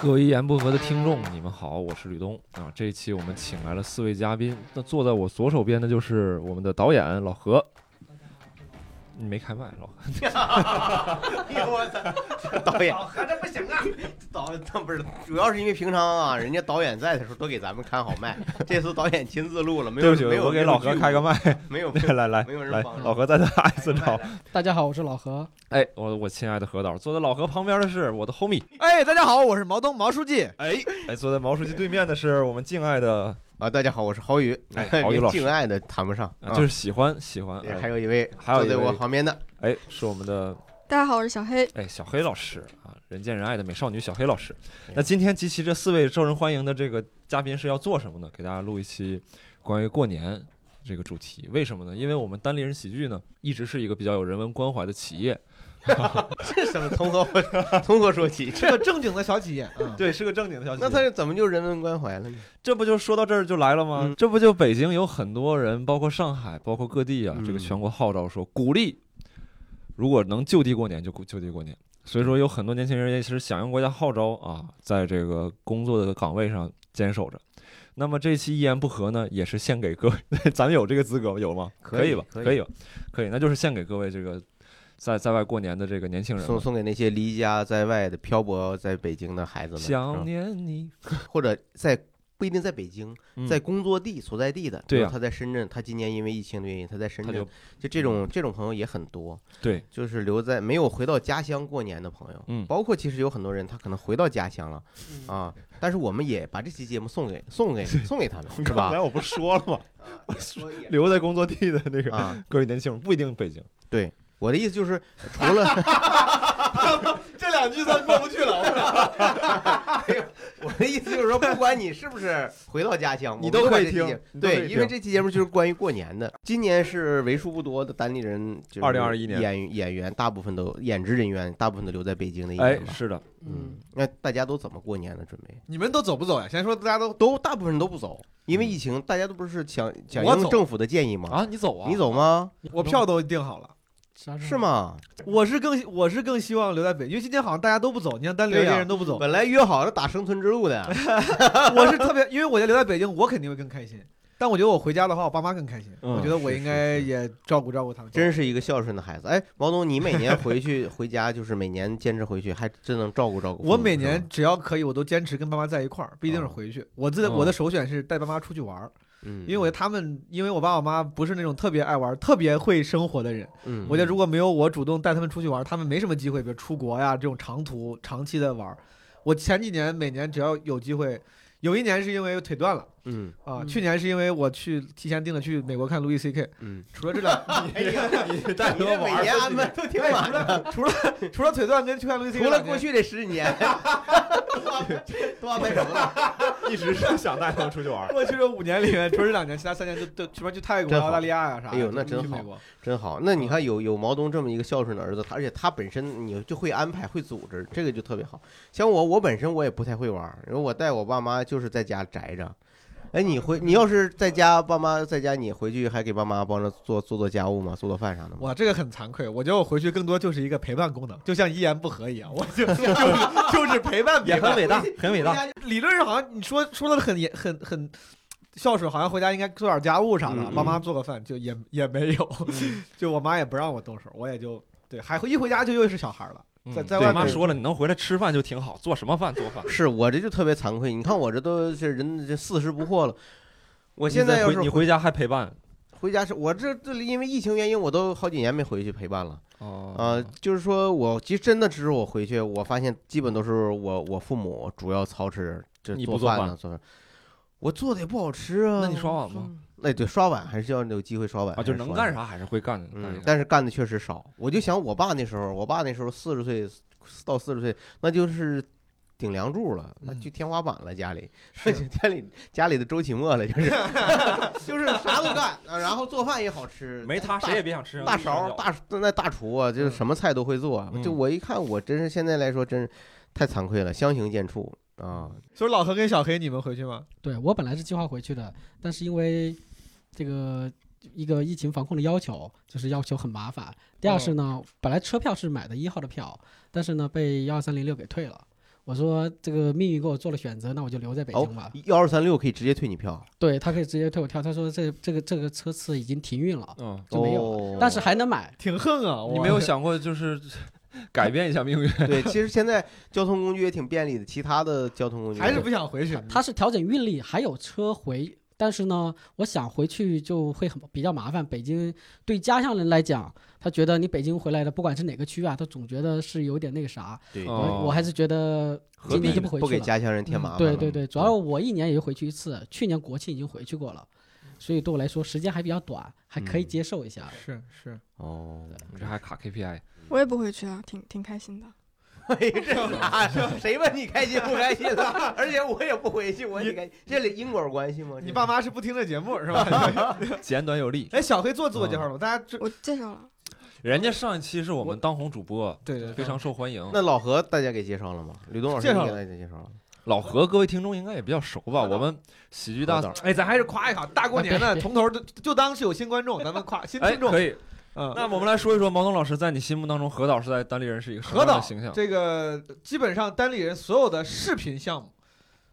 各位一言不合的听众，你们好，我是吕东啊。这一期我们请来了四位嘉宾，那坐在我左手边的就是我们的导演老何。你没开麦，老何。哎我操，导演，合着不行啊！导那不是，主要是因为平常啊，人家导演在的时候都给咱们看好 麦，这次导演亲自录了，没有对不起，没有我给老何开个，麦。 没有没有来来来没有人来帮，老何在这挨次找。大家好，我是老何。哎，我我亲爱的何导，坐在老何旁边的是我的 homie。哎，大家好，我是毛东毛书记。哎哎，坐在毛书记对面的是我们敬爱的，啊！大家好，我是郝宇， 哎郝宇连老师敬爱的谈不上，啊就是喜欢喜欢。啊哎还有一位还有坐一位在我旁边的， 哎，是我们的大家好，我是小黑。哎，小黑老师啊，人见人爱的美少女小黑老师。那今天集齐这四位受人欢迎的这个嘉宾是要做什么呢？给大家录一期关于过年这个主题。为什么呢？因为我们单立人喜剧呢，一直是一个比较有人文关怀的企业，这什么从何 从何 说起？是个正经的小企业，嗯，对，是个正经的小企那他怎么就人文关怀了呢？这不就说到这儿就来了吗？嗯这不就北京有很多人，包括上海，包括各地啊，嗯这个全国号召说鼓励，如果能就地过年就就地过年。所以说有很多年轻人也是响应国家号召啊，在这个工作的岗位上坚守着。那么这期一言不合呢，也是献给各位， 咱们有这个资格吗有吗？可可以吧？可以可以吧？可以，那就是献给各位这个在在外过年的这个年轻人送们。送给那些离家在外的漂泊在北京的孩子们，想是念你，吧或者在不一定在北京，嗯在工作地所在地的，对比如呀他在深圳，他今年因为疫情的原因，他在深他圳就，就这种这种朋友也很多，对，就是留在没有回到家乡过年的朋友，嗯包括其实有很多人他可能回到家乡了啊，但是我们也把这期节目送给送给送给他们，是吧？我不说了吗？说也留在工作地的那个啊，各位年轻人，不一定北京。我的意思就是，除了 这两句咱过不 去了。哎我的意思就是说，不管你是不是回到家乡，你我们都可以把这期节目听你都可以对，因为听这期节目就是关于过年的。今年是为数不多的单立人，就是2021年演演员大部分都演职人员大部分都留在北京的一哎年，吧。是的，嗯，，那大家都怎么过年呢？准备你们都走不走呀？先说大家都都大部分人都不走，因为疫情，大家都不是想响嗯我应走嗯政府的建议吗？啊，你走啊，你走吗？我票都订好了。是吗？我是更我是更希望留在北，因为今天好像大家都不走，你看单立人这些人 都不走。本来约好了打生存之路的，我是特别，因为我觉得留在北京，我肯定会更开心。但我觉得我回家的话，我爸妈更开心。嗯我觉得我是 应该是是也照顾照顾他们。真是一个孝顺的孩子。哎，毛东，你每年回去 回家，就是每年坚持回去，还真能照顾照顾父母。我每是年吧，只要可以，我都坚持跟爸妈在一块儿，不一定是哦回去。我自己哦我的首选是带爸妈出去玩儿，嗯，因为我觉得他们，因为我爸我妈不是那种特别爱玩儿、特别会生活的人。嗯，我觉得如果没有我主动带他们出去玩儿，他们没什么机会，比如出国呀这种长途、长期的玩儿。我前几年每年只要有机会，有一年是因为腿断了嗯啊，嗯去年是因为我去提前订了去美国看 Louis C K。 嗯，除了这 两，哎呀，你你这每年安排都挺满的， 除了除了腿断跟去看 Louis C K，除了过去这十几 年，都安排什么了？一直是想带他们出去玩。过去这五年里面，除了这两年，其他三年就都去边去泰国、啊真好澳大利亚呀啥的。哎呦那就真没去美好国真好。那你看有有毛东这么一个孝顺的儿子，他而且他本身你就会安排会组织，这个就特别好。像我，我本身我也不太会玩儿，然后我带我爸妈就是在家宅着。哎，你回你要是在家，爸妈在家，你回去还给爸妈帮着做做做家务吗？做做饭啥的吗？哇，这个很惭愧，我觉得我回去更多就是一个陪伴功能，就像一言不合一样，我就就是就是陪伴别也很人。伟大，很伟大。理论上好像你说说的很严很很孝顺，好像回家应该做点家务啥的，嗯嗯帮妈做个饭，就也也没有，嗯 就我妈也不让我动手，我也就对，还一回家就又是小孩了，在在嗯对外妈面说了，你能回来吃饭就挺好，做什么饭做饭。是我这就特别惭愧，你看我这都是人这四十不惑了，我现在你要回是你回家还陪伴回家是我这这因为疫情原因，我都好几年没回去陪伴了。哦呃，就是说我其实真的只是我回去，我发现基本都是我我父母主要操持这你不做做饭饭呢，做饭。我做的也不好吃啊。那你刷碗吗？哎，对，刷碗还是要有机会刷碗，啊，就是能干啥。啥还是会干的。嗯，但但是干的确实少。我就想我爸那时候，我爸那时候四十岁到四十岁，那就是顶梁柱了，那嗯就天花板了，家里， 家里家里的周奇墨了，就是 就是啥都干，啊然后做饭也好吃，没他大谁也别想吃啊大勺大那大厨啊，嗯就是什么菜都会做啊、嗯就我一看，我真是现在来说，真是太惭愧了，相形见绌啊。所以老何跟小黑你们回去吗？对我本来是计划回去的，但是因为这个一个疫情防控的要求，就是要求很麻烦。第二是呢，本来车票是买的一号的票，但是呢被幺二三零六给退了。我说这个命运给我做了选择，那我就留在北京吧。幺二三六可以直接退你票，对他可以直接退我票，他说这这个这个车次已经停运了，嗯，就没有有但是还能买。挺横啊！你我没有想过就是改变一下命运？对，其实现在交通工具也挺便利的，其他的交通工具 还是不想回去。他是调整运力，还有车回，但是呢，我想回去就会很比较麻烦。北京对家乡人来讲，他觉得你北京回来的，不管是哪个区啊，他总觉得是有点那个啥。对，哦我我还是觉得何今必年就不回去给了。嗯家乡人添麻烦、对 对对，主要我一年也就回去一次，去年国庆已经回去过了，所以对我来说时间还比较短，还可以嗯接受一下。是是，哦，这还卡 KPI，我也不回去啊，挺挺开心的。哎，这哪是谁问你开心不开心了？而且我也不回去，我也开心，这里因果关系吗？你爸妈是不听这节目 是吧？简短有力。哎，小黑做自我介嗯绍了吗，大家这我介绍了，人家上一期是我们当红主播，对对非常受欢迎。那老何大家给介绍了吗？吕东老师介绍给了大家介绍了，老何，各位听众应该也比较熟吧？我们喜剧大何导哎，咱还是夸一夸，大过年啊 的，对从头就就当是有新观众，咱们夸新哎，听众可。以。嗯，那我们来说一说毛东老师在你心目当中，何导是在单立人是一个什么何样导的形象？这个基本上单立人所有的视频项目，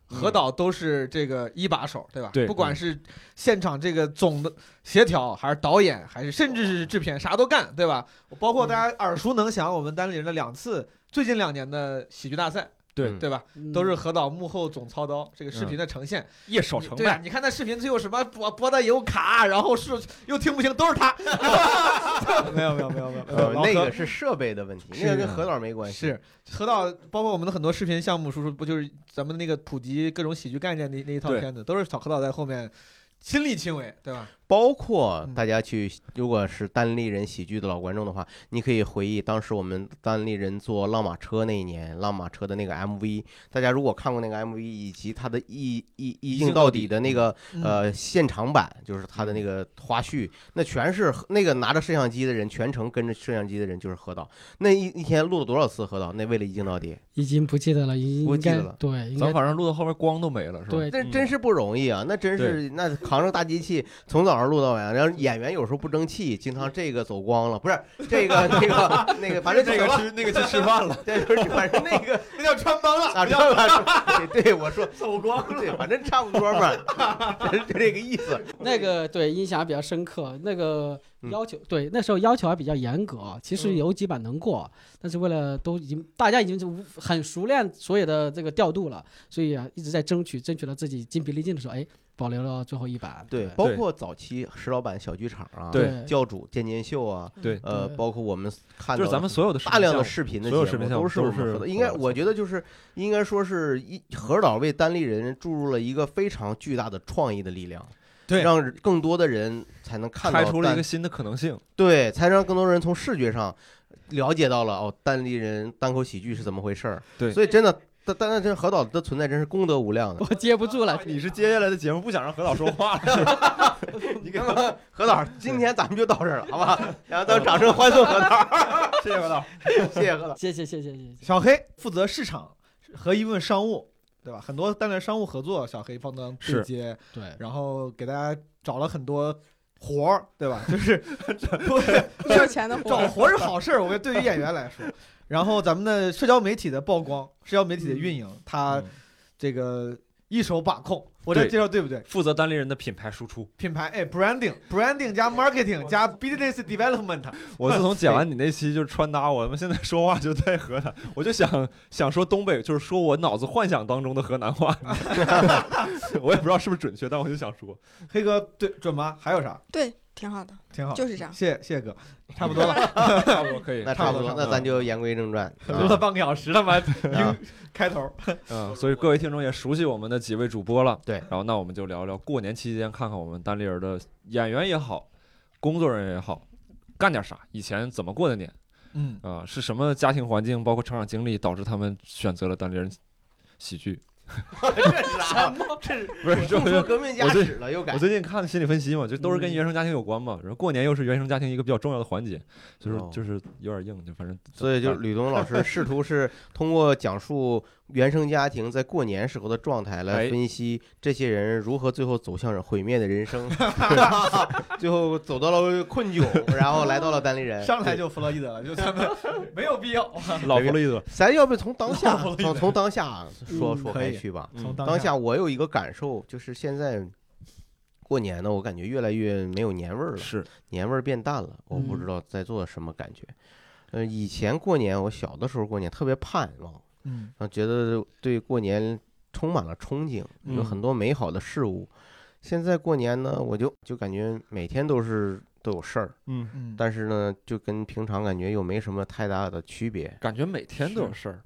何导都是这个一把手，对吧？嗯对不管是现场这个总的协调，还是导演，还是甚至是制片，啥都干，对吧？包括大家嗯耳熟能详，我们单立人的两次最近两年的喜剧大赛，对嗯对吧？嗯都是何导幕后总操刀，这个视频的呈现。叶少哦成对啊，你看那视频最后什么播播的有卡，然后是又听不清，都是他。没有没有没有没有，呃，老那何个是设备的问题，是那个跟何导没关系。是河道，包括我们的很多视频项目，叔叔不就是咱们那个普及各种喜剧概念那那一套对片子，都是小河道在后面亲力亲为，对吧？包括嗯大家去，如果是单立人喜剧的老观众的话，你可以回忆当时我们单立人做《浪马车》那一年，《浪马车》的那个 MV，大家如果看过那个 MV 以及它的一一一镜到底的那个嗯呃现场版，就是它的那个花絮，那全是那个拿着摄像机的人，全程跟着摄像机的人就是何导。那一一天录了多少次何导？那为了一镜到底，已经不记得了，已经不应记得该了对，应咱该反正录到后边光都没了，是吧？嗯对那真是不容易啊！那真是那扛着大机器从早上录到晚上，然后演员有时候不争气，经常这个走光了，不是这个那个那个，反正那走个了去那个去吃饭了，对，就是反正那个 啊那叫穿帮了，咋着吧？对对，我说 走光。对，反正差不多嘛，就就这个意 思。那个对印象还比较深刻，那个嗯要求、对那时候要求还比较严格，其实嗯有几版能过，但是为了都已经大家已经就无很熟练所有的这个调度了，所以啊一直在争取，争取到自己筋疲力尽的时候，哎，保留了最后一版。对，包括早期石老板小剧场啊，对教主渐渐秀啊，对呃，对嗯包括我们看就到是咱们所有的大量的视视频的所有节视目频项都目是都我们是合的，应合该作我觉得就是应该说是一何导为单立人注入了一个非常巨大的创意的力量，对让更多的人才能看频到开出了一单个新的可能性。对，才让更多人从视觉上了解到了哦，单立人单口喜剧是怎么回事儿。对所以真的，但但但这何导的存在真是功德无 量的。我接不住了，哎你是接下来的节目不想让何导说话了，是吧你看吧，何导，今天咱们就到这儿了，好 吧？然后咱们掌声欢送何导，谢谢何导。谢谢何导。谢谢谢谢谢谢。小黑负责市场和一问商务，对吧？很多单位商务合作，小黑帮当对是接，对，然后给大家找了很多。活儿对吧？ 就是不收钱的活找儿，活儿是好事儿，我觉得对于演员来说。然后咱们的社交媒体的曝光，社交媒体的运营，他这个一手把控，我嗯这对介绍对不对？负责单立人的品牌输出。品牌哎，branding branding 加 marketing 加 business development，我 自从剪完你那期就是穿搭，我们现在说话就在河南，我就想想说东北，就是说我脑子幻想当中的河南 话，我也不知道是不是准确，但我就想说，黑哥对准吗？还有啥？对，挺好的，挺好，就是这样。谢谢谢谢哥，差不多了， 差不多嗯可以那差差不不多多，那咱就言归正传。录了半个小时了嘛，啊英开头嗯，所以各位听众也熟悉我们的几位主播了。对然后那我们就聊聊过年期间，看看我们单立人的演员也好，工作人员也好，干点啥，以前怎么过的年 嗯，啊、是什么家庭环境，包括成长经历，导致他们选择了单立人喜剧？ 这是啥？这是不是，就中是说革命家我最史了，又我改。最近看心理分析嘛，就都是跟原生家庭有关嘛。然后过年又是原生家庭一个比较重要的环节，所以哦说就是有点硬，就反正所以就是吕东老师试图是通过讲述原生家庭在过年时候的状态来哎分析这些人如何最后走向毁灭的人生， 最后走到了困窘，然后来到了单立人。上来就弗洛伊德了，就咱们没有必要。老弗洛伊德，咱要不从当下老了一从点从当下说嗯说可开以去吧。嗯从当下我有一个感受，就是现在过年呢，我感觉越来越没有年味儿了，是年味儿变淡了，我不知嗯道在做什么感觉。呃，以前过年，我小的时候过年特别盼望，嗯，然后觉得对过年充满了憧憬，有嗯很多美好的事物。现在过年呢，我就就感觉每天都是都有事儿，嗯，嗯但是呢，就跟平常感觉又没什么太大的区别。感觉每天都有事儿，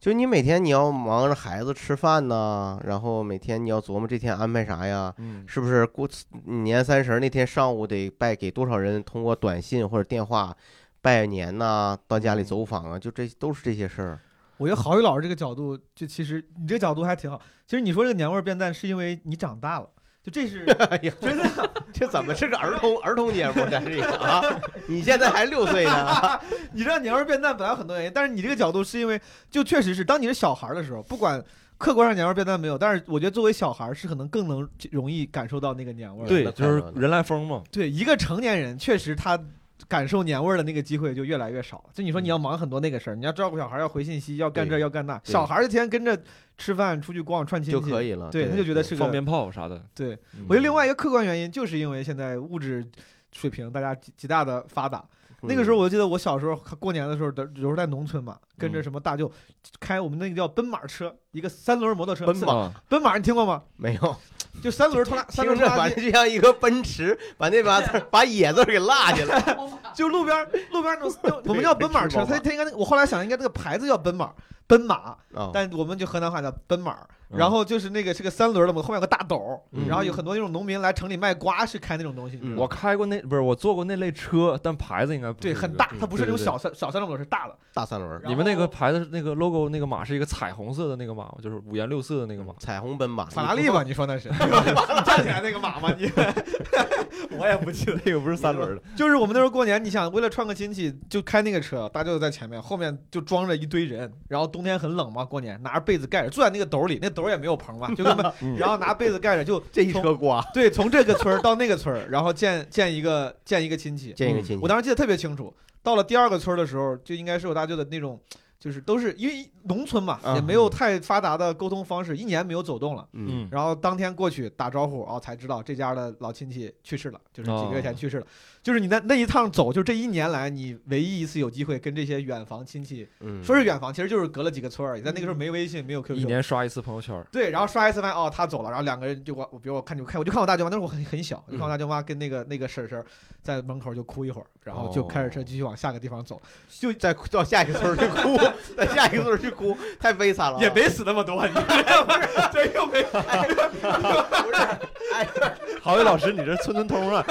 就你每天你要忙着孩子吃饭呐，然后每天你要琢磨这天安排啥呀，嗯，是不是过嗯年三十儿那天上午得拜给多少人通过短信或者电话拜年呐、到嗯家里走访啊，就这都是这些事儿。我觉得郝宇老师这个角度，就其实你这个角度还挺好。其实你说这个年味儿变淡，是因为你长大了，就这 是呀真的。 这怎么是个儿童儿童节目呢？这个啊，你现在还六岁 呢，你知道年味儿变淡本来有很多原因，但是你这个角度是因为，就确实是当你是小孩儿的时候，不管客观上年味儿变淡没有，但是我觉得作为小孩儿是可能更能容易感受到那个年味儿的。对那，就可是能的人来疯嘛，对，一个成年人确实他感受年味儿的那个机会就越来越少了。就你说你要忙很多那个事儿，你要照顾小孩儿，要回信息，要干嗯这对要干那，对小孩儿就天天跟着吃饭、出去逛、串亲就戚可。以了。对，他就觉得是个放鞭炮啥的，对，嗯我觉得另外一个客观原因，就是因为现在物质水平大家极极大的发达。嗯那个时候，我就记得我小时候过年的时候，的有时候在农村嘛，跟着什么大舅开我们那个叫奔马车，一个三轮摩托车。奔四马啊，奔马你听过吗？没有，就三轮拖拉，三听轮着拖拉反机，正就像一个奔驰，把那 把字把野字给落下了。就路边儿路边儿那种那种，我们叫奔马车，对它是它应该那个我后来想应该那个牌子叫奔马，奔马，啊，但我们就河南话叫奔马。嗯然后就是那个是个三轮的嘛，后面有个大斗儿，嗯然后有很多那种农民来城里卖瓜是开那种东西，你知道吗嗯我开过那不是我坐过那类车，但牌子应该不嗯对是很这个大，它不是那种嗯对对对小三小三轮摩托，是大的。大三轮儿，你们那个牌子那个 logo 那个马是一个彩虹色的那个马吗，就是五颜六色的那个马。彩虹奔马，法拉利吧？你说那是？你站起来那个马吗？你我也不记得。那个不是 三轮儿的，就是我们那时候过年，你想为了串个亲戚，就开那个车，大舅在前面，后面就装着一堆人。然后冬天很冷嘛，过年拿着被子盖着，坐在那个斗里，那斗也没有棚嘛，就根本，嗯然后拿被子盖着，就这一车瓜，对，从这个村儿到那个村儿，然后见见一个见一个亲戚。见一个亲戚嗯我，当时记得特别清楚，到了第二个村儿的时候，就应该是我大舅的那种，就是都是因为农村嘛，嗯也没有太发达的沟通方式，一年没有走动了。嗯，然后当天过去打招呼，哦，才知道这家的老亲戚去世了，就是几个月前去世了。就是你那那一趟走，就这一年来，你唯一一次有机会跟这些远房亲戚，嗯说是远房，其实就是隔了几个村儿而已。在那个时候没微信，没有一 QQ。年刷一次朋友圈，对，然后刷一次发现哦他走了，然后两个人就我，我比如我看就看我就看我大舅妈，那时候我很很小，就看我大舅妈跟那个那个婶婶在门口就哭一会儿，然后就开着车继续往下个地方走，就再到下一个村儿去 哭，到下一个村儿去哭，太悲惨了啊，也没死那么多，你知道吗这又没不是，郝伟老师，你这村村通啊！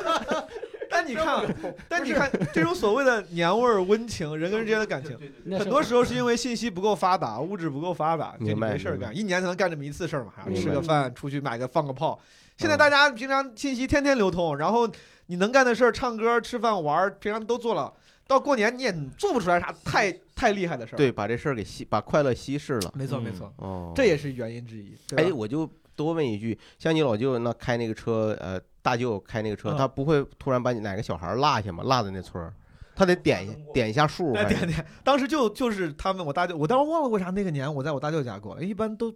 但你看，但你看这种所谓的年味儿、温情，人跟人之间的感情，那很多时候是因为信息不够发达，物质不够发达，就你明白没事儿干，一年才能干这么一次事儿嘛，明白嗯吃个饭，出去买个放个炮。现在大家平常信息天天流通，然后你能干的事儿，唱歌、吃饭、玩儿，平常都做了，到过年你也做不出来啥太太厉害的事儿。，对，把这事儿给稀，把快乐稀释了，没错嗯没错，哦，这也是原因之一。哎， 对吧，我就多问一句，像你老舅那开那个车，呃，大舅开那个车，嗯他不会突然把你哪个小孩落下吗？落在那村儿，他得点一点一下数，哎还点是点，当时就就是他们，我大舅，我当时忘了为啥那个年我在我大舅家过了，一般都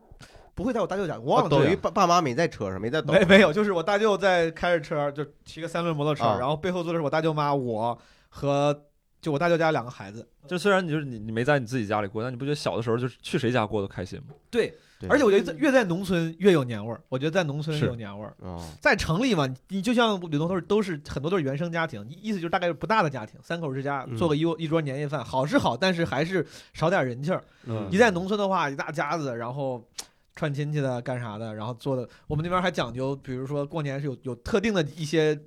不会在我大舅家，我忘了哦等这于样爸爸妈没在车上，没在等 没。没有，就是我大舅在开着车，就骑个三轮摩托车，啊然后背后坐的是我大舅妈，我和就我大舅家两个孩子。就虽然你就是你你没在你自己家里过，但你不觉得小的时候就是去谁家过都开心吗？对，对而且我觉得在越在农村越有年味儿，我觉得在农村是有年味儿。哦，在城里嘛，你就像吕东都是都是很多都是原生家庭，意思就是大概是不大的家庭，三口之家嗯做个一桌一桌年夜饭，好是好，但是还是少点人气儿。嗯一在农村的话，一大家子，然后串亲戚的干啥的，然后做的，我们那边还讲究，比如说过年是有有特定的一些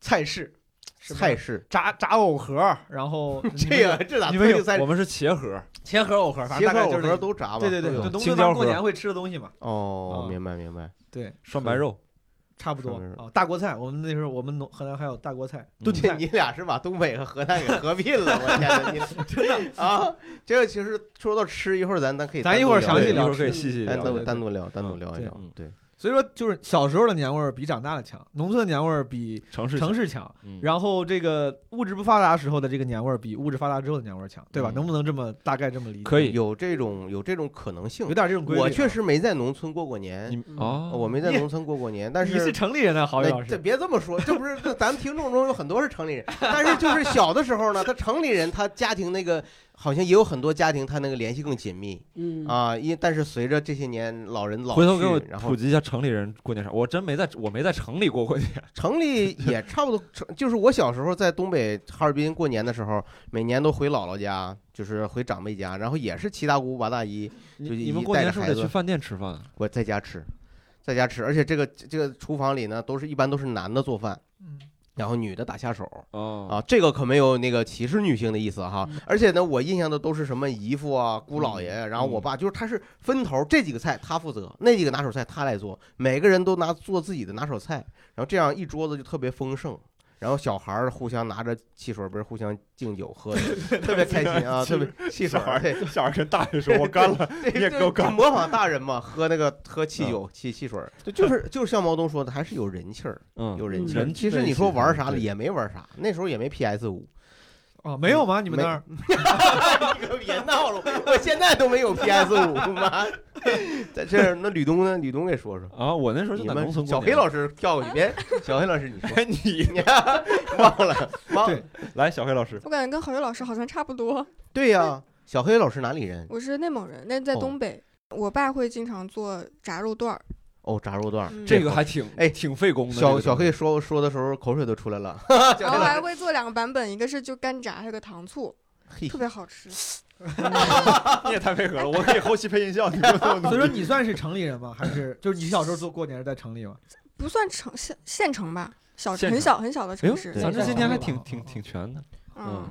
菜式，什么菜市，炸炸藕盒儿，然后这个这咋你们有推菜市我？们是茄盒，茄盒藕盒，反茄正大盒概藕就是盒都炸吧？对对对，哎呦就农青村椒嘛盒过年会吃的东西嘛。哦，啊明白明白。对，涮白肉，差不多上面啊。大锅菜，我们那时候我们农河南还有大锅菜、嗯炖这菜，你俩是把东北和河南给合并了，我天哪！你 真的啊，这个其实说到吃，一会儿咱咱可以咱单一独会儿嗯聊哎详细对一聊会儿可以吃细细单聊对独对单独聊，单独聊一对聊嗯。对，所以说就是小时候的年味儿比长大的强，农村的年味儿比城市城市强，嗯然后这个物质不发达时候的这个年味儿比物质发达之后的年味儿强，对吧？嗯能不能这么大概这么理解？可以，有这种有这种可能性有。点这种规律啊。我确实没在农村过过年，你哦，嗯我没在农村过过年，但你是城里人呢，郝宇老那这师。别这么说，这不是这咱们听众中有很多是城 里人，但是就是小的时候呢，他城里人他家庭那个好像也有很多家庭他那个联系更紧密嗯，啊，因但是随着这些年老人老去，回头给我然普后及一下城里人过年啥，我真没在我没在城里过过年，城里也差不多，城就是我小时候在东北哈尔滨过年的时候，每年都回姥姥家，就是回长辈家，然后也是七大姑八大姨，你就你们一过带年着是不孩是得去子饭店吃饭啊？我在家吃，在家吃，而且这个这个厨房里呢，都是一般都是男的做饭，嗯然后女的打下手。哦啊，这个可没有那个歧视女性的意思哈嗯。而且呢，我印象的都是什么姨父啊、姑姥爷，然后我爸，就是他是分头，这几个菜他负责，那几个拿手菜他来做，每个人都拿做自己的拿手菜，然后这样一桌子就特别丰盛。然后小孩儿互相拿着汽水杯儿互相敬酒喝的，特别开心啊，特别汽水小孩儿儿对，小孩儿跟大人 说：“我干 了。嗯这你也这给我就干模仿大人嘛，喝那个喝汽酒、汽汽水儿，就就是就是像毛东说的，还是有人气儿，嗯，有人气嗯儿。人其气实儿你是说很玩儿啥对了也没玩儿啥，那时候也没 PS 五， 哦，没有吗？你们没那儿你可别闹了，我现在都没有 PS 五妈，在 这儿那吕东呢？吕东给说说，啊，我那时候就你在们农村过小年黑老师跳过去，别小黑老师你说，哎，你忘 了忘对来，小黑老师，我感觉跟郝宇老师好像差不多。对呀，小黑老师哪里人？我是内蒙人，那在哦东北，我爸会经常做炸肉段儿。哦，炸肉段儿嗯，这个还挺哎挺费工的。这小嗯个小东西黑说说的时候口水都出来了，然后还会做两个版本，一个是就干炸，还有个糖醋，嘿特，别好吃。你也太配合了，我可以后期配音效。你说 所以说你算是城里人吗？还是就是你小时候做过年是在城里吗？不算城县县城吧，小县很城小很小的哎城呦，市。咱这对今天还对挺对挺挺全的。嗯，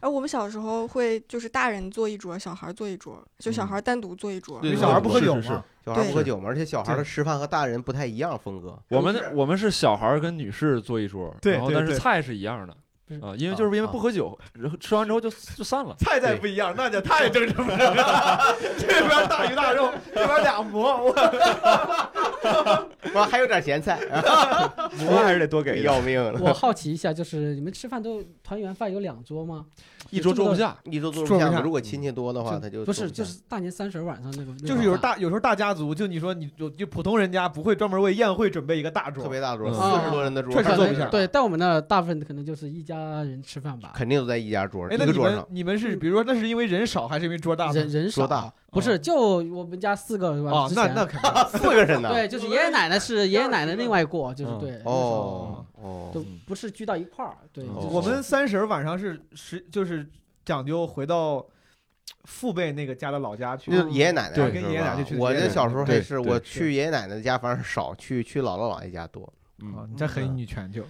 哎，我们小时候会就是大人坐一桌，小孩坐一桌，就小嗯孩单独坐一桌。对你对小孩不喝是酒是是吗？小孩不对喝酒嘛，而且小孩的吃饭和大人不太一样风 格。我们我们是小孩儿跟女士坐一桌，对然后对但是对菜是一样的不是啊，因为就是因为不喝酒，然后吃完之后就就散了。菜菜不一样，那就太正常了。 这边大鱼大肉，这边俩馍，我我还有点咸 菜，馍还是得多给一点。要 命了， 我好奇一下，就是你们吃饭都团圆饭有两桌吗？一桌这么坐不下，一桌坐坐不不下嘛。下嗯如果亲戚多的话，就他就不坐是，下就是大年三十晚上那个，就是有时候大有时候大家族，就你说你有就普通人家不会专门为宴会准备一个大桌，特别大桌，嗯四十多人的桌，确实可坐能不下对，但我们那儿大部分可能就是一家人吃饭吧， 肯定都在一家桌哎一，那个你桌们上。你们是比如说那是因为人少还是因为桌大呢？人人说少，大不是就我们家四个是吧？哦之，那前那肯定。四个人呢？对，就是爷爷奶奶是爷爷奶奶另外过，就是嗯对人哦少就哦，不是聚到一块儿，对，嗯就是我们三十儿晚上是十，就是讲究回到父辈那个家的老家去。啊就是爷爷奶奶对是吧跟爷爷奶奶去我爷爷奶这奶小时候还对是对我去爷爷奶奶家反而少，去去姥姥姥爷家多。啊嗯，，你这很女权就。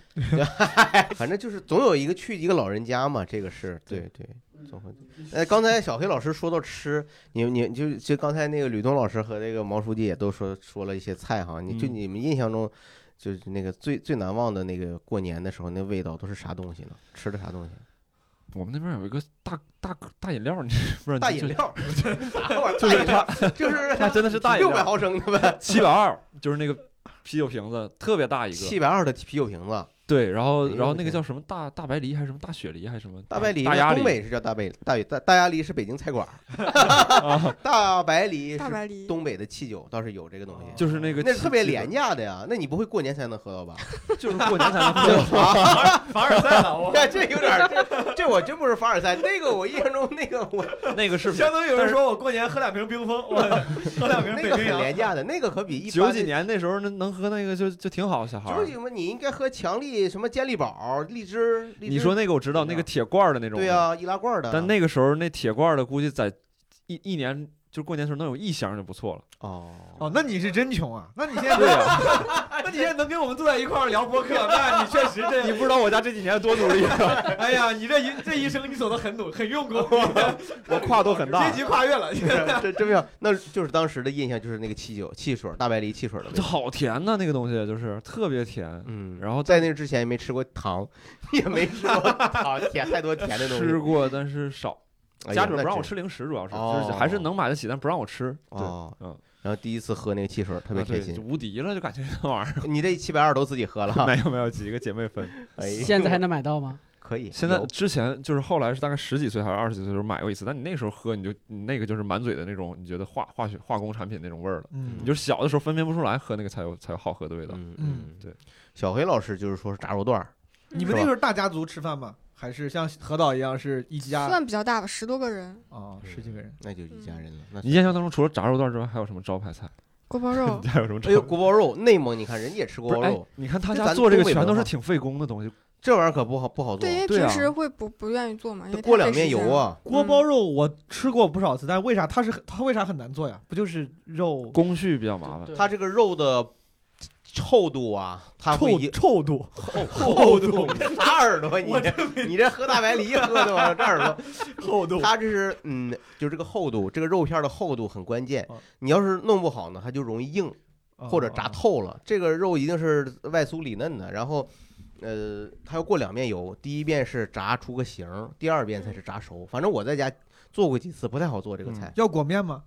反正就是总有一个去一个老人家嘛，这个是对对，总会。呃，刚才小黑老师说到吃，你你就就刚才那个吕东老师和那个毛书记也都说说了一些菜哈，你就嗯你们印象中。就是那个最最难忘的那个过年的时候，那味道都是啥东西呢？吃的啥东西？我们那边有一个大大大饮料，你 不知道大你饮 就料，啥玩意儿？大饮料就是 它真的是 大饮六百料，毫升的呗，七百二，就是那个啤酒瓶子特别大一个，七百二的啤酒瓶子，对，然后哎呦然后我那个天叫什么大大白梨还是什么大雪梨还是什么大白梨，大鸭东梨北是叫大白大大大鸭梨是北京菜馆 啊儿， 大白梨大是白梨，东北的汽酒，倒是有这个东西，就是那个那特别廉价，价的呀，那你不会过年才能喝 到吧？ 就是过年才能 喝凡尔赛了，我这这有点 儿，这这我真不是凡尔赛，那个我印象中那个我那个是 相当于有人说我过年喝两瓶冰峰， 我喝两瓶那北个很冰洋。廉价的，那个可比一般啊九的几。年那时候能能喝那个就就挺好，小孩九儿几。嘛，你应该喝强力什么健力宝、荔枝。荔枝你说那个我知道，那个铁罐儿的那种。对呀、易拉罐的。但那个时候那铁罐儿的估计在一一年就是过年的时候能有一箱就不错了。哦，哦，那你是真穷啊！那你现在对呀、 那你现在能跟我们坐在一块儿聊播客，那你确实这，你不知道我家这几年多努力啊，哎呀，你这一这一生你走的很努，很 用功，我跨度很阶大，级跨越 了。这真妙。那就是当时的印象就是那个汽酒、汽水、大白梨汽水的味这 道。好甜呐、那个东西就是特别甜。嗯，然后在那之前也没吃过糖， 也没吃过糖，甜太多甜的东西。吃过，但是少，哎家呀里边不让我。那真吃零食，主要是哦就是还是能买得起，但不让我吃。对，哦，嗯，然后第一次喝那个汽水特别啊对开就心，无敌了，就感觉 那玩意 你这七百二都自己喝了儿。哈，没有没有，几个姐妹 分。 哎呦现在还能买到吗？ 可以。现在有之前就是后来是大概十几岁还是二十几岁的时候买过一次，但你那时候喝你就你那个就是满嘴的那种，你觉得化化学化工产品那种味儿了。嗯你就是小的时候分辨不出来，喝那个才有才有好喝的味道。嗯嗯对，小黑老师就是说是炸肉段儿，你嗯们那时候大家族吃饭吗？还是像何导一样是一家？算比较大吧，十多个人，哦，十几个人。那就一家人了。那你印象当中除了炸肉段之外，还有什么招牌菜？ 锅包肉你。家有什么招牌哎呦，菜？锅包肉，内蒙你看人家也吃锅不包是，哎肉，，你看他这家咱做这个东北全都文是化挺费工的东西。这玩意儿可不好不好做对，，因为对平啊时会不不愿意做嘛，因得为过太两费遍时间油了。啊。锅包肉我吃过不少次，但是为啥它是它为啥很难做呀？不就是肉工序比较麻烦。它这个肉的臭度啊，它会臭影臭度？厚度，啥耳朵你这你这喝大白梨喝的 吗？这耳朵厚度它这是嗯，就这个厚度，这个肉片的厚度很关键哦。你要是弄不好呢，它就容易硬或者啊炸透了。这个肉一定是外酥里嫩的，然后。呃，它要过两遍油，第一遍是炸出个形儿，第二遍才是炸嗯熟。反正我在家做过几次，不太好做这个菜，要裹面吗？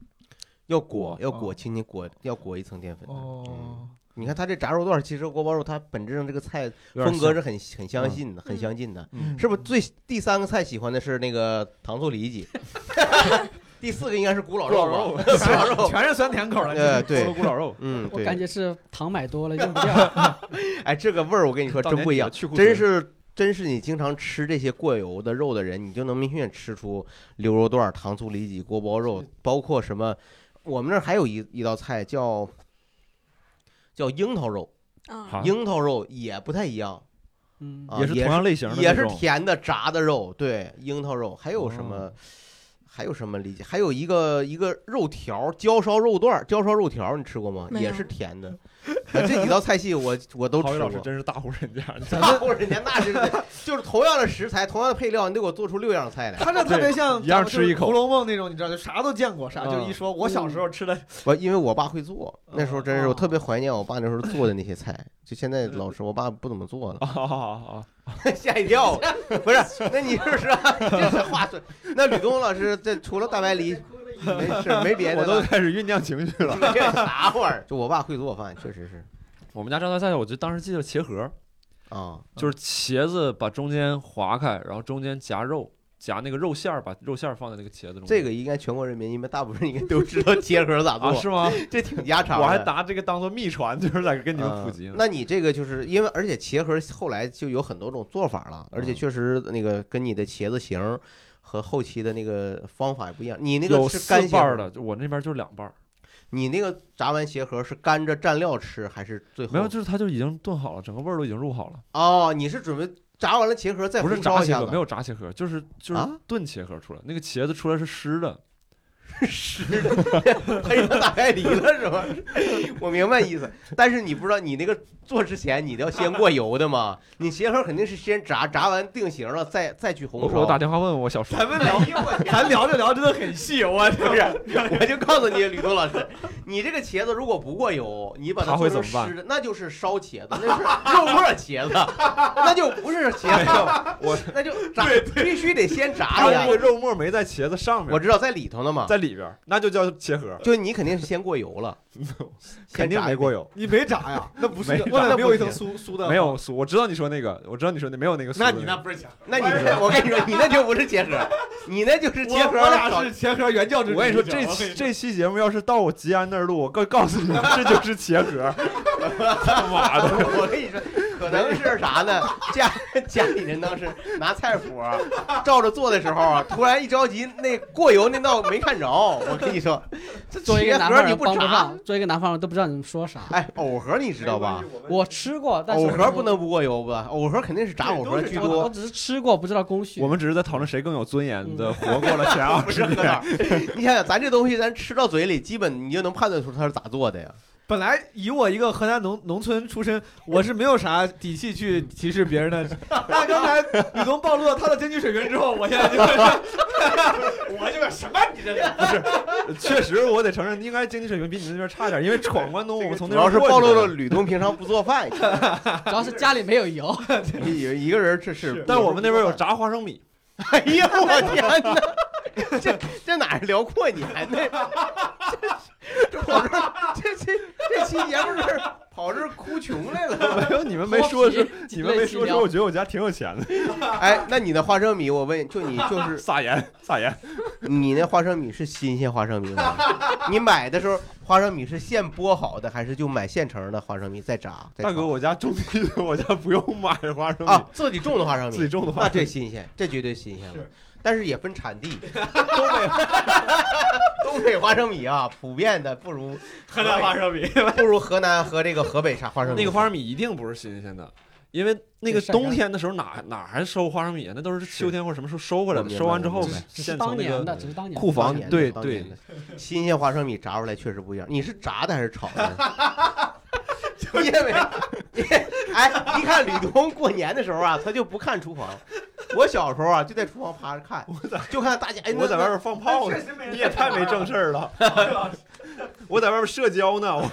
要裹要裹，哦轻轻裹，要裹一层淀粉的。嗯哦，你看它这炸肉段儿，其实锅包肉它本质上这个菜有点风格像是很很相近的，很相近的。嗯是不是最第三个菜喜欢的是那个糖醋里脊？ 第四个应该是古老肉吧？ 全古老肉，全是酸甜口的。呃，就菠对是萝，咕老肉，嗯，我感对，觉是糖买多了用不掉。哎，这个味儿我跟你说到真年不一底样了，去库真存是真是你经常吃这些过油的肉的人，你就能明显吃出牛肉段儿、糖醋里脊、锅包肉，包括什么？我们那儿还有一一道菜叫叫樱桃肉，好嗯，啊樱桃肉也不太一样，嗯，啊也是同样类型的也那是种甜的炸的肉，对，樱桃肉，还有什么？哦还有什么理解？还有一个一个肉条，焦烧肉段儿，焦烧肉条，你吃过吗？没有也是甜的。啊这几道菜系我我都郝宇吃老师过。真是大户人 家，你 我人家那是就是同样的食材，同样的配料，你得给我做出六样菜来。它这特别像一样吃一口就是《红楼梦》那种，你知道，就啥都见过，啥嗯就一说，我小时候吃的，我因为我爸会做，那时候真是哦我特别怀念我爸那时候做的那些菜。就现在老师，我爸不怎么做了。啊啊啊啊！ 吓一跳，不是？那你是不 是、这是话说？那吕东老师，这除了大白梨，没事没别我的都了，开始酝酿情绪了。 没啥玩意儿。 就我爸会做饭，确实 是我们家招牌菜，我就当时记得茄盒，啊，就是茄子把中间划开，然后中间夹肉，夹那个肉馅儿，把肉馅儿放在那个茄子中间。这个应该全国人民，你们大部分应该都知道结核咋做，啊是吗？ 这挺家常的。我还拿这个当做秘传，就是在跟你们普及嗯呢。那你这个就是因为，而且茄盒后来就有很多种做法了，而且确实那个跟你的茄子型儿和后期的那个方法也不一样。你那个有是四干瓣馅哦儿，的，就我那边就是两瓣儿，你那个炸完茄盒是干着蘸料吃还是最后没有，就是它就已经炖好了，整个味儿都已经入好了，哦，你是准备炸完了茄盒再不是红炸烧茄一下盒，子？ 没有炸茄盒，就是就是啊炖茄盒出来，那个茄子出来是湿的，是的，黑成大白梨了是吧？我明白意思，但是你不知道你那个做之前你得要先过油的嘛，你茄盒肯定是先炸，炸完定型了再再去我红烧。我打电话问问我小叔，咱们聊， 咱聊着聊着真的很细，我不是，我就告诉你，吕东老师，你这个茄子如果不过油，你把它它会做成怎么办湿的，那就是烧茄子，那是肉末茄子，那就不是茄 子了，我那就炸，必须得先炸他呀那。个肉末没在茄子上面，我知道在里头呢嘛，在里边儿，那就叫茄盒，就你肯定是先过油 了，肯定没过油。你没炸呀？那不是没，炸外面没有一那层不酥酥的，没有酥，我知道你说那个，我知道你说那没有那个酥的那个。你那不是茄，那你是，我跟你说，你那就不是结合，你那就是结我合我俩了。是茄盒原教旨主义者。我跟你说，我这跟期你这期节目要是到我 吉安那儿录，我告告诉你，这就是茄盒。他妈的， 我跟你说，可能是啥呢？家家里人当时拿菜谱啊照着做的时候啊，突然一着急，那过油那道没看着。我跟你说，这作为一铁个南盒方你人不帮不查上，，作为一个南方人都不知道你们 说啥。哎，藕盒你知道吧？我吃过，但是藕我盒不能不过油吧？藕盒肯定是炸藕盒居我我多。只是吃过，不知道工序。我们只是在讨论谁更有尊严的活过了前二嗯 不是十喝年。点儿，你想想，咱这东西咱吃到嘴里，基本你就能判断出它是咋做的呀。本来以我一个河南农农村出身，我是没有啥底气去歧视别人的。但刚才李东暴露了他的经济水平之后，我现在 就是我这个什么你这是确实，我得承认，应该经济水平比你那边差点，因为闯关东，我们从主那要边是过去暴露的了。吕东平常不 做饭，主要是家里没有油，一一个人这是。但是我们那边有炸花生米， 哎呀，我天哪！这这哪是聊过年呢？这是这跑这儿这这这期节目是跑这儿哭穷 来了。没有哎你们没说的时候，几你们没类细说的时料候，我觉得我家挺有钱的。哎，那你的花生米，我问，就你就是撒盐，撒盐，你那花生米是新鲜花生米吗？ 你买的时候花生米是现剥好的，还是就买现成的花生米再炸？再大哥，炒我家种地的，我家不用买花生米啊，，自己种的花生自己米，种的话那，这新鲜，这绝对新鲜了。但是也分产地，东北东北花生米啊，普遍的不如 河南花生米？不如河南和这个河北啥花生米。那个花生米一定不是新鲜的。因为那个冬天的时候哪哪还收花生米啊？那都是秋天或者什么时候收回来的，我明白收完之后我只明是白只是现当从那年的，个只是当年的。库当房年的对当年对的，新鲜花生米炸出来确实不一样。你是炸的还是炒的？ 因为，因为哎，一看吕东过年的时候啊，他就不看厨房。我小时候啊，就在厨房趴着看，就看大家哎，我在外边边放 炮哦呢，你也太没正事儿了。我在外边社交呢，我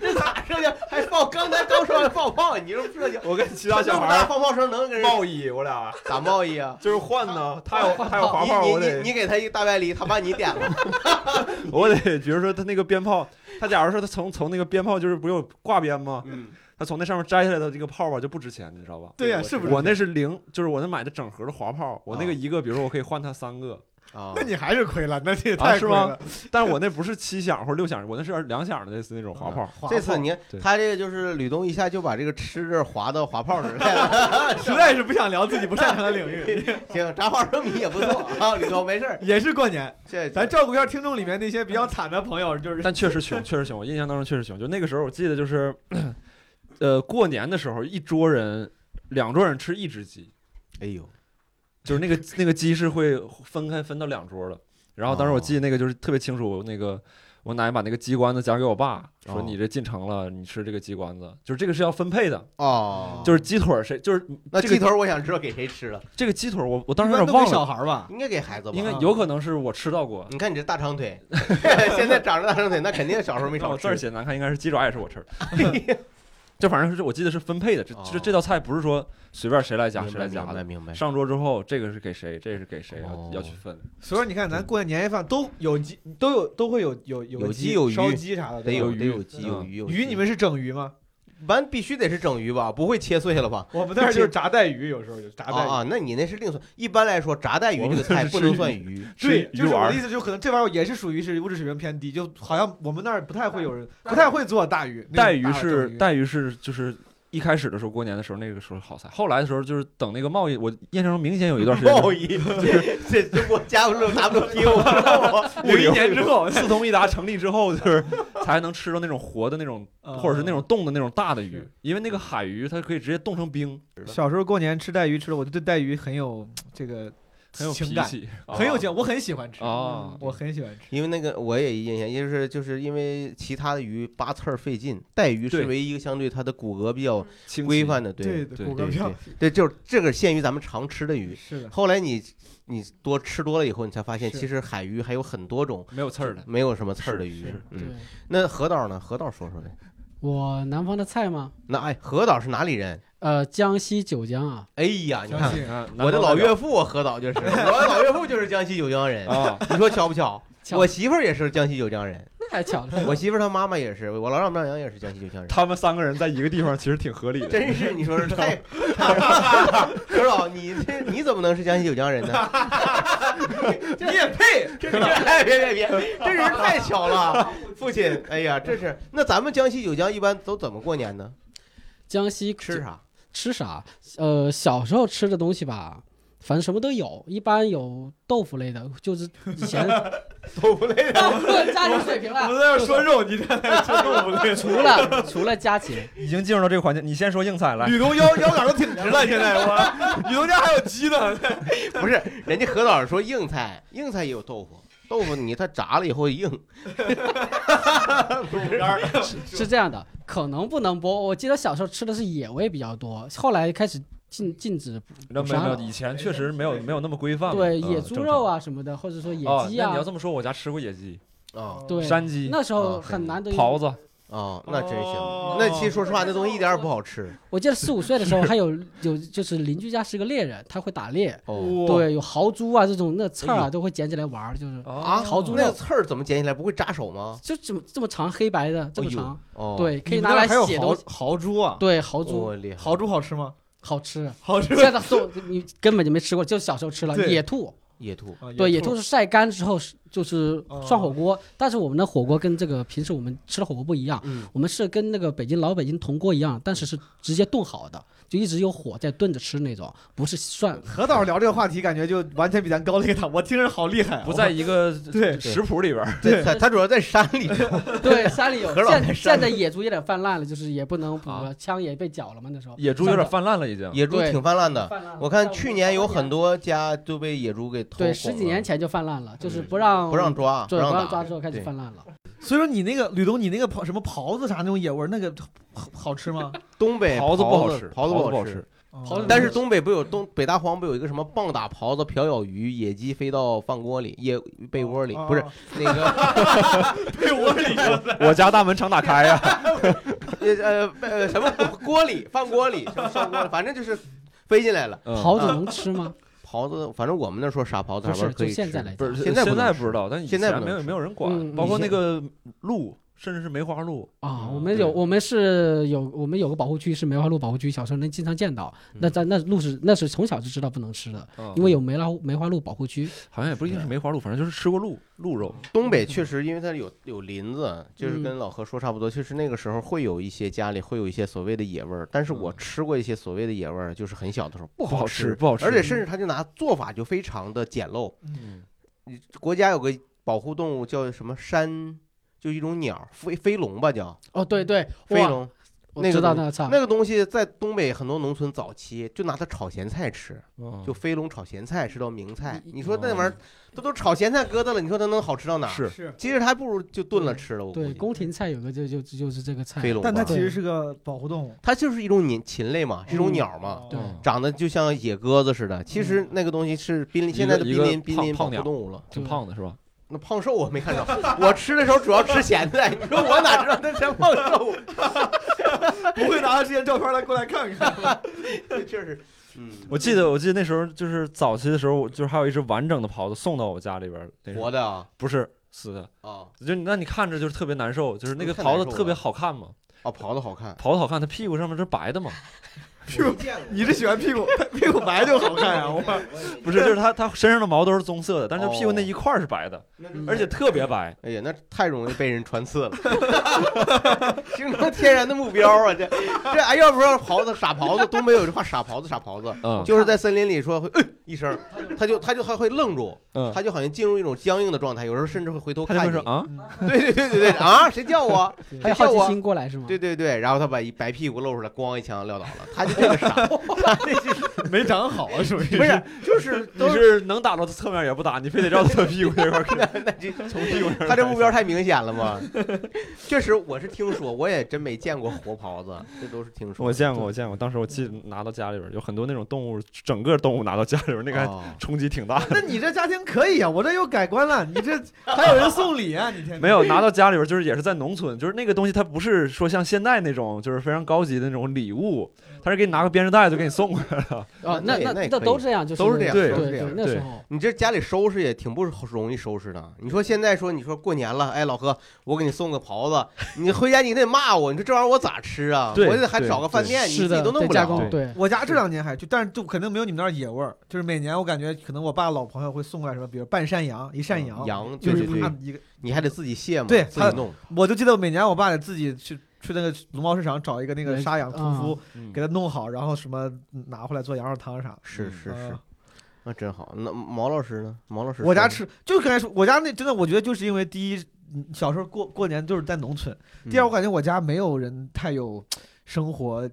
这咋社交？还放刚才刚说完放炮，你这不社交？我跟其他这小么孩大儿放炮声能跟人贸易，我俩咋贸 易啊？就是换呢。他有他有滑你炮，我你你得你给他一大白梨，他把你点了。我得，比如说他那个鞭炮，他假如说他从从那个鞭炮就是不有挂鞭吗？嗯，他从那上面摘下来的这个炮吧就不值钱，你知道吧？对呀、我是不是？啊我那是零，就是我那买的整盒的滑炮，我那个一个，比如说我可以换它三个，啊那，你还是亏了，那你也啊太是亏吗了。但是我那不是七响或者六响，我那是两响的类似那种滑炮。滑这次炮你看对他这个就是吕东一下就把这个吃这儿滑到滑炮这儿 来了。实在是不想聊自己不擅长的领域， 行，炸花生米也不错啊，吕东没事儿。也是过年，这咱照顾一下听众里面那些比较惨的朋友，就是但确实穷，确实穷。我印象当中确实穷。就那个时候，我记得就是，呃，过年的时候，一桌人，两桌人吃一只鸡，哎呦，就是那个那个鸡是会分开分到两桌的。然后当时我记得那个就是特别清楚，那个我奶把那个鸡冠子夹给我爸，说哦你这进城了，你吃这个鸡冠子，就是这个是要分配的，哦，就是鸡腿儿谁就是那这个鸡腿，我想知道给谁吃了，这个鸡腿儿我我当时有一点般都忘给小了，孩儿吧，应该给孩子吧？应该有可能是我吃到过。你看你这大长腿， 现在长着大长腿，那肯定小时候没那少我字儿吃。写得难看，应该是鸡爪也是我吃 的。这反正是我记得是分配的，这这哦这道菜不是说随便谁来夹明谁白来夹明白的。明白。上桌之后，这个是给谁，这个是给谁，哦要要去分。所以说你看，咱过年年夜饭都有鸡，都有都会有有有有鸡鸡有鱼烧鸡啥的，得对吧有有得鱼有鸡有嗯鱼有鱼，鸡你们是整鱼吗？完必须得是整鱼吧？不会切碎了吧？ 我们那儿就是炸带鱼，有时候有炸带啊鱼。啊，那你那是另算。一般来说，炸带鱼我这们个菜是不吃能鱼算鱼，对，吃就鱼是我丸的儿意思，就可能这玩意儿也是属于是物质水平偏低，就好像我们那儿不太会有人，不太会做大鱼。带那鱼种大的是整鱼带鱼是就是一开始的时候，过年的时候那个时候好菜，后来的时候就是等那个贸易，我印象中明显有一段时间 贸易，这这中国加入 WTO，物流一年之后， 四通一达成立之后，就是 才能吃到那种活的那种，嗯或者是那种冻的那种大的鱼是，因为那个海鱼它可以直接冻成冰，小时候过年吃带鱼吃的，我就对带鱼很有这个很有情脾感，气，很有嗯情，我很喜欢吃，啊。我很喜欢吃。 因为那个我也印象，就是就是因为其他的鱼扒刺儿费劲，带鱼是对唯一一个相对它的骨骼比较清晰规范的，对的，对骨对骼对票对，就是这个限于咱们常吃的鱼。 是的，后来你你多吃多了以后，你才发现是其实海鱼还有很多种没有刺儿的，没有什么刺儿的是鱼是。对嗯，，那何导呢？何导说说呗。我南方的菜嘛，那哎，何导是哪里人？呃，江西九江啊，哎呀，你相看信啊我的老岳父何导就是，我的老岳父就是江西九江 人。啊，你说巧不巧？巧我媳妇儿也是江西九江人，那太巧了。我媳妇儿她妈妈也是，我老丈母娘也是江西九江 人。他们三个人在一个地方其实挺合理的。真是你说是太， 何导，你这你怎么能是江西九江人 呢？你也配？这这哎别别别， 这人太巧了，父亲，哎呀，这是那咱们江西九江一般都怎么过年呢？江西吃啥？吃啥？呃，小时候吃的东西吧，反正什么都有，一般有豆腐类的，就是以前豆腐类啊不论 家庭水平我了，们在这说肉，你这除了除了佳琪，已经进入到这个环节，你先说硬菜来。吕东腰腰杆都挺直了，现在我吕东家还有鸡呢， 不是，人家何老师说硬菜，硬菜也有豆腐，豆腐你它炸了以后硬。不是，是这样的，可能不能播。我记得小时候吃的是野味比较多，后来开始禁禁止 没有没有，以前确实没有没有那么规范嘛。对嗯野猪肉。啊什么的，或者说野正常哦，鸡那你啊要，这么说，我家吃过野鸡、哦对，山鸡、那时啊候很难得。狍子，哦，那真行。哦那其实说实话，那东西一点也不好吃。我记得四五岁的时候还有有就是邻居家是个猎人，他会打猎，哦对，有豪猪啊这种那刺儿哎啊呦都会捡起来玩儿，就是啊狍猪那肉刺儿怎么捡起来？不会扎手吗？就这么这么长黑白的这么哎呦长，哦，，对，可以你们拿那儿来还有写豪东西。豪猪啊，对，豪猪哦，厉害。豪猪好吃吗？好吃，好吃。现在都 你根本就没吃过，就小时候吃了对野兔。野兔，啊对，野兔是晒干之后是就是哦涮火锅，但是我们的火锅跟这个平时我们吃的火锅不一样，嗯，我们是跟那个北京老北京铜锅一样，但是是直接炖好的，就一直有火在炖着吃那种，不 是涮。何导聊这个话题，感觉就完全比咱高了一档，我听着好厉害啊，不在一个我对食谱里边儿。对，它它主要在山里。对，山里有何老现在山现在野猪有点泛滥了，就是也不能捕啊了，枪也被缴了嘛那时候。野猪有点泛滥了，已经。野猪对挺泛滥的，泛滥了啊我在看们去年有老家很多家都被野猪给偷对拱十几了年前就泛滥了，就是嗯不让不让抓，对让不让打。抓之后开始对泛滥了。所以说你那个吕东，你那个刨什么狍子啥那种野味儿，那个 好好吃 吗？哦东北狍子不好狍吃，狍子子不好吃。。狍子但是东北不有东北大荒不有一个什么棒打狍子、瓢舀鱼、野鸡飞到饭锅里、野被窝哦里，哦不是那个被 窝里我家大门常打开呀、呃呃呃什么锅里饭锅里什么上锅里，反正就是飞进来了。嗯狍子能吃吗？狍子，反正我们那说啥狍子不啥玩意是，儿可就以吃。现在来不讲，是现在不现能在吃不知道，但以现在前不没能有吃没有人管，嗯包括以那前个鹿，甚至是梅花鹿。啊，嗯我们对有我们是有我们有个保护区是梅花鹿保护区，小时候能经常见到。嗯那哦在那鹿是那是从小就知道不能吃的，啊因为有梅花梅花鹿保护区。好像也不一定是梅花鹿，反正就是吃过鹿鹿肉。东北确实，因为它有有林子，就是嗯跟老何说差不多，确实那个时候会有一些家里会有一些所谓的野味儿，但是我嗯吃过一些所谓的野味儿，就是很小的时候不不好吃吃，不好吃而且甚至他就拿做法就非常的简陋。嗯国家有个保护动物叫什么山，就一种鸟，飞飞龙吧叫哦，对对，飞哇，龙。我那个知道东那个菜，那个东西在东北很多农村早期就拿它炒咸菜吃，嗯就飞龙炒咸菜是道名菜。嗯你说那玩意儿，它都炒咸菜疙瘩了，你说它能好吃到哪？，是是，其实它还不如就炖了吃了。我估对计宫廷菜有个就就就是这个菜，飞龙吧，但它对其实是个保护动物哦它就是一种鸟禽类嘛，是一种嗯鸟嘛，对嗯长得就像野鸽子似的。其实那个东西是濒临一现在个的一濒个临濒胖临胖保护鸟动物了。挺对胖的是 吧？那胖瘦我没看着，我吃的时候主要吃咸菜，你说我哪知道那是胖瘦？不会拿着这些照片来过来看看。确实，嗯，我记得我记得那时候就是早期的时候，我就是还有一只完整的狍子送到我家里边儿，那时候活的啊不是死的，啊就那你看着就是特别难受，就是那个太难狍受子特别好看嘛，啊，刨的好看，狍子好看，它屁股上面是白的嘛，屁股，你这喜欢屁股屁股白就好看呀、 我不是，就是它它身上的毛都是棕色的，但是它屁股那一块儿是白哦的，嗯而且特别白。哎呀，那太容易被人穿刺了， 形成天然的目标啊！这这哎，要不说狍子傻狍子，东北有句话傻狍子傻狍子，嗯就是在森林里说会、哎一声，他就他就还会愣住，嗯，他就好像进入一种僵硬的状态，有时候甚至会回头它就会看你说。 啊，对对对对对啊，谁叫我？还还有叫哎我好奇？心过来是吗？对对对，然后他把一白屁股露出来，咣一枪撂倒了。他就 这个傻，他这是没长好啊，属于不是就是你都是是能打到它侧面也不打，你非得绕到它屁股那块儿 看，从屁股那儿他这看目标太明显了嘛？确实，我是听说，我也真没见过活狍子，这都是听说。我见过，我见过，当时我记得拿到家里边儿有很多那种动物，整个动物拿到家里边儿，那个还哦冲击挺大 的。 那你这家庭可以啊，我这又改观了。你这还有人送礼啊？你天天没有拿到家里边，就是也是在农村，就是那个东西，它不是说像现在那种，就是非常高级的那种礼物，它是给你拿个编织袋就给你送过来了。啊，那那也那也那可以都这样，就是都是这样对都是对这样对，那对时候你这家里收拾也挺不容易收拾的。你说现在说，你说过年了，哎，老何，我给你送个狍子，你回家你得骂我，你说这玩意儿我咋吃啊？对我得还找个饭哎店，你是自己的都，弄在不加了工。对，我家这两年还就，但是就肯定没有你们那儿野味儿。就是每年我感觉可能我爸老朋友会送过来什么，比如半山羊，一扇羊，嗯羊，就对是对对啪，一个。你还得自己卸嘛，对自他己弄。我就记得每年我爸得自己去去那个农贸市场找一个那个人杀羊屠啊夫，嗯给它弄好，然后什么拿回来做羊肉汤啥。是嗯是是啊，那真好。那毛老师呢？毛老师，我家，吃，就刚才说，我家那真的，我觉得就是因为第一，嗯小时候过过年就是在农村；第二，我个，感觉我家没有人太有生活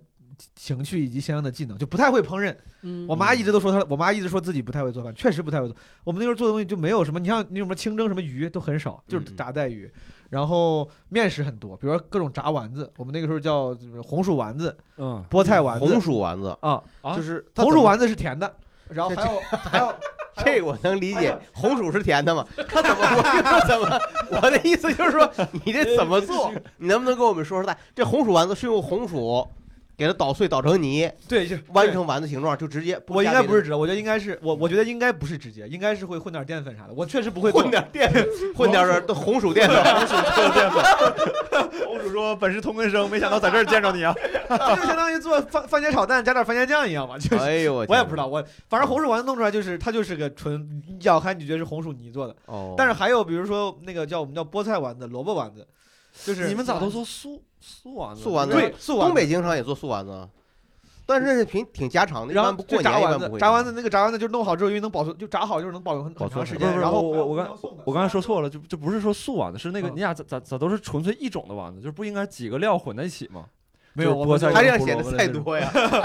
情趣以及相应的技能，就不太会烹饪。嗯，我妈一直都说她，我妈一直说自己不太会做饭，确实不太会做。我们那时候做的东西就没有什么，你像那什么清蒸什么鱼都很少，就是嗯嗯炸带鱼，然后面食很多，比如说各种炸丸子，我们那个时候叫就是红薯丸子、嗯，菠菜丸红子薯丸子，啊，啊就是它红怎薯么丸子是甜的，然后还有还 有哎这个我能理还解有，红薯是甜的 嘛？他怎么我就说怎么，我的意思就是说，你这怎么做？ 你能不能跟我们说说看？这红薯丸子是用红薯给它捣碎捣成泥，对，就弯成丸子形状，就直接。我应该不是加直，我觉得应该是我，我觉得应该不是直接，应该是会混点淀粉啥的。我确实不别会的做混，点 淀粉，混点儿红薯淀粉。 公主说本是同根生，没想到在这儿见着你啊！就相当于做番番茄炒蛋加点番茄酱一样嘛。就是哎呦我，我也不知道，。我反正红薯丸子弄出来就是它就是个纯你咬开你觉得是红薯泥做的，哦，但是还有比如说那个叫我们叫菠菜丸子、萝卜丸子，就是你们咋都说素素丸子？素丸子对素丸东子北经常也做素丸子啊，但是那是挺挺家常的，一然后般不过就炸年一般丸不子，会。炸丸子，那个炸丸子就弄好之后，因为能保存，就炸好就是能保存很保很存长时很不是间。不是然后我我刚我刚才说错了，了，就就不是说素丸子，是那个嗯你俩咋咋咋都是纯粹一种的丸子，就是不应该几个料混在一起吗？没有就是我菠菜他这样跟显胡得萝卜的菜这种多嗯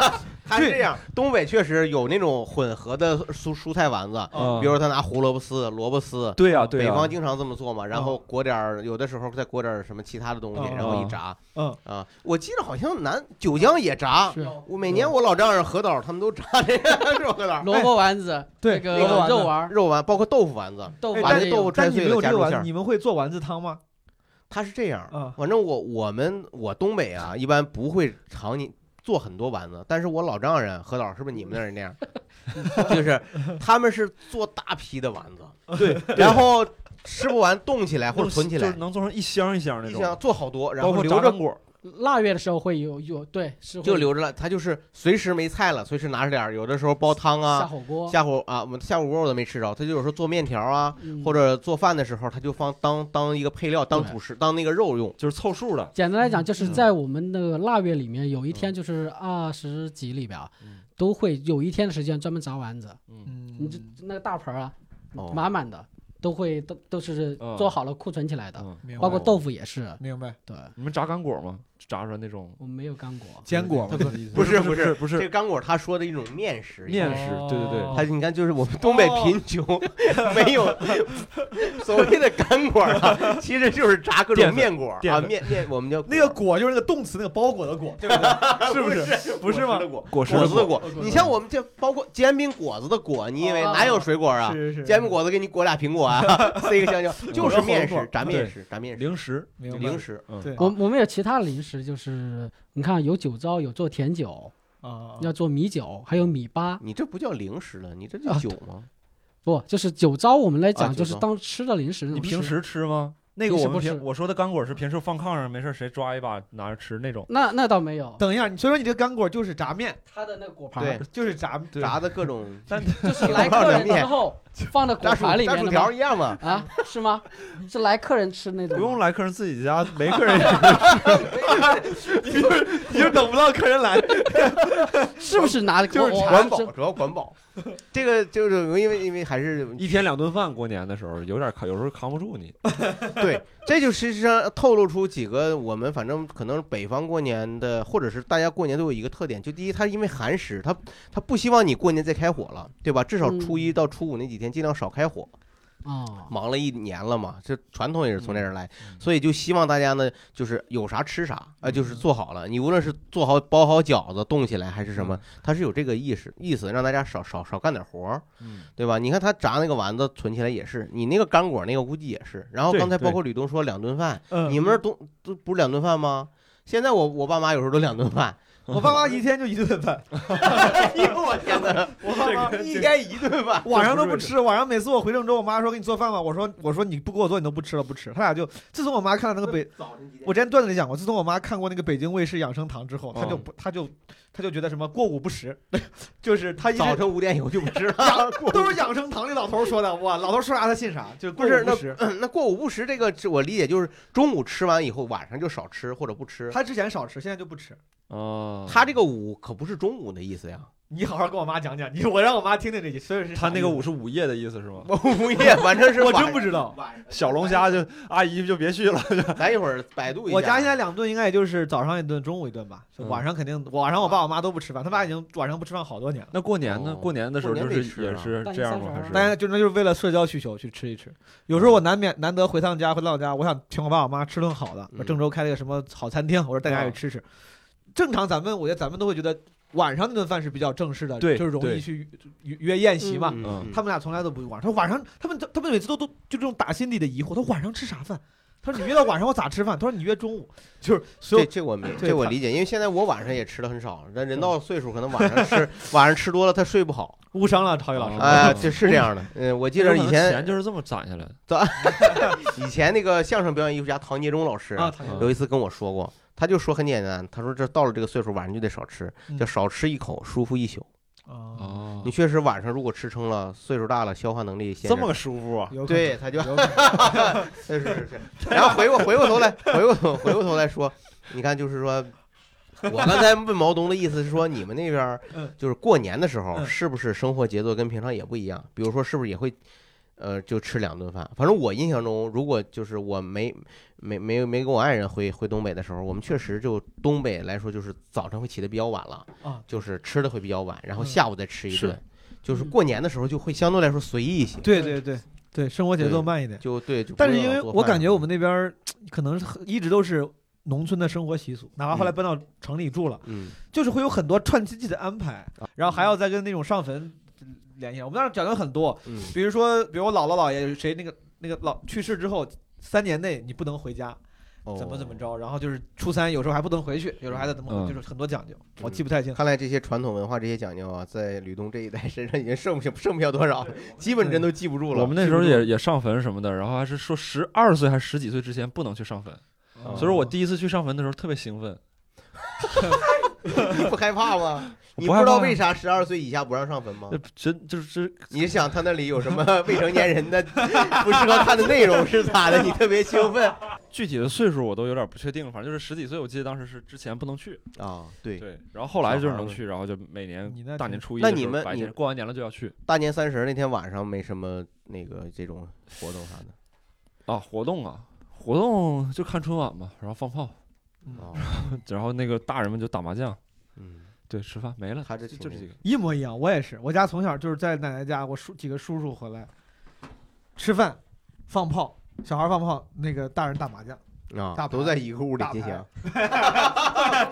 呀。 他是这样，东北确实有那种混合的蔬蔬菜丸子，啊啊嗯比如他拿胡萝卜丝、萝卜丝，对呀对啊啊北呀，方经常这么做嘛，然后嗯裹点儿，有的时候再裹点儿什么其他的东西，嗯然后一炸。嗯啊，我记得好像南九江也炸，是我每嗯年我老丈人何导他们都炸这个 是吧？何导萝卜丸子，对这个萝卜丸子肉丸儿、肉丸，包括豆腐丸子，豆腐哎把丸那子豆腐有，拽但你碎们了有加这个入丸馅儿。子，你们会做丸子汤吗？他是这样，啊，反正我我们我东北啊，一般不会常你做很多丸子，但是我老丈人何导是不是你们那儿那样？ 就是他们是做大批的丸 子，对，然后吃不完冻起来或者弄存起就来是，能做成一箱一箱那你种，想做好多，然包后括留炸着糖果，腊月的时候会有有，对，是就会留着了。他就是随时没菜了，随时拿着点儿，有的时候煲汤下啊，火锅，下火啊，我们下火锅我都没吃着。他就有时候做面条啊，嗯或者做饭的时候，他就放当当一个配料，当对主食，当那个肉用。就是凑数的。简单来讲，就是嗯在我们的腊月里面，有一天就是二十几里边啊嗯，都会有一天的时间专门炸丸子。你嗯这那个大盆儿啊哦，满满的都会都都是嗯做好了库存起啊来的，嗯，明包白括豆腐也是。明白，对，你们炸干果吗？炸出来那种我没有 干啊过。坚果嘛不是不不是不是不这是个干果他说的一种面食，面食，对对对，他哦你看，就是我们东北贫穷，没有所谓的干果啊，其实就是炸各淀种粉面果淀啊，粉面面我们叫 那个果就是那个动词那个包裹的果，对不 对？是不是？不是吗？果果哦实果子的果，果，你像我们这包括煎饼果子的果，你以为哪有水果啊？是是是，煎饼果子给你裹俩苹果啊，塞一个香蕉，就是面食，炸面食，炸面食，零食，明白零食。嗯对我我们有其他的零食，就是你看有酒糟，有做甜哦酒，啊，要做米酒，还有米粑。你这不叫零食了，你这叫啊酒吗？不，就是酒糟，我们来啊讲酒就是糟当吃的零食那你种吃。平时吃吗？那个嗯平时我们不平吃我说的干果是平时放炕上没事谁抓一把拿着吃那种，那那倒没有，等一下，你所以说你这个干果就是炸面，它的那个果盘对儿，就是炸炸的各种 就是来客人之后放到果炸薯盘里炸薯面的条吗？一样 嘛，啊，是吗？是来客人吃那种不吗？用来客人自己家没客人，你就等不到客人来。是不是拿就是我我管这饱，主要管饱。这个就是因为因为还是 一天两顿饭，过年的时候有点扛，有时候扛不住你。对，这就实际上透露出几个我们反正可能北方过年的，或者是大家过年都有一个特点，就第一，它因为寒食，它它不希望你过年再开火了，对吧？至少嗯初一到初五那几天尽量少开火， 哦，忙了一年了嘛，这传统也是从这儿来嗯，所以就希望大家呢，就是有啥吃啥，啊，就是做好了，你无论是做好包好饺子冻起来还是什嗯么，它是有这个意识意思，让大家少少少干点活儿，嗯，对吧？你看他炸那个丸子存起来也是，你那个干果那个估计也是，然后对刚才包对括吕东说两顿饭。嗯 你们那儿都都不是两顿饭吗？现在我我爸妈有时候都两顿饭， 我爸妈一天就一顿饭， 哎呦我天哪！我爸妈一一天。天一顿饭，晚上都不吃，晚上每次我回郑州，我妈说给你做饭吧，我说我说你不给我做你都不吃了不吃，他俩就自从我妈看了那个呃北，我之前段子里讲过，自从我妈看过那个北京卫视养生堂之后，她就不她就她就觉得什么过午不食， 就是她一直早晨五点以后 就不吃了。都是养生堂里老头说的，哇，老头说啥他信啥，就是过不是午不食。嗯那过午不食这个，是我理解就是中午吃完以后，晚上就少吃或者不吃。他之前少吃，现在就不吃。啊，他这个午可不是中午的意思呀，你好好跟我妈讲讲，你我让我妈听听这句，所以是他那个我舞是午夜的意思是吗？午夜反正是我晚真不知道。小龙虾就阿姨就别去了，咱一会儿百度一下。我家现在两顿应该也就是早上一顿，中午一顿吧，就嗯晚上肯定晚上我爸我妈都不吃饭，他爸已经晚上不吃饭好多年了。 那过年呢？哦过年的时候过就是年没吃也啊是这样吗？半夜还三十是二大家就那就是为了社交需求去吃一吃。有时候我难免难得回趟家，回到家，我想请我爸我妈吃顿好的。嗯我郑州开了个什么好餐厅，我说大家也吃吃。正常咱们我觉得咱们都会觉得晚上那顿饭是比较正式的，对就是容对易去约约宴席嘛。嗯他们俩从来都不晚上，他晚上他们他们每次都都就这种打心底的疑惑，他晚上吃啥饭？他说你约到晚上我咋吃饭？他说你约中午，就是这所有这我没对这我他嗯理解，因为现在我晚上也吃的很少，但人到岁数可能晚上吃晚上吃多了他睡不好，误伤了陶宇老师。哦 哎，这是这样的。嗯，我记那得有可以能前钱就是这么啊攒下来的。以前那个相声表演艺术家唐杰忠老师啊，陶宇嗯老师有一次跟我说过，他就说很简单，他说这到了这个岁数晚上就得少吃，嗯就少吃一口舒服一宿。啊，哦你确实晚上如果吃撑了，岁数大了，消化能力嗯先这么个舒服哦啊！有可能对，他就有可能是是 是，然后回过回过头来，回过头回过头来说，你看就是说，我刚才问毛东的意思是说，你们那边儿嗯就是过年的时候，嗯是不是生活节奏跟平常也不一样？比如说，是不是也会？呃，就吃两顿饭。反正我印象中，如果就是我没没没有没跟我爱人回回东北的时候，我们确实就东北来说，就是早晨会起得比较晚了，啊就是吃的会比较晚，然后嗯下午再吃一是顿。就是过年的时候就会相对来说随意一些，对对对对，生活节奏慢一点。就对。就不但是用因为老做我饭感觉我们那边儿可能是一直都是农村的生活习俗，哪怕后来搬到城里住了，嗯就是会有很多串亲戚的安排啊，然后还要再跟那种上坟联系上。我们当时讲究很多，嗯比如说，比如我姥姥姥爷谁那个那个老去世之后。三年内你不能回家，哦怎么怎么着。着？然后就是初三，有时候还不能回去，有时候还得怎么，嗯就是很多讲究，我嗯记不太清。看来这些传统文化、这些讲究啊，在吕东这一代身上已经剩不下剩不下多少，基本真都记不住了。我们那时候也也上坟什么的，然后还是说十二岁还是十几岁之前不能去上坟，哦所以说我第一次去上坟的时候特别兴奋，你不害怕吗？我你不害不知道怕为啥十二岁以下不让上坟吗那？真就是这你是想他那里有什么未成年人的不适合看的内容是咋的？你特别兴奋具体的岁数我都有点不确定，反正就是十几岁，我记得当时是之前不能去，啊？对，对，然后后来就是小孩能儿去，然后就每年你那大挺年初一那的时候，你们白你天过完年了就要去大年三十那天晚上没什么那个这种活动啥的。啊活动啊活动就看春晚嘛，然后放炮，嗯哦，然后那个大人们就打麻将，嗯，对，吃饭没了，他这就挺就这几个。一模一样，我也是。我家从小就是在奶奶家，我叔几个叔叔回来，吃饭、放炮，小孩放炮，那个大人打麻将。啊大，都牌在一个屋里大进牌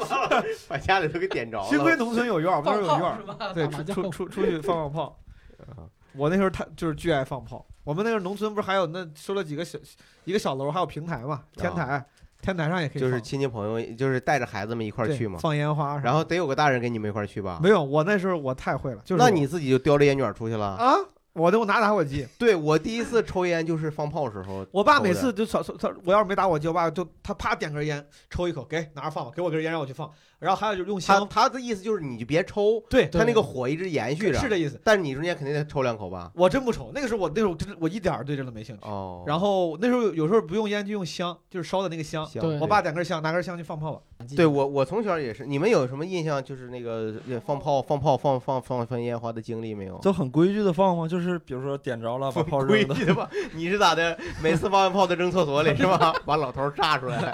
行， 把家里都给点着了。幸 亏农村有 院儿，我们那儿有院儿，吧对，打麻出将出出出去放 放炮啊。我那时候他就是巨爱放炮。我们那个农村不是还有那收了几个小一个小楼，还有平台嘛，天台，天台上也可以啊就是放亲戚朋友，就是带着孩子们一块儿对去嘛。放烟花什么的。然后得有个大人跟你们一块儿去吧？没有，我那时候我太会了，就是那我你自己就叼着烟卷出去了？啊，我那我拿打火机，对我第一次抽烟就是放炮时候，我爸每次就抽抽他，我要是没打火机，我爸就他啪点根烟，抽一口，给拿着放吧，给我根烟让我去放。然后还有就是用他 香，他的意思就是你就别抽，对，他那个火一直延续着，是这，意思。但是你中间肯定得抽两口吧？我真不愁，那个时候我那时候真的我一点儿对这个没兴趣。哦，然后那时候有有时候不用烟就用香，就是烧的那个香。行对我爸点根香，拿根香去放炮吧。对我我从小也是，你们有什么印象就是那个呃放炮放炮放放放放烟花的经历没有？都很规矩的放吗？就是比如说点着了，把炮哦规扔了， 矩的吧？你是咋的？每次放完炮都扔厕 所里是吧？把老头儿炸出来，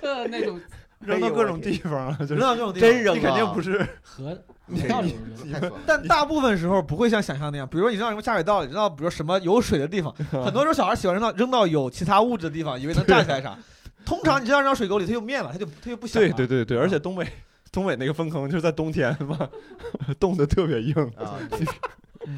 这那种扔到各种地方了，就扔是到这种地方真扔啊，你肯定不是和有道理，我觉得太损了。但大部分时候不会像想象那样，比如说你知道什么下水道，你知道比如什么有水的地方，很多时候小孩喜欢扔到扔到有其他物质的地方，以为能站起来啥。通常你知道扔到水沟里，它就灭了，它就它就不响了。 对对对对，而且东北东北那个粪坑就是在冬天嘛， 冻得特别硬。啊，嗯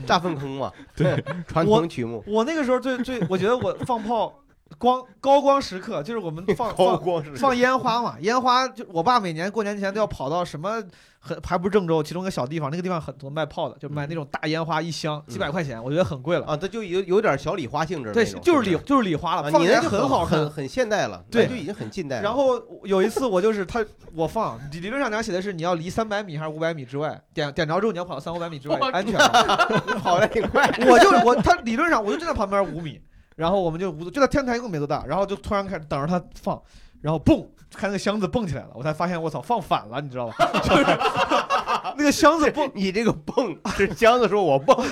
炸粪坑嘛，对， 传我统曲目， 我那个时候最最，我觉得我放炮光高光时刻，就是我们放 高放光是放烟花嘛，烟花就我爸每年过年前都要跑到什么很还不是郑州，其中一个小地方，那个地方很多卖炮的，就嗯买那种大烟花一箱几百块钱，我觉得很贵了。啊，它就有有点小礼花性质嗯那对，种就是不礼就是礼花啊了，你放起那来就很好看很。啊很现代了，对那就已经很近代了。 然后有一次我就是他，我放理理论上讲写的是你要离三百米还是五百米之外，点点着之后你要跑到三五百米之外，安全了。跑 的挺快，我就我他理论上我就站在旁边五米，然后我们就无就在天台更没多大，然后就突然开始等着他放，然后蹦，看那个箱子蹦起来了，我才发现我操放反了，你知道吧？ 就是那个箱子蹦，你这个蹦是箱子说我蹦，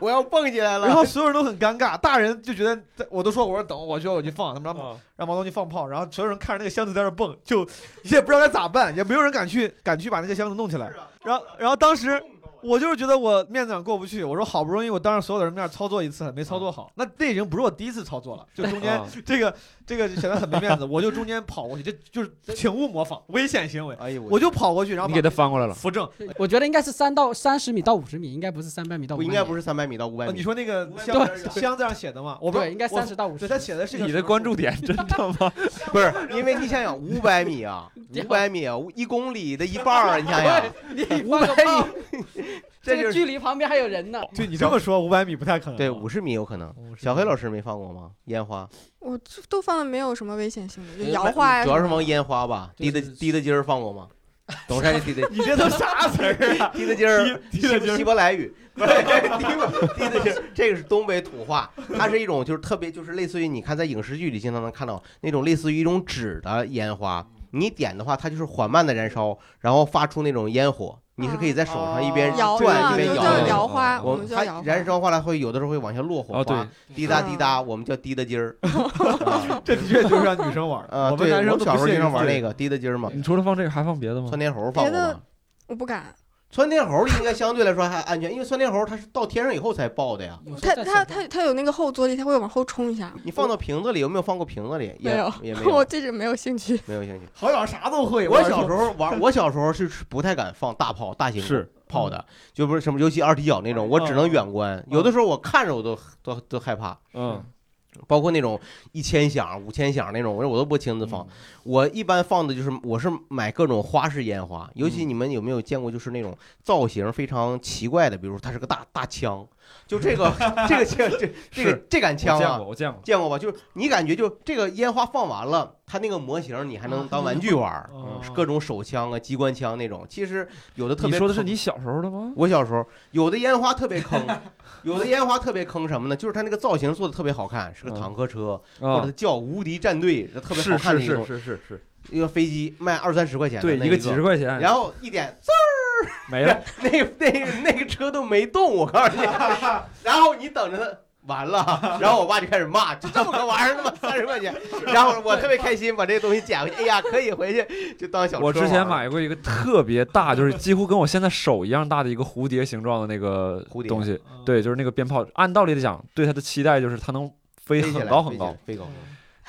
我要蹦起来了。然啊后所有人都很尴尬，大人就觉得在我都说我说等我就我去放，他们让啊让毛东去放炮，然后所有人看着那个箱子在那儿蹦，就也不知道该咋办，也没有人敢去敢去把那个箱子弄起来。然后然后当时我就是觉得我面子上过不去，我说好不容易我当着所有的人面操作一次，没操作好，那那已经不是我第一次操作了，就中间啊这个这个显得很没面子，我就中间跑过去，这就是请勿模仿危险行为，哎呦，我就跑过去，然后你把给他翻过来了，扶正。我觉得应该是三到三十米到五十米，应该不是三百米到五不百米。应该不是三百米到五百啊米，你说那个对箱子箱子上写的嘛？我不对，应该我三十到五对十。他写的是个你什的么关注点真的吗？不是？因为你想想五百米 啊，五百米啊，一公里的一半儿，啊你想想，你五放个百炮米，这就个是距离旁边还有人呢。对你这么说，五百米不太可能。啊对五十米有可能。小黑老师没放过吗？烟花，我这都放的没有什么危险性的，就摇花呀呃主什要么的。是放烟花吧。对滴的对对滴的鸡儿放过吗？董山这滴 的 你这都啥词儿啊？滴的鸡儿，滴希希伯来语，不是滴滴的鸡儿，这个是东北土话，它是一种就是特别就是类似于你看在影视剧里经常能看到那种类似于一种纸的烟花，你点的话它就是缓慢的燃烧，然后发出那种烟火，你是可以在手上一边啊摇转嘛，一边就摇叫嘛摇摇花，的。我我们叫摇它花。嗯燃烧化了会有的时候会往下落火哦，对花，，滴答滴答，我们叫滴的鸡 儿。啊 这的确就是让女生玩儿。呃，我们对，男生我都小时候经常玩那个。嗯个滴的鸡儿嘛，你除了放这个还放别的吗窜？天猴放过别的吗？我不敢，窜天猴应该相对来说还安全，因为窜天猴它是到天上以后才爆的呀。有时它候它在手上它它有那个后坐力，它会往后冲一下。你放到瓶子里有没有放过瓶子里？也没有也 没我有，对这没有 兴趣。没有兴趣。郝小啥都会。我小候时候玩，我小时候是不太敢放大炮、大型是炮嗯的，就不是什么，尤其二踢脚那种，我只能远观。有的时候我看着我都都都害怕，嗯，包括那种一千响、五千响那种，我说我都不亲自嗯放。我一般放的就是，我是买各种花式烟嗯花，尤其你们有没有见过，就是那种造型非常奇怪的，比如它是个大大枪，就 这个这个枪这这个是这杆我枪见啊过，，我见过。见过吧？就是你感觉就这个烟花放完了，它那个模型你还啊能当玩具玩儿，哦嗯各种手枪啊、机关枪那种。其实有的特你别，说的是你小时候的吗？我小时候有的烟花特别坑，有的烟花特别坑什么呢？就是它那个造型做的特别好看，是个嗯坦克车，或啊者，叫无敌战队，这特别好是看是的一是种是是是，一个飞机，卖二三十块钱的对，那一个个几十。块钱，然后一点， 没了。那那那个车都没动，我告 诉你。然后你等着它完了，然后我爸就开始骂，就这么个玩意儿，他妈三十块钱。然后我特别开心，把这东西捡回去，哎呀，可以回去就当小车我之前玩买过一个特别大，就是几乎跟我现在手一样大的一个蝴蝶形状的那个蝴蝶东西，对，就是那个鞭炮。按道理来讲，对它的期待就是它能飞起来很高很飞起高来，飞高。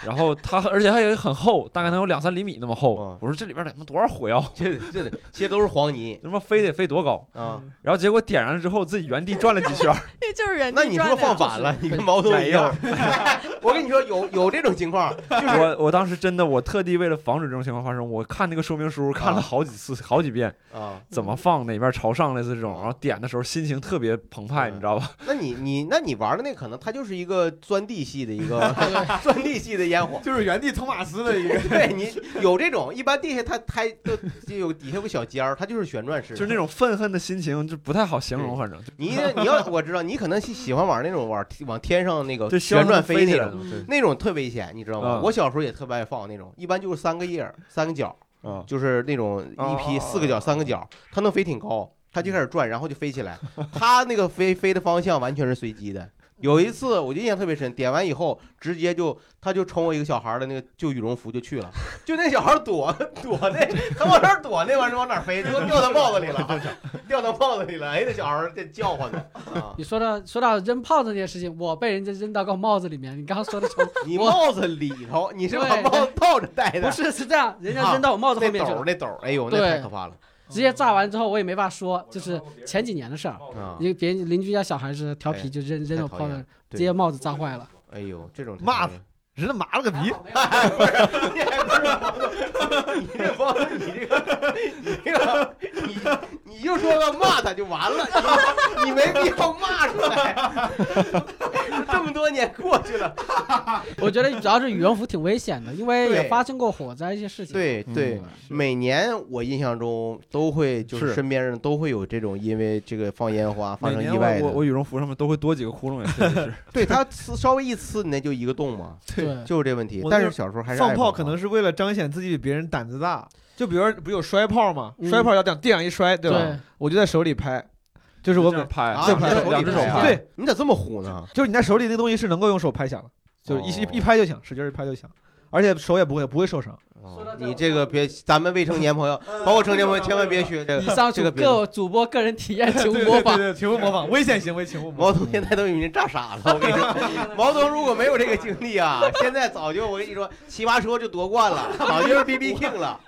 然后它而且它也很厚，大概能有两三厘米那么厚嗯。我说这里边得他妈多少火药，这这得其实都是黄泥他妈飞得飞多高？啊。嗯然后结果点燃了之后，自己原地转了几圈儿，那就是人那家你转说的放呀反了，你跟毛东一样。 我跟你说，有有这种情况， 就是我我当时真的，我特地为了防止这种情况发生，我看那个说明书看了好几次、好几遍，啊，怎么放哪边朝上类似这种，然后点的时候心情特别澎湃，嗯你知道吧？那你你那你玩的那可能它就是一个钻地系 的一个钻地系的烟火，就是原地捅马斯的一个，对你有这种，一般地下它它就就有底下有个小尖儿，它就是旋转式就是的。那种愤恨的心情，就不太好形容，反正就你你要我知道，你可能喜喜欢玩那种玩往天上那个就希望旋转能飞那起来种，那种特危险，你知道吗？嗯我小时候也特别爱放那种，一般就是三个叶儿三个角，啊，就是那种一批哦四个角三个角，它能飞挺高，它就开始转，然后就飞起 来。它那个飞飞的方向完全是随机的。有一次我就印象特别深，点完以后直接就，他就冲我一个小孩儿的那个就羽绒服就去了，就那小孩儿躲躲那，他往哪儿躲那玩意儿往哪儿飞，结果掉到帽子里了，掉到帽子里了，哎，那小孩儿在叫唤呢。啊，你说到说到扔炮这件事情，我被人家扔到个帽子里面。你刚刚 说的从你我帽子里头，你是把对帽子套着戴不的，是是这样，人家扔到我帽子那后面斗儿去了，那斗儿，哎呦，那太对可怕了直接炸完之后我也没法说，就是前几年的事儿。啊！哎因为别人邻居家小孩子调皮就扔扔太讨了炮厌了了，对直接帽子炸坏了。哎呦，这种骂子人家麻了个逼，你还不是王总你这王总，你这个，你这个， 你你就说个骂他就完了，你 你没必要骂出来。 这么多年过去了，我觉得主要是羽绒服挺危险的，因为也对发生过火灾一些事情。对嗯对，每年我印象中都会，就是是身边人都会有这种因为这个放烟花发每生年意外我我我的。羽绒服上面都会多几个窟窿，也确实是对他呲稍微一呲，你那就一个洞嘛，对，就是这问题我。那但个是小时候还是放爱炮可能是为了彰显自己比别人胆子大。就比如说不是有摔炮嘛，嗯摔炮要这样地上一摔，对吧？对我就在手里拍，就是这我每样拍啊这拍两手两里只手拍啊拍，对，你咋这么虎呢？就是你在手里那个东西是能够用手拍响的，就是一、哦一一拍就响，使劲儿一拍就响，而且手也不会不会受伤。说到这啊你这个别，咱们未成年朋友，包括成年朋友，千万别学这个。以上这主个别各主播个人体验，请勿对模对仿。对，请 勿模仿，危险行为请勿模毛东现在都已经炸傻了，我跟你 说，毛东如果没有这个经历啊，现在早就我跟你说，奇葩说就夺冠 了，早就是 B B King 了，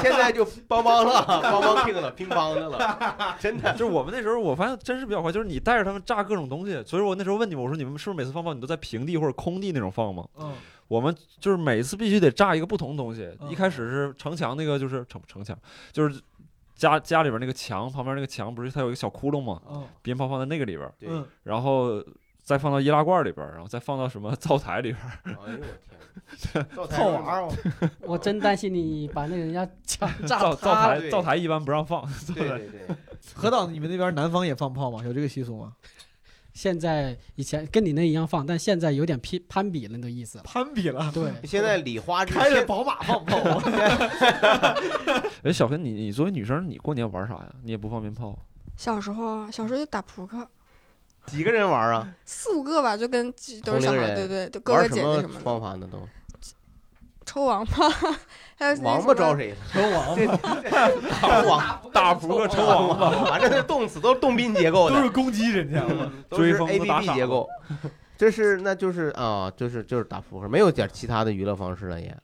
现在就邦邦 了，邦邦 King 了，乒乓的了，真的。就是我们那时候，我发现真是比较坏，就是你带着他们炸各种东西。所以我那时候问你们，我说你们是不是每次放炮你都在平地或者空地那种放吗？ 仿。嗯，我们就是每次必须得炸一个不同的东西。嗯一开始是城墙那个，就是城城墙，就是家家里边那个墙旁边那个墙，不是它有一个小窟窿吗？嗯鞭炮放在那个里边，对嗯，然后再放到易拉罐里边，然后再放到什么灶台里边。哎呦我天，造 套娃儿，哦我真担心你把那个人家炸炸灶灶塌了。台灶台一般不让放，对对对，河岛你们那边南方也放炮吗？有这个习俗吗？现在以前跟你那一样放，但现在有点批攀比了那个意思了。攀比了，对，现在礼花之开着宝马放炮。哎，小黑，你你作为女生，你过年玩啥呀？你也不放鞭炮？ 小时候啊，小时候就打扑克， 几个人玩啊？四五个吧，就跟都同是小龄孩人儿，对对，就哥哥玩姐什姐么什么的，方法呢？都抽王八，还有那王八什么 招谁？和啊 我打 王打扑克抽王八， 八，这是动词，都是动宾结构的都。是攻击人 家。都是追风 A 都 P 打傻 P 了结构， 这是那就是啊，就是就是打扑克，没有点其他的娱乐方式了也。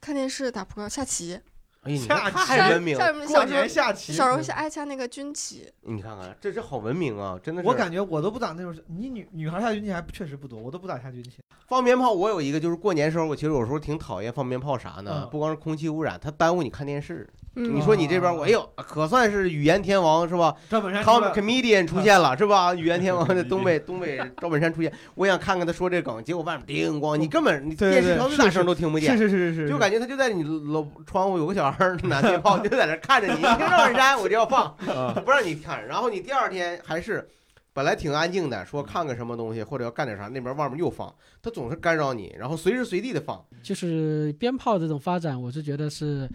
看电视、打扑克、下棋，哎呀，你下看棋太文明下了，什么过小时候年下棋，小时嗯候下爱下那个军棋，你看看，这是好文明啊，真的是。我感觉我都不打那种，你女女孩下军棋还确实不多，我都不打下军棋。放鞭炮，我有一个就是过年时候，我其实有时候挺讨厌放鞭炮啥呢？嗯不光是空气污染，它耽误你看电视。你嗯，说你这边我哎呦，可算是语言天王是吧？赵本山出 com 来 comedian 出现了是吧？语言天王的 东北东北赵本山出现，我想看看他说这梗，结果外面叮咣，你根本你对电对视对调最是大是声都听不见是。是是是是，就感觉他就在你楼窗户有个小孩儿拿鞭炮，就在那看着你，你听赵本山我就要放，啊 不让你看。然后你第二天还是本来挺安静的，说看个什么东西或者要干点啥，那边外面又放，他总是干扰你，然后随时随地的放。就是鞭炮这种发展，我是觉得是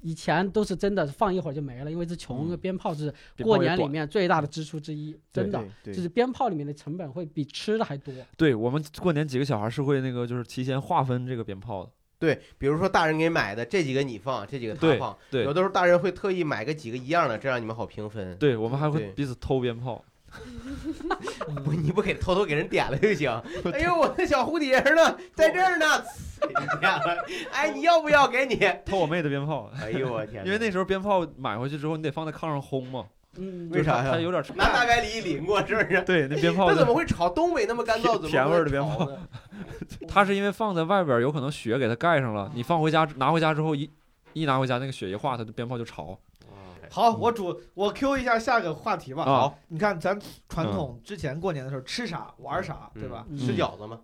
以前都是真的放一会儿就没了，因为是穷，嗯鞭炮是鞭过炮也年里短面最大的支出之一，真的。对就是鞭炮里面的成本会比吃的还多，嗯对我们过年几个小孩是会那个，就是提前划分这个鞭炮的。对，比如说大人给买的这几个你放，这几个他对放，对有的时候大人会特意买个几个一样的，这样你们好评分。对，我们还会对彼此偷鞭 炮。不，你不给偷偷给人点了 就行。哎呦，我的小蝴蝶呢，在这儿呢， 给你点了。哎，你要不要？给你。 偷我妹的鞭炮，哎呦我天哪！因为那时候鞭炮买回去之后，你得放在炕上烘嘛，嗯，为哎啥呀它有点臭。拿大白梨淋过是不是？对，那 鞭炮那就怎么会炒东北那么干燥？怎么甜味儿的鞭炮炮？它是因为放在外边儿，有可能雪给它盖上了，你放回家拿回家之后一一拿回家，那个雪一化，它的鞭炮就潮。嗯好，我主我 Q 一下下个话题吧。啊好，你看咱传统之前过年的时候吃啥玩啥，对吧？嗯吃饺子吗？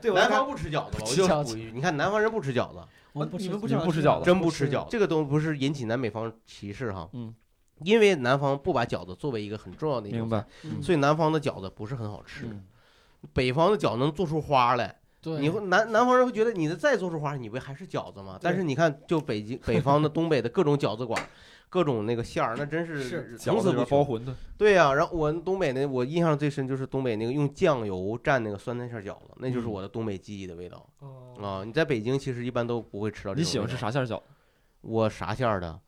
对，我来南看方不吃饺子吧？不我吃就饺子补一句，你看南方人不吃饺子，我们不你吃们不你们不吃饺子真不吃饺子子。这个东西不是引起南北方歧视哈。嗯。因为南方不把饺子作为一个很重要的一明种，白？嗯所以南方的饺子不是很好吃。嗯北方的饺子能做出花来，对，你会南南方人会觉得你的再做出花，你不还是饺子吗？但是你看，就北京北方的东北的各种饺子馆，各种那个馅儿，那真是是层饺子次里不边包穷。馄饨，对呀、然后我东北那我印象最深就是东北那个用酱油蘸那个酸菜馅儿饺子，那嗯就是我的东北记忆的味道哦，啊！你在北京其实一般都不会吃到。你喜欢吃？啥馅儿饺子？我啥馅儿的？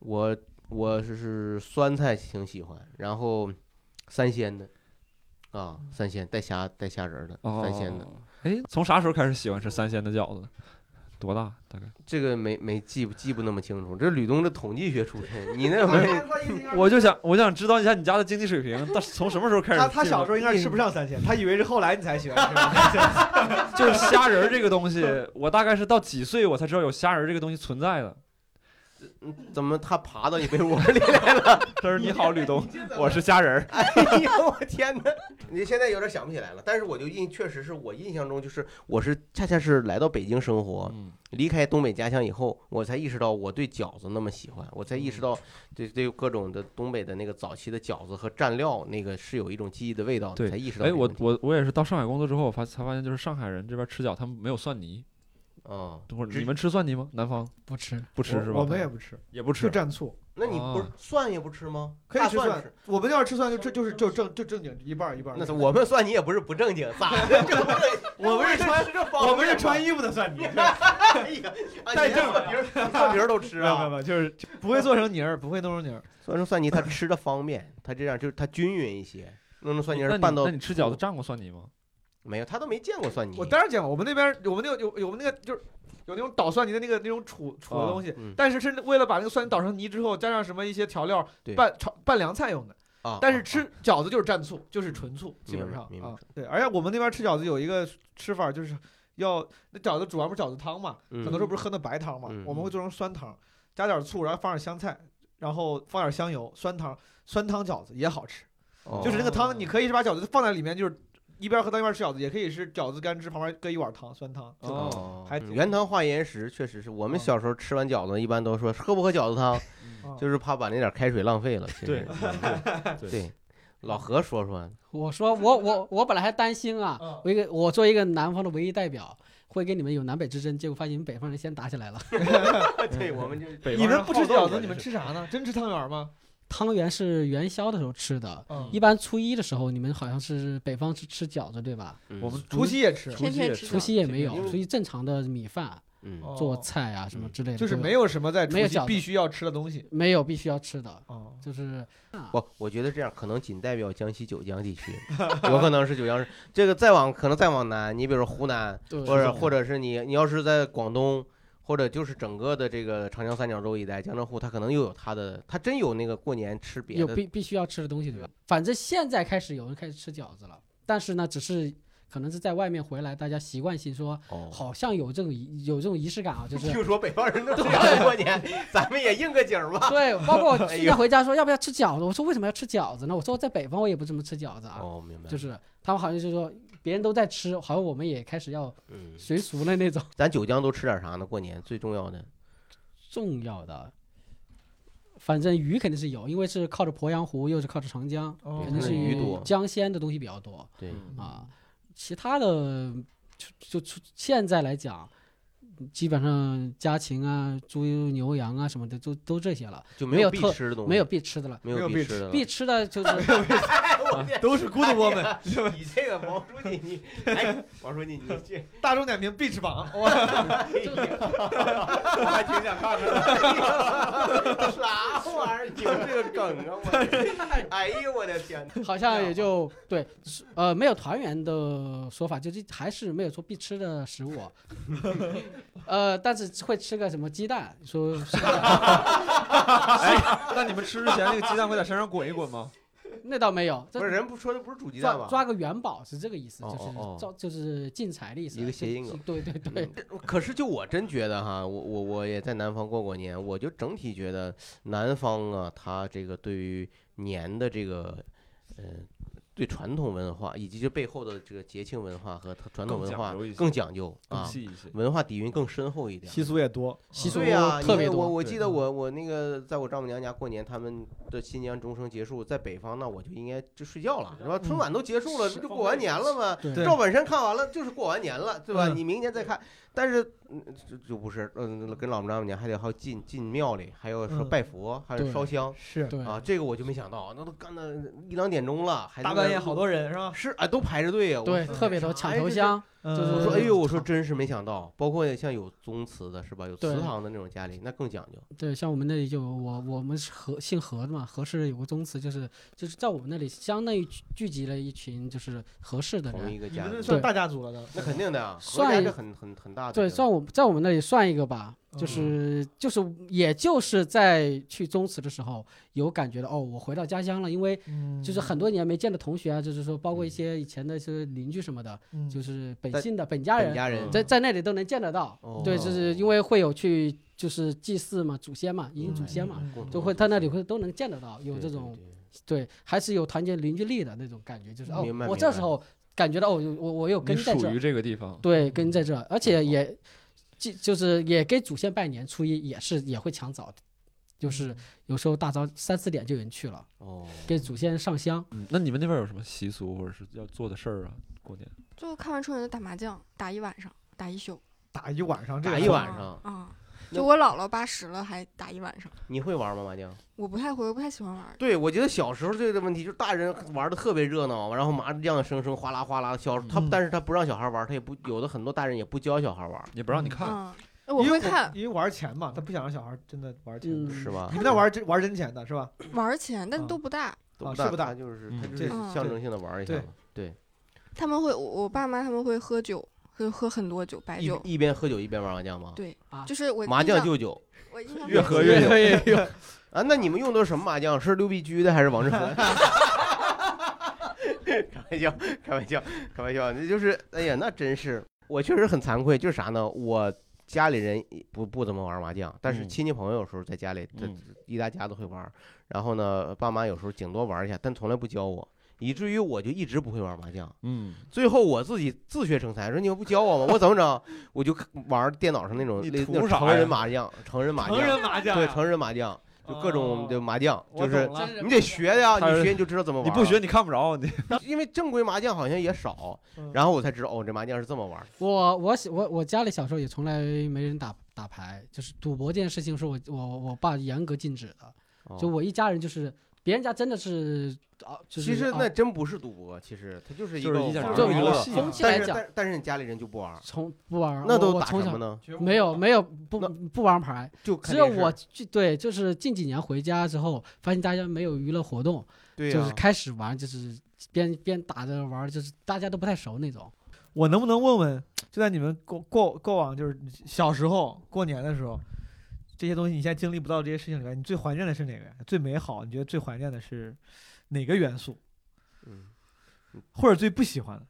我我是是酸菜挺喜欢，然后三鲜的啊，三鲜带虾带虾仁儿的，哦三鲜的。。哎，从啥时候开始喜欢吃三鲜的饺子？多大？大概这个没没记不记不那么清楚。这吕东这统计学出 身，你那哎没我我就想，我想知道一下你家的经济水 平，到从什么时候开始？他他小时候应该是吃不上三千，他以为是后来你才学，是 吧就是虾仁儿这个东西， 我大概是到几岁我才知道有虾仁儿这个东西存在的。怎么他爬到你被窝里？他说：“你好，吕东，我是虾仁儿。哎呦我天哪！你现在有点想不起来了，但是我就印确实是我印象中就是我是恰恰是来到北京生活，嗯离开东北家乡以后，我才意识到我对饺子那么喜欢，我才意识到对对各种的东北的那个早期的饺子和蘸料那个是有一种记忆的味道的，对才意识”到哎，这个我问题。我我也是到上海工作之后，我发才发现，就是上海人这边吃饺，他们没有蒜泥。嗯，等会儿只你们吃蒜泥吗？南方不吃。不吃是吧？我们也不吃，也不就吃。蘸醋，那你不是哦蒜也不吃吗？可以大吃蒜蒜。我们要是吃蒜就这就是就正就正经一半儿一半儿。那是 我们蒜你也不是不正经，咋的？这不是我们 是穿这这方我们是面穿吗衣服的蒜 泥，哎呀，带证蒜皮儿，蒜皮儿都吃没 有没有啊。没有，就是不会做成泥儿，不会弄成泥儿。蒜蓉蒜泥它吃的 方便，它这样就是它均匀一些。弄成蒜泥哦那儿你拌到哦那你吃饺子蘸过蒜泥吗？没有，他都没见过蒜泥。我当然见过，我们那边有我们那个有有我们那个就是有那种捣蒜泥的那个那种杵杵的啊东西，嗯但是是为了把那个蒜泥捣成泥之后，加上什么一些调料对拌炒拌凉菜用的。啊，但是啊吃饺子就是蘸醋，就是纯醋，基本明白上明白啊。对，而且我们那边吃饺子有一个吃法，就是要那饺子煮完不是饺子汤嘛，嗯很多时候不是喝那白汤嘛嗯，我们会做成酸汤，加点醋，然后放点香菜，然后放点香油，酸汤酸汤饺子也好吃。哦就是那个汤，你可以是把饺子放在里面，就是一边喝汤一边吃饺子，也可以是饺子干吃，旁边搁一碗汤，酸汤。就哦还嗯挺原汤化岩石，确实是我们嗯小时候吃完饺子，一般都说喝不喝饺子 汤，嗯就是怕把那点开水浪费了。其实对嗯对，老何说 说，我说我我我本来还担心啊，嗯我一个我作为一个南方的唯一代表，会跟你们有南北之争，结果发现你们北方人先打起来了。 对，我们就嗯北你方们人不吃好斗饺啊子，你们吃啥呢？真吃汤圆吗？汤圆是元宵的时候吃的，嗯一，般初一的时候你们好像是北方是吃饺子对吧？嗯我们除夕也吃，天天吃除夕也没有啊因，为所以正常的米饭嗯哦做菜啊什么嗯之类的，就是没有有什么在除没有夕饺子必须要吃的东西。没有必须要吃的，哦，就是不，我觉得这样可能仅代表江西九江地区，有可能是九江市。这个再往可能再往南，你比如说湖南，对或者或者是你你要是在广东，或者就是整个的这个长江三角洲一带，江浙沪，它可能又有它的，它真有那个过年吃别有的。必必须要吃的东西对吧？反正现在开始有人开始吃饺子了，但是呢，只是可能是在外面回来，大家习惯性说哦好像有这种仪有这种仪式感 啊，就是听说北方人都这样过年， 咱们也应个景儿 吧。对，包括我哎现呦在回家说要不要吃饺子，我说为什么要吃饺子呢？我说在北方我也不怎么吃饺子啊，哦，明白。就是他们好像就说别人都在吃，好像我们也开始要嗯，随俗了那种。咱九江都吃点啥呢？过年最重要的重要的，反正鱼肯定是有，因为是靠着鄱阳湖，又是靠着长江，哦肯定是鱼多江鲜的东西比较多对，嗯啊。其他的就就就现在来讲，基本上家禽啊、猪牛羊啊什么的，都都这些了，就没有有必特吃的东西，没有必吃的了。没没有有必必吃的了。 哎必吃的就是都是 good woman。你这个王书记，你 哎，王书记，你这大众点评必吃榜，哇，还挺想看看的。啥玩意儿？你们这个梗啊！我，哎呦我的天！ 好像也就对，是呃，没有团圆的说法，就是还是没有说必吃的 食物，呃，但是会吃个什么鸡蛋，说是那你们吃之前那个鸡蛋会在身上滚一滚吗？那倒没有，这不是人不说的不是煮鸡蛋抓吗？抓个元宝是这个意思，哦就是哦哦招就是进财的意思，一个谐音就梗。对对对 嗯，可是就我真觉得哈，我我我也在南方过过年，我就整体觉得南方啊，它这个对于年的这个，呃，对传统文化以及这背后的这个节庆文化和它传统更文讲化究一些更讲究更啊，细一些。文化底蕴更深厚一点。习俗也多，习俗对呀、因特为别我多。嗯我对记得我我那个在我丈母娘家过年，他们的新年钟声结束，在北方那我就应该就睡觉了，是吧？春晚都结束了，嗯是不就过完年了吗？对对赵本山看完了就是过完年了，对吧？嗯你明年再看，但是嗯就就不是，嗯，跟老丈母娘还得还要进进庙里，还要说嗯拜佛，还有对烧香是对啊，这个我就没想到，那都干到一两点钟了，还在大那半儿夜好多人是吧？是啊，都排着队啊，我对，说特别多啥抢呀头这是香，就是我说嗯哎呦，我说真是没想到，包括像有宗祠的是吧，有对祠堂的那种家里，那更讲究。对，像我们那里就有我我们是和姓何的嘛，何氏有个宗祠，就是就是在我们那里相当于聚聚集了一群就是合适的同人，一个你家们里那，算对大家族了的，那肯定的啊，何算家一这很很很大的。对，算我在我们那里算一个吧，就是、就是也就是在去宗祠的时候有感觉的哦，我回到家乡了，因为嗯就是很多年没见的同学啊，就是说包括一嗯些以前的一些邻居什么的，嗯就是本在姓的本家本人，家人哦在在那里都能见得到，对，就是因为会有去就是祭祀嘛，祖先嘛，迎祖先嘛。嗯就会在那里会都能见得到，有对这对种对对，还是有团结凝聚力的那种感觉，就是哦明白，我明这白时候感觉到哦，有我我有你根在这属于儿，这个地方，对，根在这儿，而且也就就是也给祖先拜年，初一也是也会抢早，就是嗯有时候大早三四点就有人去了，哦，给祖先上香。嗯那你们那边有什么习俗或者是要做的事儿啊？过年就看完春晚就打麻将，打一晚上，打一宿，打一晚上，这个打一晚上啊、嗯那就我姥姥八十了还打一晚上，你会玩吗麻将？我不太会，我不太喜欢玩儿。对，我觉得小时候这个问题就是大人玩的特别热闹，然后麻将声声哗啦哗啦，小他嗯但是他不让小孩玩，他也不有的很多大人也不教小孩玩，也不让你看，嗯，我因为会看因为玩钱嘛，他不想让小孩真的玩钱。嗯是吧你？们那玩真玩真钱的是吧？玩儿钱，但啊都不大。都啊大是不大他就是嗯他就是这象征性的玩一下对嘛，对，他们会，我我爸妈他们会喝酒，喝喝很多酒，白酒。一一边喝酒一边玩麻将吗？哎对啊就是我麻印将象救酒我印象越中喝越有。啊？那你们用的是什么麻将？是六必居的还是王 志和？开玩笑，开玩笑，开玩笑，那就是哎呀，那真是我确实很惭愧，就是啥呢？我家里人不不怎么玩麻将，但是嗯亲戚朋友有时候在家里，这嗯一大家都会玩。然后呢，爸妈有时候顶多玩一下，但从来不教我，以至于我就一直不会玩麻将。嗯，最后我自己自学成才，说你们不教我吗？我怎么整？我就玩电脑上那种你类图那种啥成人呀麻将，成人麻成将，人麻将对呀，成人麻将，就各种哦的麻将，我就是懂了你得学的呀，他是你学你就知道怎么玩。你不学，你看不着你。因为正规麻将好像也少，嗯然后我才知道哦，这麻将是这么玩。我我小我我家里小时候也从来没人打打牌，就是赌博这件事情是我我我爸严格禁止的，哦就我一家人就是别人家真的是啊，就是其实啊那真不是赌博，其实它就是一就个是一件玩儿就娱娱乐乐风气来但是讲但但是你家里人就不玩儿，从不玩儿，那我都我打从什小么呢？没有没有不那不玩牌，就只有肯定是我就对，就是近几年回家之后，发现大家没有娱乐活动，对就呀啊是开始玩，就是边边打着玩儿，就是大家都不太熟那种。我能不能问问，就在你们过过过往就是小时候过年的时候，这些东西你现在经历不到这些事情里面，你最怀念的是哪个呀？最美好，你觉得最怀念的是哪个元素，嗯，或者最不喜欢的？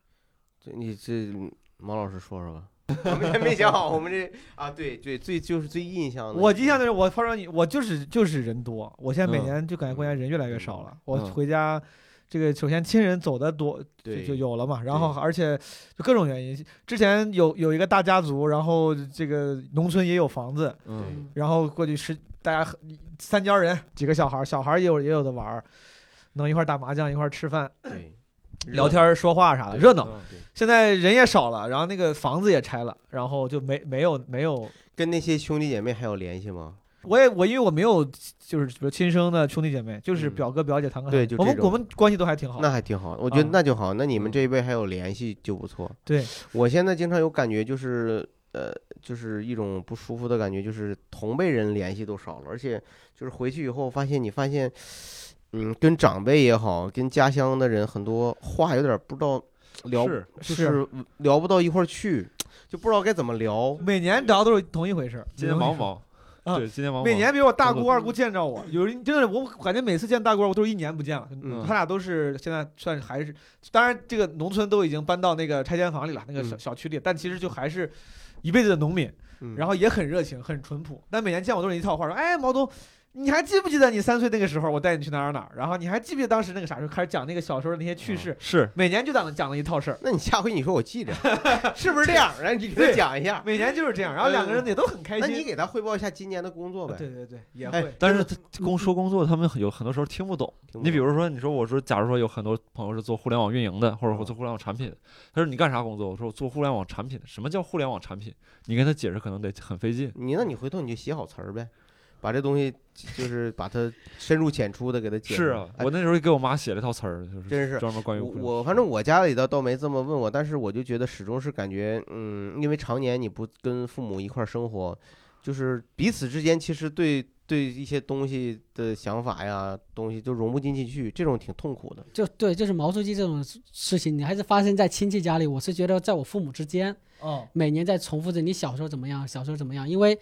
这你这毛老师说说吧。 我们也没想好，我们这啊，对对，最就是最印象的。我印象就是我发现你，我就是就是人多，我现在每嗯年就感觉过年人越来越少了。我嗯回家。这个首先亲人走的多，就对就有了嘛，然后而且就各种原因，之前有有一个大家族，然后这个农村也有房子，嗯然后过去十大家和三家人几个小孩儿，小孩儿也有也有的玩儿，能一块儿打麻将，一块儿吃饭、对聊天儿、说话啥的，热闹。对现在人也少了，然后那个房子也拆了，然后就没没有没有，跟那些兄弟姐妹还有联系吗？我也我因为我没有就是比如亲生的兄弟姐妹，就是嗯表哥表姐堂哥堂姐，对就我们这种我们关系都还挺好。那还挺好，我觉得啊那就好。那你们嗯这一辈还有联系就不错。对，我现在经常有感觉，就是呃，就是一种不舒服的感觉，就是同辈人联系都少了，而且就是回去以后发现，你发现，嗯，跟长辈也好，跟家乡的人很多话有点不知道聊，是就是聊不到一块儿去，就不知道该怎么聊。每年聊都是同一回事儿。今年忙不忙？啊对，今年忙不忙。每年，比如我大工姑作二姑见着我，有人真的，我感觉每次见大姑二姑都是一年不见了。嗯他俩都是现在算是还是，当然这个农村都已经搬到那个拆迁房里了，那个小嗯小区里，但其实就还是一辈子的农民，嗯然后也很热情，很淳朴。但每年见我都是一套话，说：“哎，毛东，你还记不记得你三岁那个时候，我带你去哪儿哪儿哪儿？然后你还记不记得当时那个啥时候开始讲那个小时候的那些趣嗯事？嗯是每年就讲了讲了一套 事儿，那你下回你说我记着， 是不是这样？然后你给他对讲一下，每年就是这样。然后两个人也都很开那你心。给他汇报一下今年的工作呗。对对对，也哎会。但是他工说工作，他们有很多时候听不懂。听不你比懂如说，你说我说，假如说有很多朋友是做互联网运营的，或者我做互联网产品，他说你干啥工作？我说我做互联网产品。什么叫互联网产品？你跟他解释可能得很费劲。你那你回头你就写好词儿呗，把这东西就是把它深入浅出的给它解释。是啊，哎我那时候给我妈写了一套词儿，就是真是专门关于乌克兰我我反正我家里倒倒没这么问我，但是我就觉得始终是感觉，嗯，因为常年你不跟父母一块儿生活，就是彼此之间其实对对一些东西的想法呀，东西就融不进进去，这种挺痛苦的。就对，就是毛主席这种事事情，你还是发生在亲戚家里。我是觉得，在我父母之间，哦，每年在重复着你小时候怎么样，小时候怎么样，因为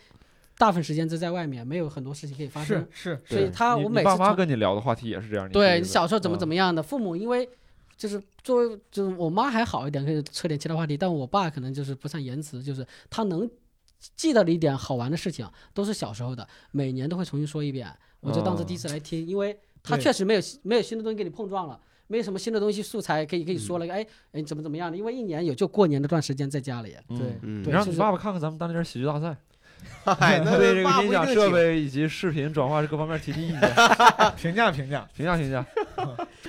大部分时间都在外面，没有很多事情可以发生是，是，所以对他你我你每次爸妈从跟你聊的话题也是这嗯样，对你小时候怎么怎么，么样的，父母因为就是作为就是我妈还好一点，可以扯点其他话题，但我爸可能就是不善言辞，就是他能记得了一点好玩的事情，都是小时候的，每年都会重新说一遍。我就当做第一次来听，因为他对确实没有没有新的东西给你碰撞了。没有什么新的东西素材可以可以说了，哎哎怎么怎么样的？因为一年也就过年这段时间在家里，嗯对嗯你对让就你是哎爸爸看看咱们当年喜剧大 赛， 嗨，那对这爸个不音一响定设行备以及视频转化这各方面提 提意见，评价评价，评价评价。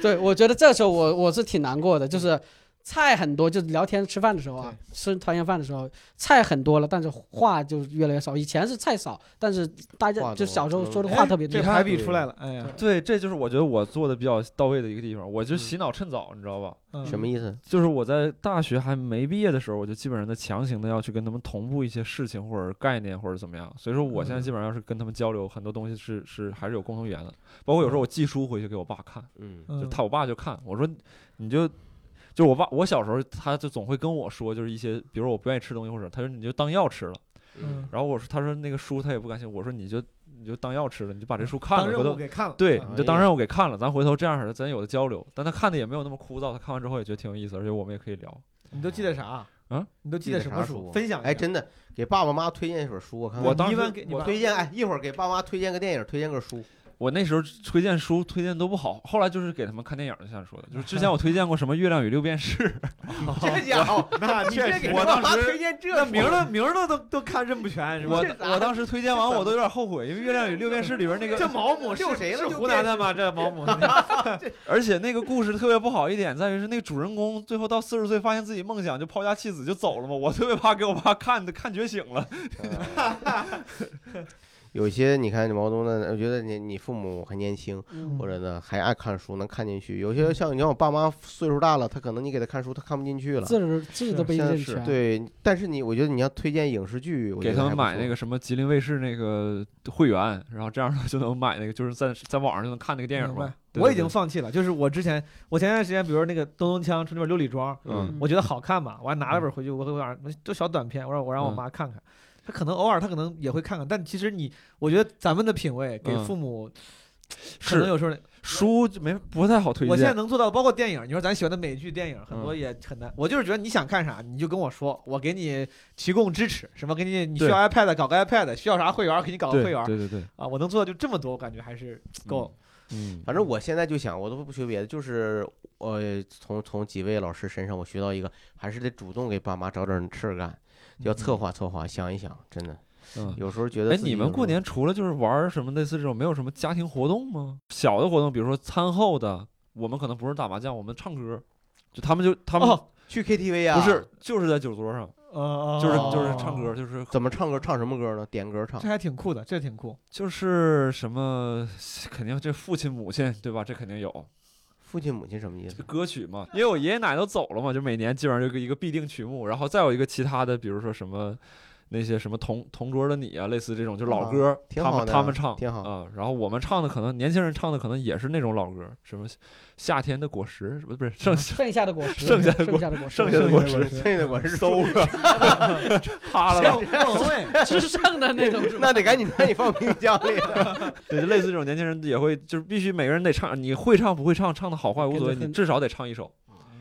对，我觉得这时候我我是挺难过的，就是菜很多，就是聊天吃饭的时候啊，吃团圆饭的时候菜很多了，但是话就越来越少。以前是菜少，但是大话家多就小时候嗯说的哎话特别多这。排比出来了，哎呀，对，这就是我觉得我做的比较到位的一个地方，我就洗脑趁早，你知道吧？嗯什么意思？嗯就是我在大学还没毕业的时候，我就基本上在强行的要去跟他们同步一些事情或者概念或者怎么样，所以说我嗯现在基本上要是跟他们交流，很多东西是是还是有共同语言的，包括有时候我寄书回去给我爸看，嗯就嗯他我爸就看，我说你就。就我爸，我小时候他就总会跟我说，就是一些，比如我不愿意吃东西，或者他说你就当药吃了。嗯，然后我说，他说那个书他也不感兴趣，我说你就你就当药吃了，你就把这书看当了，啊任回头务给看了，对，嗯你就当任务给看了，咱回头这样式儿的，咱有的交流。但他看的也没有那么枯燥，他看完之后也觉得挺有意思，而且我们也可以聊。你都记得啥？啊，你都记得得什么啥书分享一下嗯哎，真的给爸爸妈妈推荐一本书，我看看我你当一时般给你我爸推荐哎，一会儿给爸妈推荐个电影，推荐个书。我那时候推荐书推荐都不好，后来就是给他们看电影儿，就像你说的，就是之前我推荐过什么《月亮与六便士》， 这 家伙，啊那你这确给实，我爸当妈时推荐这那书名儿都名儿都都都看认不全 是吧？我这咋我当时推荐完我都有点后悔，因为《月亮与六便士》里边那这个，毛姆是遛谁了是就湖南的吗？这毛姆 那而且那个故事特别不好一点在于是那个主人公最后到四十岁发现自己梦想就抛家弃子就走了嘛，我特别怕给我爸看 看觉醒了。有些你看毛泽东的，我呃觉得你你父母还年轻，嗯或者呢还爱看书，能看进去。有些像你像我爸妈岁数大了，他可能你给他看书，他看不进去了。字儿字都被现在认是全，对，但是你我觉得你要推荐影视剧，我觉给得他还们不买错那个什么吉林卫视那个会员，然后这样就能买那个，就是在在网上就能看那个电影明白嘛。对我对已经对放弃了，就是我之前，我前段时间，比如那个东东锵出那本《六里庄》，嗯我觉得好看嘛，我还拿了本回去，我我让就小短片，我让我让我嗯妈看看，她可能偶尔她可能也会看看，但其实你，我觉得咱们的品味给嗯父母可能是有时候，书就没不嗯太好推我现在荐。能做到，包括电影，你说咱喜欢的美剧、电影很多也很难，我就是觉得你想看啥你就跟我说，我给你提供支持，什么给你你需对要 iPad 搞个 iPad，需要啥会员给你搞个对会员对对对，啊，我能做到就这么多，我感觉还是够。嗯，反正我现在就想，我都不学别的，就是我从从几位老师身上我学到一个，还是得主动给爸妈找点事儿干，嗯要哦策划策划，想一想，真的嗯。有时候觉得哎，自己你有们时过候年除了就是玩儿什么类似这种，没有什么家庭活动吗？小的活动，比如说餐后的，我们可能不是打麻将，我们唱歌，就他们就他们哦，去 KTV 啊，不是就是在酒桌上，呃，就是哦就是唱歌，就是怎么唱歌唱什么歌呢？点歌唱这，还挺酷的，这挺酷。就是什么，肯定这父亲母亲对吧？这肯定有，父亲母亲什么意思？ 歌曲嘛，因为我爷爷奶奶都走了嘛，就每年基本上就一个必定曲目，然后再有一个其他的，比如说什么那些什么同同桌的你啊，类似这种就老歌，挺他好们的他呀们唱挺好啊、然后我们唱的可能年轻人唱的可能也是那种老歌，什么夏天的果实，不是不是剩下剩下的果实，剩剩下的果下的果实，嗯剩下的果实这个我是收了，啪了吧，哎对，只剩的那种是吧。那得赶紧赶紧放冰箱里了。对，就类似这种年轻人也会，就是必须每个人得唱，你会唱不会唱，唱的好坏无所谓，跟着你哼至少得唱一首，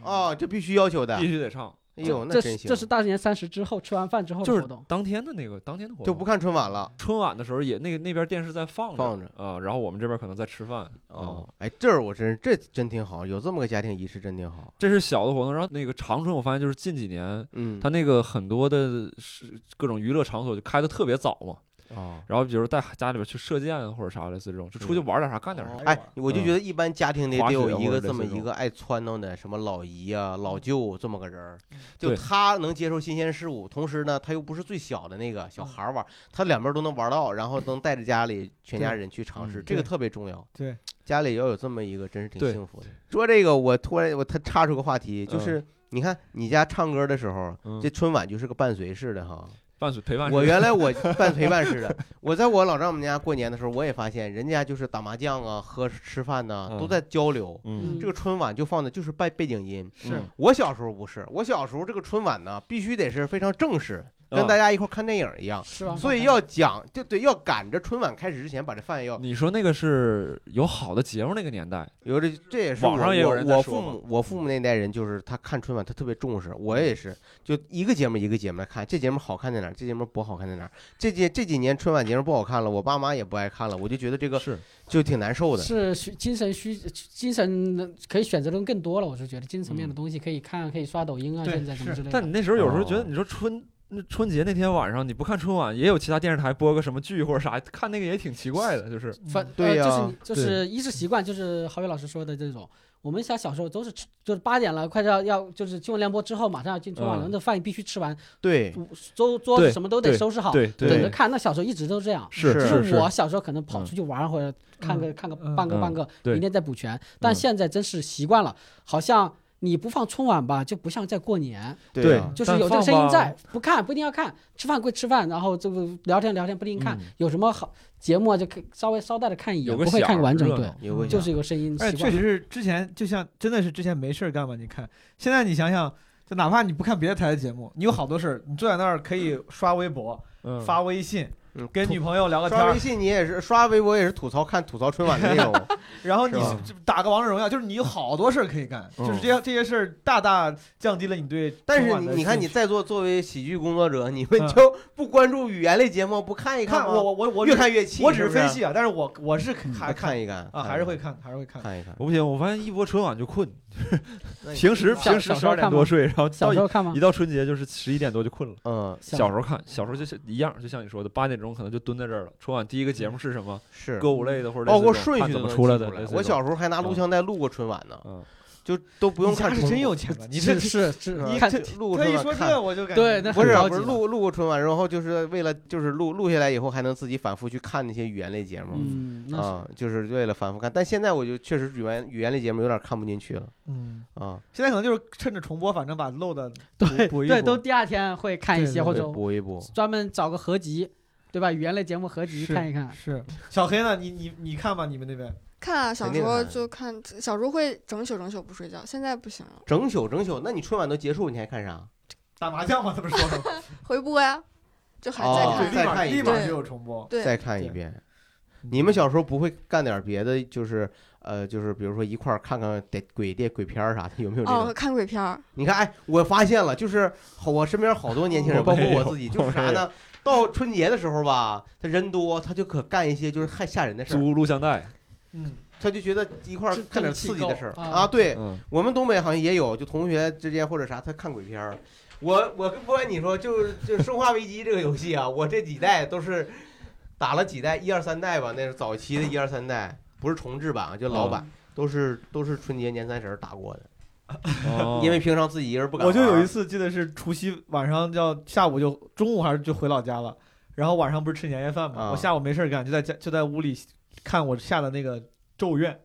哦，这必须要 求的。必须得唱，哎呦，那这真是行，这是大年三十之后吃完饭之后的就活是动，当天的那个当天的活动就不看春晚了。春晚的时候也那个那边电视在放着放着啊、然后我们这边可能在吃饭哦，哎，这儿我真这真挺好，有这么个家庭仪式真挺好。这是小的活动。然后那个长春，我发现就是近几年，嗯，它那个很多的是各种娱乐场所就开的特别早嘛，哦，然后比如带家里边去射箭啊或者啥类似这种，就出去玩点啥干点哦啥。哎，我就觉得一般家庭里得有一个这滑雪啊或者么类似这嗯一个爱撺掇的，什么老姨啊、老舅这么个人儿，就对他能接受新鲜事物，同时呢，他又不是最小的那个嗯小孩儿玩儿，他两边都能玩到，然后能带着家里全家人去尝试，嗯这个对特别重要。对，家里要有这么一个，真是挺对幸福的。说这个，我突然我他插出个话题，就嗯是你看你家唱歌的时候，嗯这春晚就是个伴随式的哈。伴随陪伴啊是。我原来我办陪伴式的，我在我老丈母家过年的时候，我也发现人家就是打麻将啊、喝吃饭呐、嗯都在交流。嗯这个春晚就放的就是背背景音。是嗯我小时候不是，我小时候这个春晚呢，必须得是非常正式，跟啊大家一块儿看电影一样。是吧？所以要讲，就对，要赶着春晚开始之前把这饭要你说那个是有好的节目那个年代，有这这也是网上我也有我人在我说父嘛母我父母那代人就是他看春晚他特别重视，我也是就一个节目一个节目来看，这节目好看在哪儿，这节目不好看在哪儿，这节这几年春晚节目不好看了，我爸妈也不爱看了，我就觉得这个是就挺难受的。是需精神需精神的可以选择的更多了，我是觉得精神面的东西可以看，可以刷抖音啊，对现在什么之类但的你。那时候有时候觉哦得，你说春那春节那天晚上你不看春晚，也有其他电视台播个什么剧或者啥，看那个也挺奇怪的，就是嗯反对呀呃，就是你就是一是习惯，就是郝宇老师说的这种。我们小小时候都是吃，就是八点了，快要要就是新闻联播之后，马上要进春晚了，嗯那饭必须吃完，对，桌桌子对什么都得对收拾好，对哦等对着看。那小时候一直都这样，是就是是我小时候可能跑出去玩或者看个看个嗯半个嗯半个，对嗯明天再补全。但现在真是习惯了，好像你不放春晚吧，就不像在过年，对啊就是有这个声音在，不看不一定要看，吃饭归吃饭，然后这个聊天聊天不一定看嗯，有什么好节目啊就可以稍微捎带着看一眼，有个不会看响个完整，热对闹，有个就想是有个声音哎，习确惯。实是之前就像真的是之前没事儿干吧？你看现在你想想，就哪怕你不看别的台的节目，你有好多事儿，你坐在那儿可以刷微博、嗯发微信，嗯跟吐女朋友聊个天刷儿微，信你也是刷微博也是吐槽看吐槽春晚的 内容，然后你是吧就打个王者荣耀，就是你有好多事儿可以干，嗯就是这些这些事儿大大降低了你对但春是晚你的你看你兴趣在座作为喜剧工作者，你们嗯就不关注语言类节目，不看一看我吗？我我我越只看越气，我只是是不是分，析啊，但是我我是还还看看一看啊，还是会看还是会看。看一看。我不行，我发现一播春晚就困，那你平时小平时小时十候二看点吗多睡，然后小到时一候看吗一？到春节就是十一点多就困了。嗯小时候看，小时候就像一样，就像你说的，八点钟可能就蹲在这儿了。春晚第一个节目是什么？是歌舞类的，或者类似包括这种顺看序怎都么能出来记的住。类似我这小种时候还拿录像带录过春晚呢，嗯，就都不不用看是重真播有 钱了，你这嗯是是是嗯吧，你看这录过他春一晚说看 这我就感觉对那不是很着不急是了录录过春晚，然后就是为了就是录录下来以后还能自己反复去看那些语言类节目。嗯，那是啊，就是为了反复看，但现在我就确实语言语言类节目有点看不进去了嗯，啊，现在可能就是趁着重播，反正把漏的对补一对，补都第二天会看一对些，对或对者补一补。专门找个合集，对吧？语言类节目合集是看一啊看。是小黑呢，你你你看吧，你们那边看啊，小肯定时候看就看，小时候会整宿整宿不睡觉，现在不行了，整宿整宿，那你春晚都结束，你还看啥？打麻将嘛，他们说的嘛，回播呀，就还在哦对，看。立马看一立遍马就有重播。对，再看一对遍。你们小时候不会干点别的，就是呃，就是比如说一块儿看看得鬼电鬼片儿啥的，有没有这种哦，？看鬼片儿，你看，哎，我发现了，就是好，我身边好多年轻人，我包括没我有自己，就是我啥没呢？到春节的时候吧，他人多，他就可干一些就是害吓人的事儿，租录像带，嗯，他就觉得一块儿这干这点个刺气激的够事儿啊啊。对嗯，我们东北好像也有，就同学之间或者啥，他看鬼片儿。我我跟不跟你说，就是就是《生化危机》这个游戏啊，我这几代都是打了几代，一二三代吧，那是早期的一二三代，不是重置版啊，就嗯老版，都是都是春节年三十儿打过的，哦因为平常自己一个人不敢我玩儿。就有一次记得是除夕晚上要下午就中午还是就回老家了，然后晚上不是吃年夜饭嘛，啊我下午没事儿干，就在家就在屋里看我下的那个《咒怨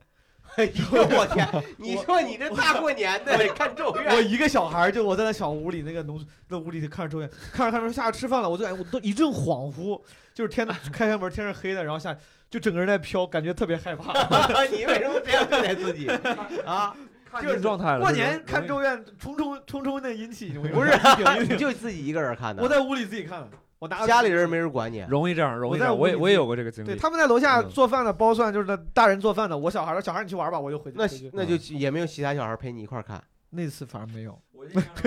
哎呦 我天！你说你这大过年的看咒》， 我怨，一个小孩儿就我在那小屋里那个农那屋里就看着《咒怨》，看着看着下着吃饭了，我就哎感觉我都一阵恍惚，就是天呐，开开门天是黑的，然后下就整个人在飘，感觉特别害怕。 你为什么这样对待自己 啊？进入状态了。过是年看容《易咒怨》，冲冲冲冲那阴气，不是，啊 顶一你顶。就自己一个人看的，我在屋里自己看的，我拿家里人没人管你。容易这样，容易这在样。屋我也里我也有过这个经对，历。他们在楼下嗯做饭的、包算，就是那大人做饭的，我小孩儿的，小孩儿你去玩吧，我就嗯回去。那回去那就也没有其他小孩陪你一块儿 看。那次反而没有，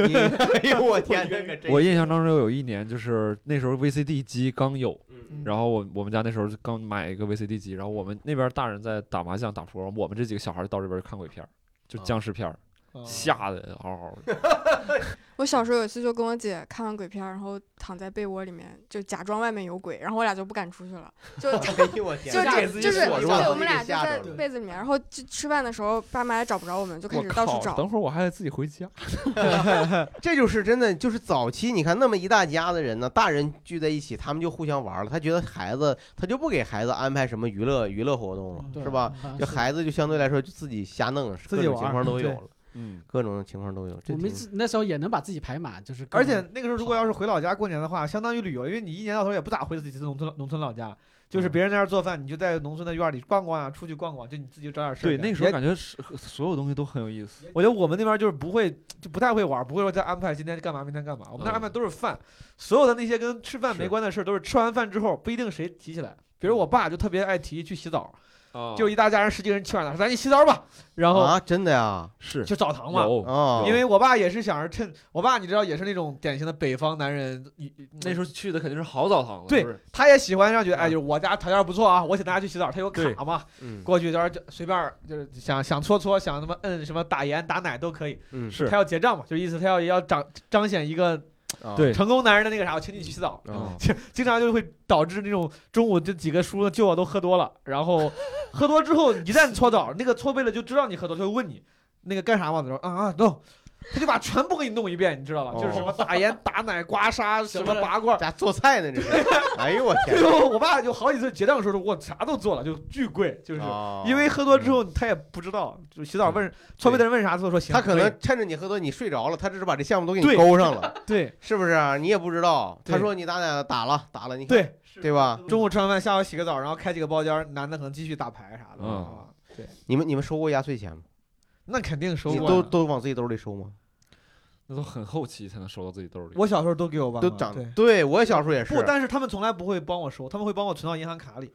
你哎呦我天，那可真我印象当中有一年，就是那时候 VCD 机刚有，嗯 然后我我们家那时候就刚买一个 VCD 机，然后我们那边大人在打麻将打扑克，我们这几个小孩儿到这边看鬼片儿，就啊僵尸片儿。啊吓得嗷嗷的。我小时候有一次就跟我姐看完鬼片儿，然后躺在被窝里面，就假装外面有鬼，然后我俩就不敢出去了，就 就哎呦我天就哪，这就是锁对住了我们俩就在自己给吓着了被子里面，然后就吃饭的时候，爸妈也找不着我们，就开我始到处靠！找。等会儿我还得自己回家。这就是真的，就是早期你看那么一大家的人呢，大人聚在一起，他们就互相玩了。他觉得孩子，他就不给孩子安排什么娱乐娱乐活动嗯了，对是吧？？啊就是孩子就相对来说就自己瞎弄，自各己种玩情况都有对了，嗯，各种情况都有。这我们挺自那时候也能把自己排满，就是各而且种那个时候如果要是回老家过年的话，相当于旅游，因为你一年到头也不咋回自己的农村农村老家，就是嗯别人在那儿做饭，你就在农村的院儿里逛逛啊，出去逛逛，就你自己找点事儿对，干。那个时候也感觉是所有东西都很有意思。我觉得我们那边就是不会，就不太会玩，不会说再安排今天干嘛，明天干嘛。我们那儿安排都是饭，所有的那些跟吃饭没嗯是嗯关的事儿，都是吃完饭之后不一定谁提起来。比如我爸就特别爱提去洗澡，啊就一大家人十几个人去完了，咱去洗澡吧，然后啊，真的呀，是去澡堂嘛。有。啊，因为我爸也是想着趁我爸，你知道也是那种典型的北方男人，那时候去的肯定是好澡堂子，对不是他也喜欢上觉得，哎，嗯就是我家条件不错啊，我请大家去洗澡，他有对卡嘛，嗯过去就是就随便儿就是想想搓搓，想他妈摁什么打盐打奶都可以，嗯是他要结账嘛，就意思他要要彰彰显一个啊对成功男人的那个啥，我请你去洗澡， 啊，经经常就会导致那种中午这几个叔舅啊都喝多了，然后喝多之后一旦搓澡，那个搓背了就知道你喝多，就会问你那个干啥嘛，他说啊啊 no。他就把全部给你弄一遍，你知道吧？就是什么打盐、打奶、刮痧、什么拔罐，家做菜呢这 是，哎呦我天最后我爸哦就好几次结账的时候，我啥都做了，就巨贵，就是、哪，因啊为喝多之后他也不知道，就洗澡问搓背的人问啥，他都说行，他可以能趁着你喝多，你睡着了，他只是把这项目都给你对勾上 了，对是不是啊？你也不知道，他对说你打奶了，打了打了，你看对，对吧？啊中午吃完饭，下午洗个澡，然后开几个包间，男的可能继续打牌啥的，嗯啊对，你们你们收过压岁钱吗？那肯定收啊你过都呀。都往自己兜里收吗？那都很后期才能收到自己兜里。我小时候都给我爸妈都长啊对对我小时候也是不，，但是他们从来不会帮我收，他们会帮我存到银行卡里。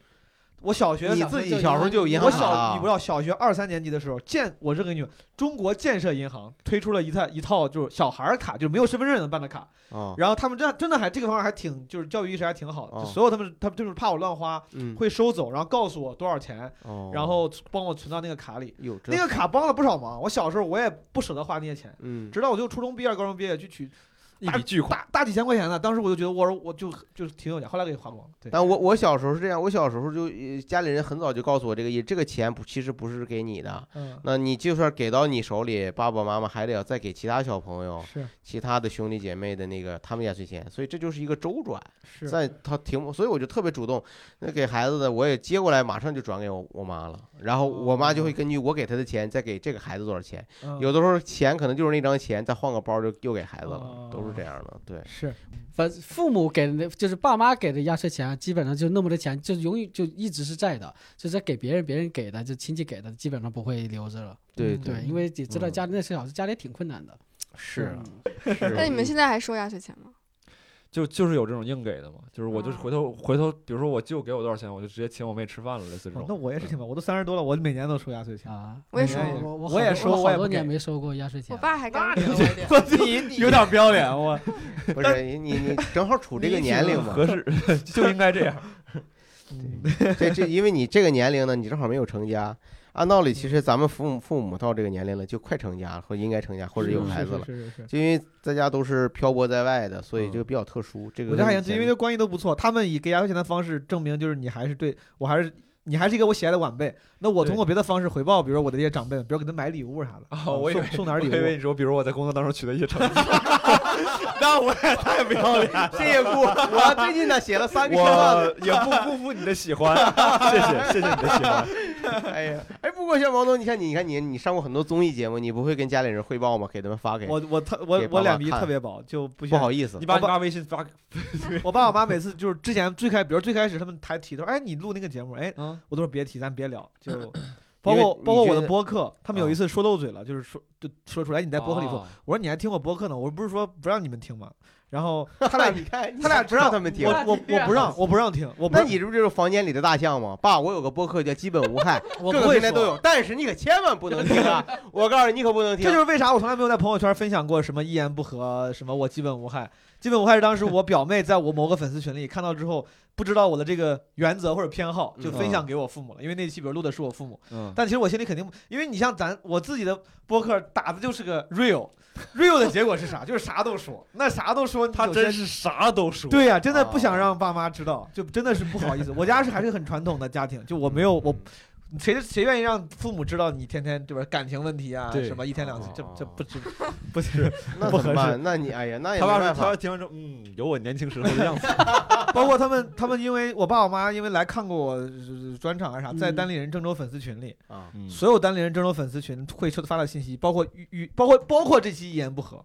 我小学你两自岁己小时候就有银行我卡小你不知了啊道，小学二三年级的时候，建我这个你们，中国建设银行推出了一套一套就是小孩儿卡，就是没有身份证能办的卡，啊，然后他们真的真的还这个方面还挺就是教育意识还挺好的，哦就所有他们他们就是怕我乱花，嗯，会收走，然后告诉我多少钱，哦然后帮我存到那个卡里。有那个卡帮了不少忙，我小时候我也不舍得花那些钱，嗯，直到我就初中毕业、高中毕业去取一笔巨款，大大几千块钱呢，当时我就觉得我说我就就是挺有钱，后来给花光了。对，但我我小时候是这样，我小时候就呃家里人很早就告诉我这个意这个钱不其实不是给你的，嗯，那你就算给到你手里，爸爸妈妈还得要再给其他小朋友、是其他的兄弟姐妹的那个他们压岁钱，所以这就是一个周转。是在他挺，所以我就特别主动，那给孩子的我也接过来，马上就转给我我妈了，然后我妈就会根据我给她的钱再给这个孩子多少钱，哦嗯有的时候钱可能就是那张钱，再换个包就又给孩子了哦，都是这样的，对，是反父母给的那，就是爸妈给的压岁钱啊，基本上就那么多钱，就永远就一直是在的，就是给别人，别人给的，就亲戚给的，基本上不会留着了。对嗯对，因为你知道家里那时候家里挺困难的。是嗯是那你们现在还收压岁钱吗？就就是有这种硬给的嘛，就是我就是啊回头回头，比如说我舅给我多少钱，我就直接请我妹吃饭了，类似这哦那种。我也是挺忙，我都三十多了，我每年都收压岁钱。啊，我也收我我我好我也多收我好也多不给年没收过压岁钱我了。爸还敢啊那给你我一点 ，我就有点不要脸， 我 不是你你你正好处这个年啊 龄嘛，合适，就应该这样。这这因为你这个年龄呢，你正好没有成家，按道理其实咱们父母父母到这个年龄了就快成家了，或者应该成家或者有是孩子了。是是是是。就因为大家都是漂泊在外的，所以嗯这个比较特殊。这个我觉得还行，跟以因为前这关系都不错。他们以给压岁钱的方式证明，就是你还是对我还是你还是一个我喜爱的晚辈。那我通过别的方式回报，比如我的这些长辈，比如给他买礼物啥的啊我以送为送点我儿礼以为物。你说，比如我在工作当中取得一些 成绩，那我也太不要脸， 谢谢顾。我最近呢写了三个新段子，我也不辜负你的喜 欢，谢谢谢谢你的喜欢。哎呀，哎，不过像王东，你看你，你看你，你上过很多综艺节目，你不会跟家里人汇报吗？给他们发给，我我特我给我爸妈脸皮看特别薄，就不不不好意 思你。把你妈微信发给 我爸我妈每次就是之前最开，比如最开始他们还提到，哎，你录那个节目，哎，啊，我都说别提，咱别聊，就 包括你包括觉我的得啊播客，他们有一次说漏嘴了，就是说就说出来你在在播客哦里说，我说你还听我播客呢，我不是说不让你们听吗？然后他他俩，俩你看，他俩不让他们听我。我我不让我不让听，我不那让你这不就是房间里的大象吗？爸，我有个播客叫《基本无害》，我各不个会平台都说。有，但是你可千万不能听 啊！我告诉你，你可不能听这就。是为啥我从来没有在朋友圈分享过什么一言不合，什么我基本无害，基本无害是当时我表妹在我某个粉丝群里看到之后，不知道我的这个原则或者偏好，就分嗯享给我父母了。因为那期比如录的是我父母，嗯，但其实我心里肯定，因为你像咱我自己的播客打的就是个 real。real 的结果是啥？就是啥都说，那啥都说，他有些真是啥都说。对呀、真的不想让爸妈知道，就真的是不好意思。我家是还是很传统的家庭，就我没有我，谁谁愿意让父母知道你天天对吧感情问题啊对什么一天两次，这哦这不知 不是，那不怎么合办？那你哎呀，那也他没爸说办他法爸。听完之后，嗯，有我年轻时候的样子。包括他们他们因为我爸我妈因为来看过我呃专场啊啥，在嗯单立人郑州粉丝群里，啊 嗯所有单立人郑州粉丝群会收发的信息，包括与与包括包括这期一言不合，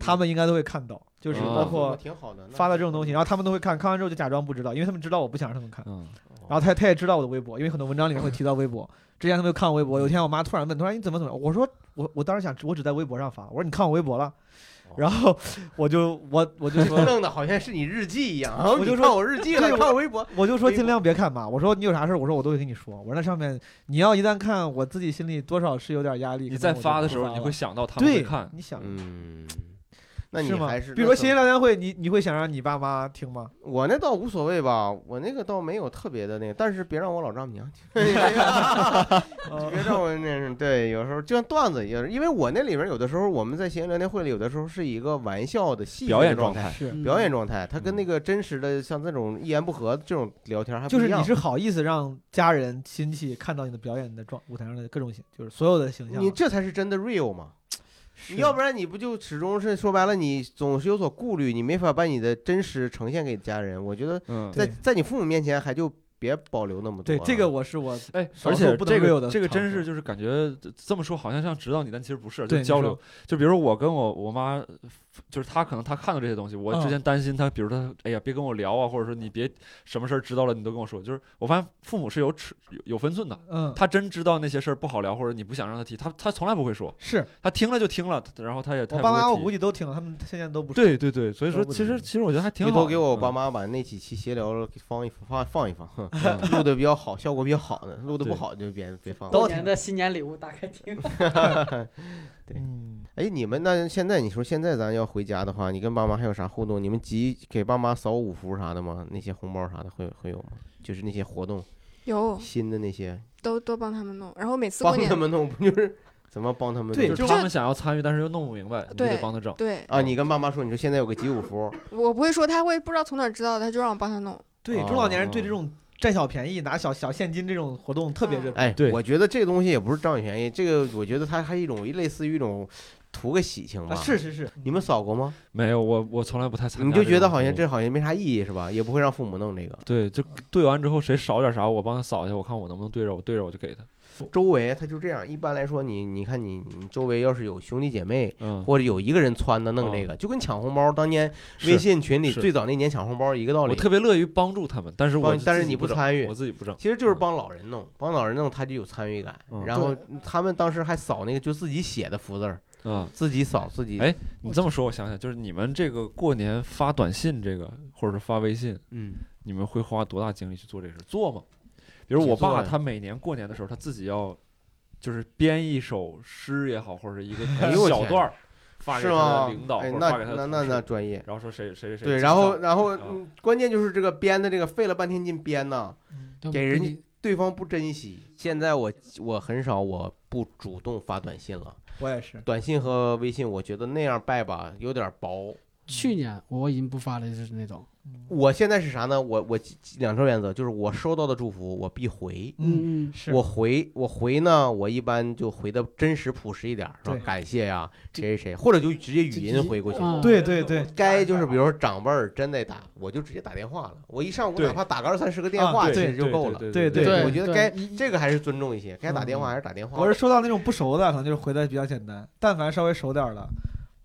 他们应该都会看到，就是哦包那括挺好的，那发的这种东西，然后他们都会看，看完之后就假装不知道，因为他们知道我不想让他们看。嗯，然后他他也知道我的微博，因为很多文章里面会提到微博。之前他们就看我微博，有一天我妈突然问，她说哎你怎么怎么样？我说我我当时想，我只在微博上发，我说你看我微博了，哦然后我就我我 就说弄的好像是你日记一样。我就你说看我日记了，对我看我微博。我就哎说尽量别看嘛，我说你有啥事儿，我说我都会跟你说，我说那上面你要一旦看，我自己心里多少是有点压力。你可在能我就发的不时候，了你会想到他们会对看，你想。嗯，那你是吗还？是比如说那新年怎么聊天会，你你会想让你爸妈 听吗？我那倒无所谓吧，我那个倒没有特别的那个，但是别让我老丈母 娘听。呃别让我那是对，有时候就像段子一样，因为我那里边有的时候我们在闲聊天会里，有的时候是一个玩笑的戏表演状状态。是表演状态，它跟那个真实的像这种一言不合这种聊天还不嗯就是一样你是好意思让家人亲戚看到你的表演的状舞台上的各种形，就是所有的形象。你这才是真的 real 嘛。是你要不然你不就始终是说白了，你总是有所顾虑，你没法把你的真实呈现给家人。我觉得嗯，在对在你父母面前还就别保留那么多。啊对这个，我是我哎，少而数且不能这 real 个的这个场真合是就是感觉这么说好像像指导你，但其实不是，就对你交说流。就比如我跟我我妈，就是她可能她看到这些东西，我之嗯前担心她，比如她哎呀别跟我聊啊，或者说你别什么事儿知道了你都跟我说，就是我发现父母是有尺有有分寸的。嗯，他真知道那些事儿不好聊，或者你不想让他提，他他从来不会说，是他听了就听了，然后他也他我也爸不会妈，我提估计都听了，他们现在都不是。对对对，所以说都不其实提其实我觉得还挺回好的。头给我爸嗯妈把那几期闲聊给放一放放一放，哼录的比较好，效果比较好的，录的不对好就别别放了。过年的新年礼物打开听，对嗯，哎，你们那现在你说现在咱要回家的话，你跟爸妈还有啥互动？你们集给爸妈扫五福啥的吗？那些红包啥的会有会有吗？就是那些活动有新的那些，都都帮他们弄，然后每次过帮年他们弄不就是怎么帮他们弄？对就是就他们想要参与，但是又弄不明白，你就得对帮他整。对啊，你跟爸妈说，你说现在有个集五福，我不会说，他会不知道从哪儿知道的，他就让我帮他弄。对，中老年人对这种占小便宜、拿小小现金这种活动特别热衷。哎，对我觉得这个东西也不是占便宜，这个我觉得它还一种类似于一种图个喜庆吧。啊，是是是，你们扫过吗？没有，我我从来不太参加。你就觉得好像这。好像没啥意义是吧？也不会让父母弄这个。对，就对完之后谁少点啥，我帮他扫一下，我看我能不能对着，我对着我就给他。周围他就这样，一般来说你你看你你周围要是有兄弟姐妹。嗯，或者有一个人撺掇弄这个，就跟抢红包当年微哦是信群里是最早那年抢红包一个道我理。特别乐于帮助他们，但是我帮但是自己你不整参与我自己不整。其实就是帮老人弄，帮老人弄他就有参与感。嗯然后他们当时还扫那个就自己写的福字儿，嗯，自己扫自己。哎你这么说，我想想，就是你们这个过年发短信这个，或者是发微信，嗯，你们会花多大精力去做这事儿？做吗？比如我做爸，呀他每年过年的时候，他自己要就是编一首诗也好，或者是一个哎呦我小天段儿发给是他吗的领？导，或哎，者那发给他的那那同那事专业。然后说谁谁谁对，记然后账然后啊嗯关键就是这个编的这个费了半天劲编呐，都给人你对方不珍惜。现在我我很少我不主动发短信了，我也是。短信和微信我觉得那样拜吧有点薄。去年我已经不发了，就是那种，嗯我现在是啥呢？我我两条原则，就是我收到的祝福我必回，嗯，嗯是我回我回呢，我一般就回的真实朴实一点儿，是吧对？感谢呀、谁谁谁，或者就直接语音回过去。嗯啊，对对对，该就是比如说长辈儿真得打，我就直接打电话了。我一上午对哪怕打个二三十个电啊话，对其实对就对够对了。对对对我觉得该一这个还是尊重一些，该打电话还是打电话。我是收到那种不熟的，可能就是回的比较简单，但凡稍微熟点儿的。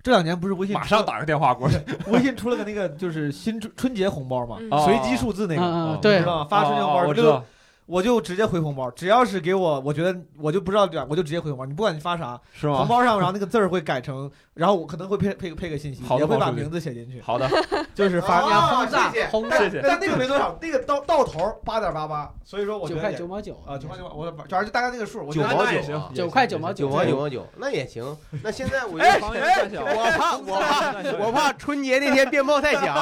这两年不是微信马上打个电话过去，微信出了个那个就是新春春节红包嘛，嗯啊随机数字那个，嗯哦嗯，对知，道吗？发春节红包哦哦我知六道，我就直接回红包，只要是给我，我觉得我就不知道点儿，我就直接回红包。你不管你发啥，是红吗？ 包上然后那个字儿会改成，然后我可能会配配配个信息，好的也会毛把主席名字写进去，好的，就是发。哦呀，轰谢谢炸，轰炸，谢谢。但那个没多少，那个到到头八点八八，所以说我觉九得块也九毛九啊九块九毛，我反正就大概那个数，我觉九得毛那也九啊行，九块九毛九毛九，毛九，那也行。那现 在我就哎防哎，我我怕我怕我怕春节那天电报太响，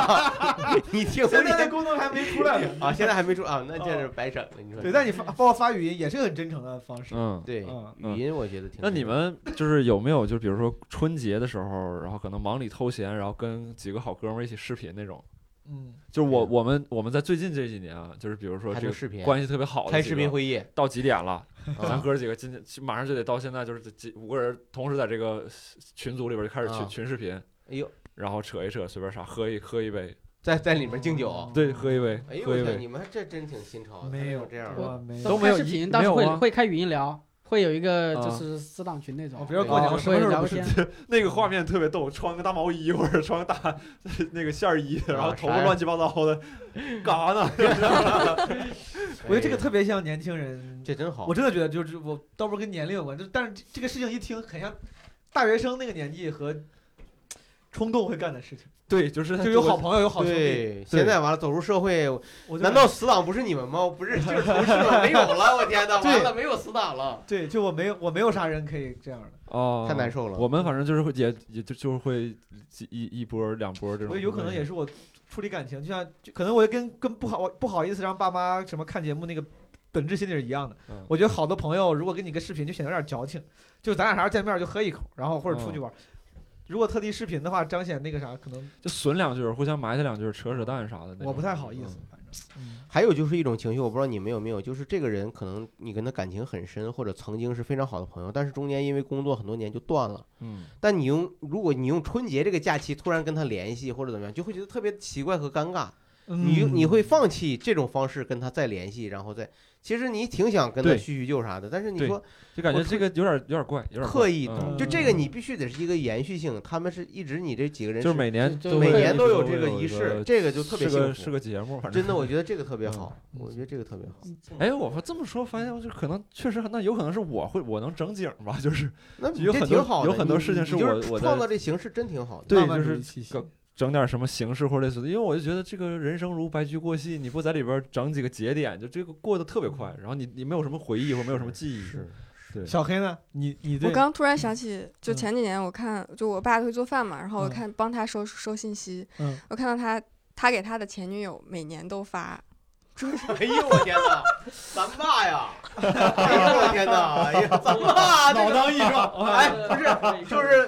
你听不现在见的功能还没出来呢。啊？现在还没出啊？那这是白整了，你说对，但你发包括发语音也是很真诚的方式。嗯，对嗯，嗯语音我觉得挺。那你们就是有没有就比如说春节的时候，然后可能忙里偷闲，然后跟几个好哥们儿一起视频那种？嗯，就是我嗯我们我们在最近这几年啊，就是比如说还这能个视频，关系特别好的开几视个频会议，到几点了， 咱啊哥几个今天马上就得到现在，就是这几五个人同时在这个群组里边就开始群啊群视频，哎呦，然后扯一扯，随便啥，喝一喝一杯，在在里面敬酒。对，喝一杯哎，呦喝一我天，杯，你们还这真挺新潮的，没有哦还这样的。我没都有。没有开视一频，但没是有会吗会开语音聊，会有一个啊就是私党群那种哦，比如过年啊我什么会时候聊不是天， 那个画面特别逗，穿个大毛衣或者穿个大那个线儿衣，然后头啥发呀乱七八糟的，干啥呢？ 我觉得这个哎特别像年轻人，这真好我。真的觉得就是我倒不是跟年龄有关，就但是这这个事情一听很像大学生那个年纪和冲动会干的事情，对，就是他就有这个好朋友有好兄弟，对，现在完了走入社会，我就难道死党不是你们吗？不是，就是同事了，没有了，我天哪，对完了，没有死党了，对？就我没有我没有啥人可以这样的，哦，太难受了。我们反正就是会也也就就是会一一波儿两波儿这我种，有可能也是我处理感情，就像就可能我跟跟不好我不好意思让爸妈什么看节目那个本质心理是一样的嗯。我觉得好多朋友如果跟你个视频就显得有点矫情，就咱俩啥时候见面就喝一口，然后或者出去玩。如果特地视频的话，彰显那个啥，可能就损两句儿，互相埋汰两句儿，扯扯淡啥的那种。我不太好意思嗯，反正。嗯还有就是一种情绪，我不知道你们有没有，就是这个人可能你跟他感情很深，或者曾经是非常好的朋友，但是中间因为工作很多年就断了。嗯，但你用如果你用春节这个假期突然跟他联系或者怎么样，就会觉得特别奇怪和尴尬。嗯你嗯你会放弃这种方式跟他再联系，然后再其实你挺想跟他对叙叙旧啥的，但是你对说就感觉我突这个有点有点怪，有点刻意怪动嗯就这个你必须得是一个延续性，他们是一直你这几个人就是每年就都每会年都有一这个个仪式这个就特别是个幸福是个节目，反正真的，我觉得这个特别嗯好，我觉得这个特别好。哎，我这么说发现，就可能确实，那有可能是我会，我能整景儿吧，就是那你有这很挺多好的，有很多你事情你是就我我在创造这形式真挺好的。对浪漫就主是义气息搞整点什么形式或者类似的，因为我就觉得这个人生如白驹过隙，你不在里边儿整几个节点，就这个过得特别快，然后你你没有什么回忆或没有什么记忆，嗯是对，小黑呢？你你对我刚突然想起，就嗯前几年我看，就我爸会做饭嘛，然后嗯我看帮他收收信息嗯，我看到他他给他的前女友每年都发，哎呦我天哪，咱爸 呀！哎呦我天哪！哎呀，咱爸这老个当益壮， 哎不是就是。哎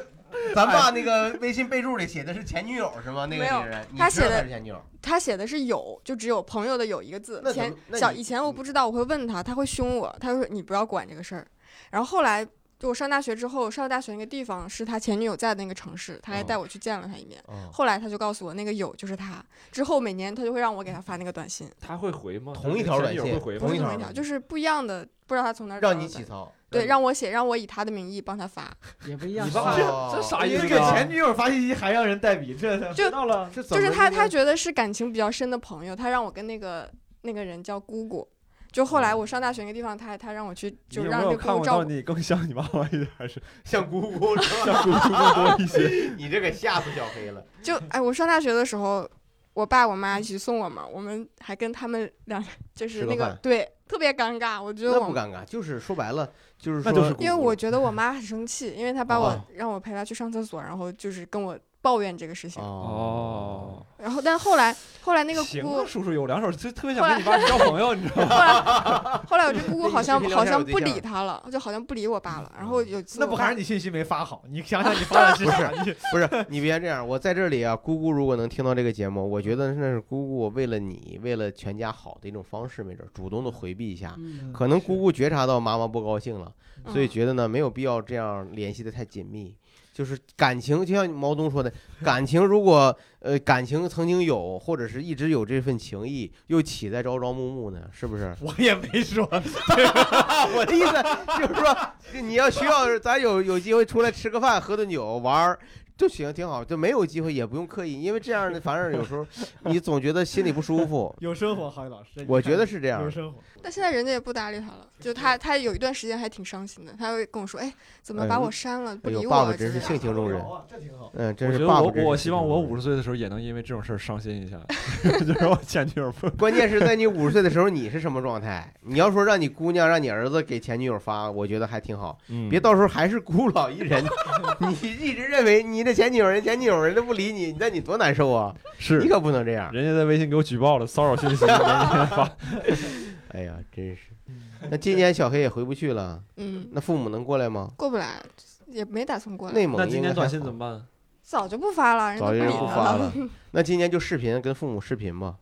咱爸那个微信备注里写的是前女友是吗？那个没有女人，你他知道写的她是前女友。他写的是有，就只有朋友的有一个字那。怎前么那小你嗯以前我不知道，我会问他，他会凶我，他会说你不要管这个事儿。然后后来就我上大学之后，上大学那个地方是他前女友在的那个城市，他还哦带我去见了他一面。哦后来他就告诉我，那个有就是他。之后每年他就会让我给他发那个短信，他会回吗？同一他条前短女友信会回不吗同是一？同条一条，吗就是不一样的，不知道他从哪儿找让到你的起操。对，让我写，让我以他的名义帮他发，也不一样你。爸爸这这啥意你思？啊啊给前女友发信息还让人代笔，这就知道了。这怎就么是他他这觉得是感情比较深的朋友，他让我跟那个那个人叫姑姑。就后嗯来我上大学那个地方，他他让我去，你就有让没这有个看姑姑我照到顾。你更像你妈妈一点，还是个像姑姑是吧？像姑 姑更多一些？你这个吓死小黑了。就哎，我上大学的时候，我爸我妈一起送我嘛，我们还跟他们两就吃是个那个饭对特别尴尬。我觉得那我不尴尬，就是说白了，就是那说，就是因为我觉得我妈很生气，因为她把我、哦让我陪她去上厕所，然后就是跟我抱怨这个事情。哦，然后但后来后来那个行姑啊，叔叔有两手，就特别想后跟你爸交朋友，你知道吗？后来，后来我这姑姑好像那你视频聊天好像有对不象嗯理他了，就好像不理我爸了。然后有一次那我爸，不还是你信息没发好？你想想你发的是啥？你？不是，你别这样，我在这里啊，姑姑如果能听到这个节目，我觉得那是姑姑为了你，为了全家好的一种方式，没准儿主动的回避一下。嗯，可能姑姑觉察到妈妈不高兴了，所以嗯觉得呢没有必要这样联系的太紧密。就是感情，就像毛东说的，感情如果呃感情曾经有，或者是一直有这份情谊，又岂在朝朝暮暮呢？是不是 我也没说， 我的意思就是说，你要需要咱有有机会出来吃个饭、喝顿酒、玩儿，就行，挺好，就没有机会也不用刻意，因为这样的反正有 时候你总觉得心里不舒服。有生活，郝宇老师，我觉得是这样有的，生活。但现在人家也不搭理他了，就他他有一段时间还挺伤心的，他会跟我说，哎，怎么哎把呦我删了，不哎呦理爸我啊爸之真是类性的。情中人好啊，这挺好。嗯，真我觉是得爸我爸真是我希望我性情中人五十岁的时候也能因为这种事儿伤心 一下，就是我前女友不关键是在你五十岁的时候，你是什么状态？你要说让你姑娘、让你儿子给前女友发，我觉得还挺好，嗯别到时候还是孤老一人。 你一直认为你这前女友人、前女友人都不理你，那你多难受啊！是你可不能这样。人家在微信给我举报了骚扰信息，连夜发。哎呀，真是。嗯那今年小黑也回不去了，嗯，那父母能过来吗？过不来，也没打算过来，内蒙那今应该年还短信好怎么办？早就不发了，人家早就不理不他发 了。那今年就视频跟父母视频吧。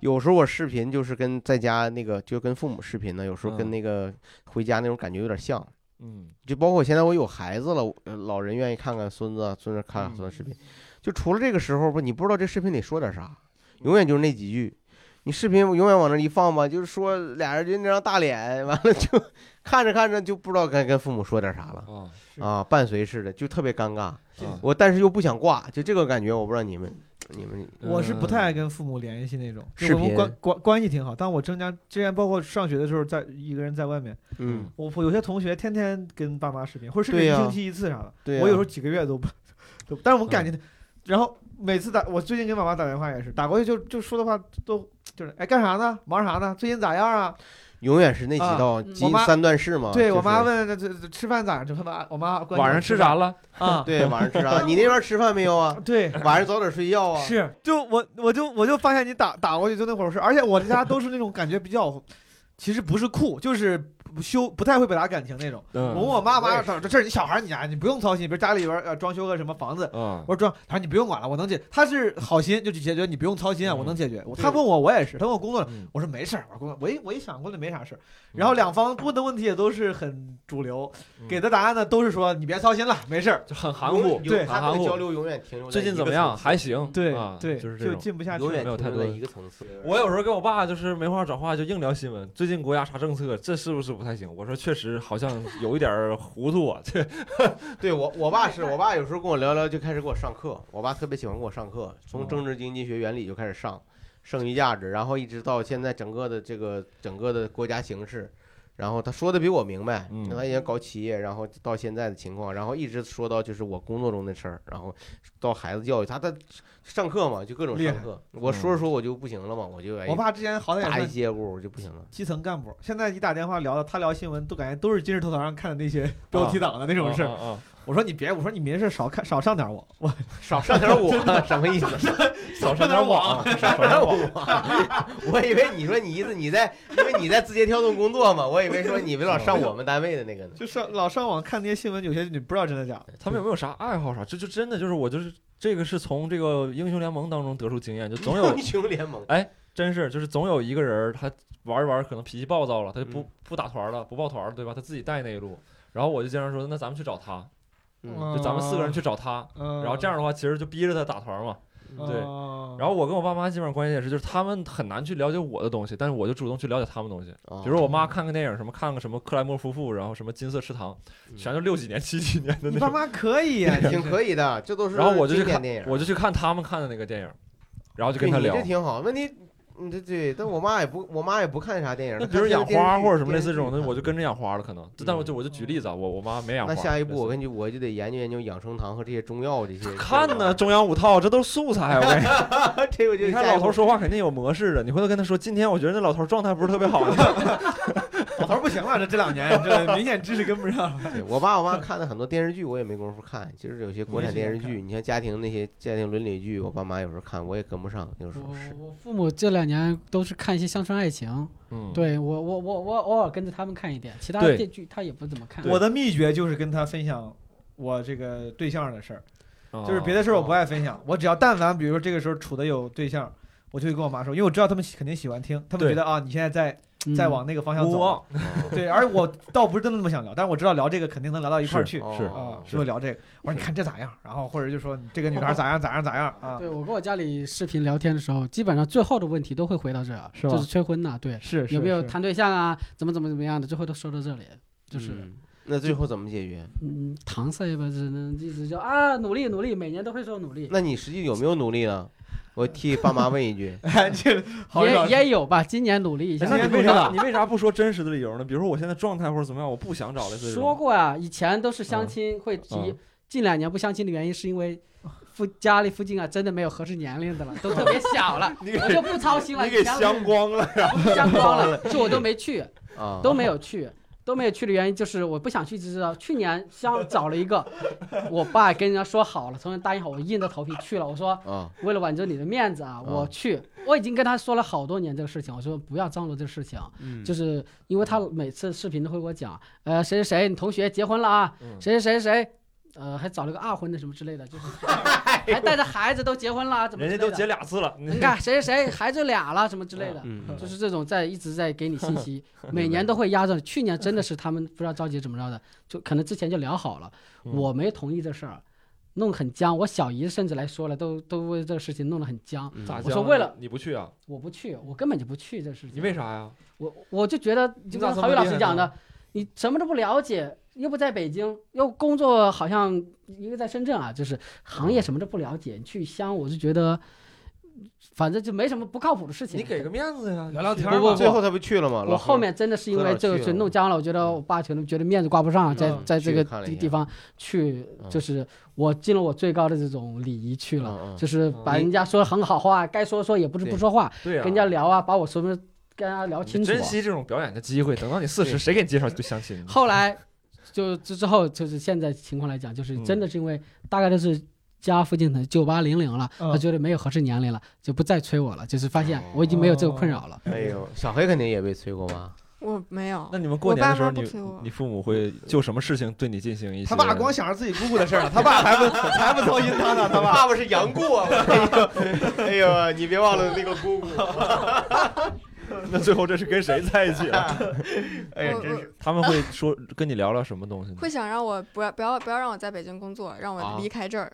有时候我视频就是跟在家那个，就跟父母视频呢。有时候跟嗯那个回家那种感觉有点像， 嗯，就包括现在我有孩子了，我呃老人愿意看看孙子啊，孙子看看孙子视频。嗯就除了这个时候吧，你不知道这视频里说点啥，嗯永远就是那几句。你视频永远往那一放吧，就是说俩人就那张大脸，完了就 看着看着就不知道该跟父母说点啥了啊是啊，伴随似的，就特别尴尬。啊，我但是又不想挂，就这个感觉，我不知道你们，你们 我是不太嗯爱跟父母联系那种，嗯就视我们频关关关系挺好。但我增加之前，包括上学的时候，在一个人在外面，嗯。我我有些同学天天跟爸妈视频，或者甚至对一呀星期一次啥的。对呀嗯我有时候几个月都不， 都，但是我们感觉，然后每次打我最近给妈妈打电话也是，打过去就就说的话都就是哎干啥呢？忙啥呢？最近咋样啊？永远是那几啊道嗯基我妈三段式嘛。对就是我妈，问这这吃饭咋样？就他妈我妈关心啊晚上吃啥了？ 啊？对晚上吃啥？你那边吃饭没有啊？对。晚上早点睡觉啊。是，就我我就我就发现你打打过去就那会儿是，而且我这家都是那种感觉比较，其实不是酷，就是不修不太会表达感情那种。我嗯问我妈我妈也说这是你小孩儿你啊，你不用操心，比如家里边儿呃装修个什么房子。啊我说装，他说你不用管了，我能解。他是好心，就去解决，你不用操心啊，嗯我能解决。我他问我，我也是，他问我工作了，嗯我说没事儿，我工作，我一我一想工作没啥事儿。然后两方问的问题也都是很主流，嗯给的答案呢都是说你别操心了，没事儿。就很含糊永，对他很们含的交糊。流永远停留在最近一怎个么样？层次还行。对啊对，就是这就种。进不下去永远了。没有停太留在多一个层次。我有时候跟我爸就是没话找话，就硬聊新闻。最近国家啥政策？这是不是不太行？我说确实好像有一点儿糊涂啊。这 对我，我爸是我爸，有时候跟我聊聊就开始给我上课。我爸特别喜欢给我上课，从政治经济学原理就开始上，剩余价值，然后一直到现在整个的这个整个的国家形势。然后他说的比我明白嗯，他也搞企业，然后到现在的情况，然后一直说到就是我工作中的事儿，然后到孩子教育，他他上课嘛，就各种厉害上课。我说着说我就不行了嘛，嗯我就哎我爸之前好歹也打算一接不我就不行了。基层干部，现在一打电话聊的，他聊新闻都感觉都是今日头条上看的那些标题党的那种事儿。啊啊啊我说你别，我说你没事少看少上点我， 我 少 上点我什么意思？少上 点网，少上点我。我以为你说你意思你在，因为你在字节跳动工作嘛，我以为说你们老上我们单位的那个呢。 就上老上网看那些新闻，有些你不知道真的假的。他们有没有啥爱好啥？这就真的就是我就是这个是从这个英雄联盟当中得出经验，就总 有英雄联盟，真是就是总有一个人儿他玩一玩可能脾气暴躁了，他就不、嗯不打团了，不抱团了，对吧？他自己带那一路。然后我就经常说，那咱们去找他，嗯就咱们四个人去找他。嗯，然后这样的话，其实就逼着他打团嘛。对嗯然后我跟我爸妈基本上关系也是，就是他们很难去了解我的东西，但是我就主动去了解他们东西。哦比如我妈看个电影，什么看个什么克莱默夫妇，然后什么金色池塘，嗯全都六几年、七几年的你那爸种。妈可以呀、挺可以的，这都是然后我就去经典看电影，，我就去看他们看的那个电影，然后就跟对他你聊这。挺好。问题，嗯，对对，但我妈也不，我妈也不看啥电影。那她比如看养电视花剧或者什么类电似这视种剧的，我看就跟着养花了，可能。但我就我就举例子啊，我我妈没养花。那下一步我类似跟你我就得研究研究养生堂和这些中药这些。看呢，，中央五套，这都是素材。啊我跟你说， 这个就你是看下一老步头说话肯定有模式的，你回头跟他说，今天我觉得那老头状态不是特别 好。老头儿不行了，这这两年这明显知识跟不上了。 对我爸我妈看的很多电视剧，我也没工夫看。其实有些国产电视剧，你像家庭那些家庭伦理剧，我爸妈有时候看，我也跟不上，有时候我是。我父母这两年都是看一些乡村爱情，嗯，对我我我我偶尔跟着他们看一点，其他对电剧他也不怎么看。我的秘诀就是跟他分享我这个对象的事儿，啊，就是别的事儿我不爱分哦享，我只要但凡比如说这个时候处的有对象。我就会跟我妈说，因为我知道他们肯定喜欢听，他们对觉得啊，你现在在嗯在往那个方向走了，我对，而我倒不是真的那么想聊，但是我知道聊这个肯定能聊到一块儿去哦是啊，是就聊这个。我说你看这咋样？然后或者就说你这个女 孩咋样咋样咋样啊？对我跟我家里视频聊天的时候，基本上最后的问题都会回到这儿，是吧就是催婚呐、对，是，有没有谈对象啊，怎么怎么怎么样的，最后都说到这里，就是、嗯那最后怎么解决？嗯，搪塞吧，只能一直叫啊，努力努力，每年都会说努力，那你实际有没有努力呢？我替爸妈问一句哎，这好也少也有吧，今年努力一下。哎那你为真啥的你为啥不说真实的理由呢？比如说我现在状态或者怎么样，我不想找类似这种说过啊，以前都是相亲会提嗯，近两年不相亲的原因是因为附家里附近啊真的没有合适年龄的了，都特别小了，我就不操心了。你给以前香光了，相光了，就我都没去，啊，都没有去。都没有去的原因就是我不想去，知道去年相找了一个，我爸跟人家说好了，从人答应好，我硬着头皮去了。我说啊，为了挽救你的面子啊，嗯我去，我已经跟他说了好多年这个事情，我说不要张罗这个事情，嗯嗯就是因为他每次视频都会给我讲，呃，谁谁谁，你同学结婚了啊，嗯谁谁谁谁，呃，还找了个二婚的什么之类的，就是 还带着孩子都结婚了啊，怎么哎人之家类都的，结俩次了，你看谁谁谁孩子俩了什么之类的。嗯，就是这种在一直在给你信 息，每年都会压着。去年真的是他们不知道着急怎么着的，就可能之前就聊好了，嗯我没同意这事儿，弄很僵。我小姨甚至来说了，都都为这个事情弄得很僵。嗯咋我讲说呢为了你不去啊？我不去，我根本就不去这事情。你为？啥呀？我我就觉得就咋跟这郝宇么老厉师害讲呢的，你什么都不了解，又不在北京，又工作好像一个在深圳啊，就是行嗯业什么都不了解，你去香，我就觉得，反正就没什么不靠谱的事情。你给个面子呀，聊聊天你去不不最后他不去了吗？我老何后面真的是因为这喝个点事去了弄僵了，我觉得我爸可能觉得面子挂不上，在嗯在这个去看了一地下地方去，就是我尽了我最高的这种礼仪去了，嗯嗯就是把嗯人家说很好话，该说说也不是不对说话，对呀，跟人家聊啊，把我什么跟人家聊清你楚。啊珍惜这种表演的机会，等到你四十，对谁给你介绍啊对相亲呢？后来就之之后就是现在情况来讲，就是真的是因为大概都是。家附近的九八零零了，嗯他觉得没有合适年龄了，就不再催我了。就是发现我已经没有这个困扰了。哎呦，小黑肯定也被催过吧？我没有。那你们过年的时候，我爸妈你不催我你父母会就什么事情对你进行一些？他 爸光想着自己姑姑的事儿了，他爸还不还不操心他呢，他爸爸爸是杨过啊！ 哎呦，哎呦，你别忘了那个姑姑。那最后这是跟谁在一起啊了？ 哎呀，我真是，他们会说跟你聊聊什么东西呢？会想让我不要不要不要让我在北京工作，让啊我离开这儿。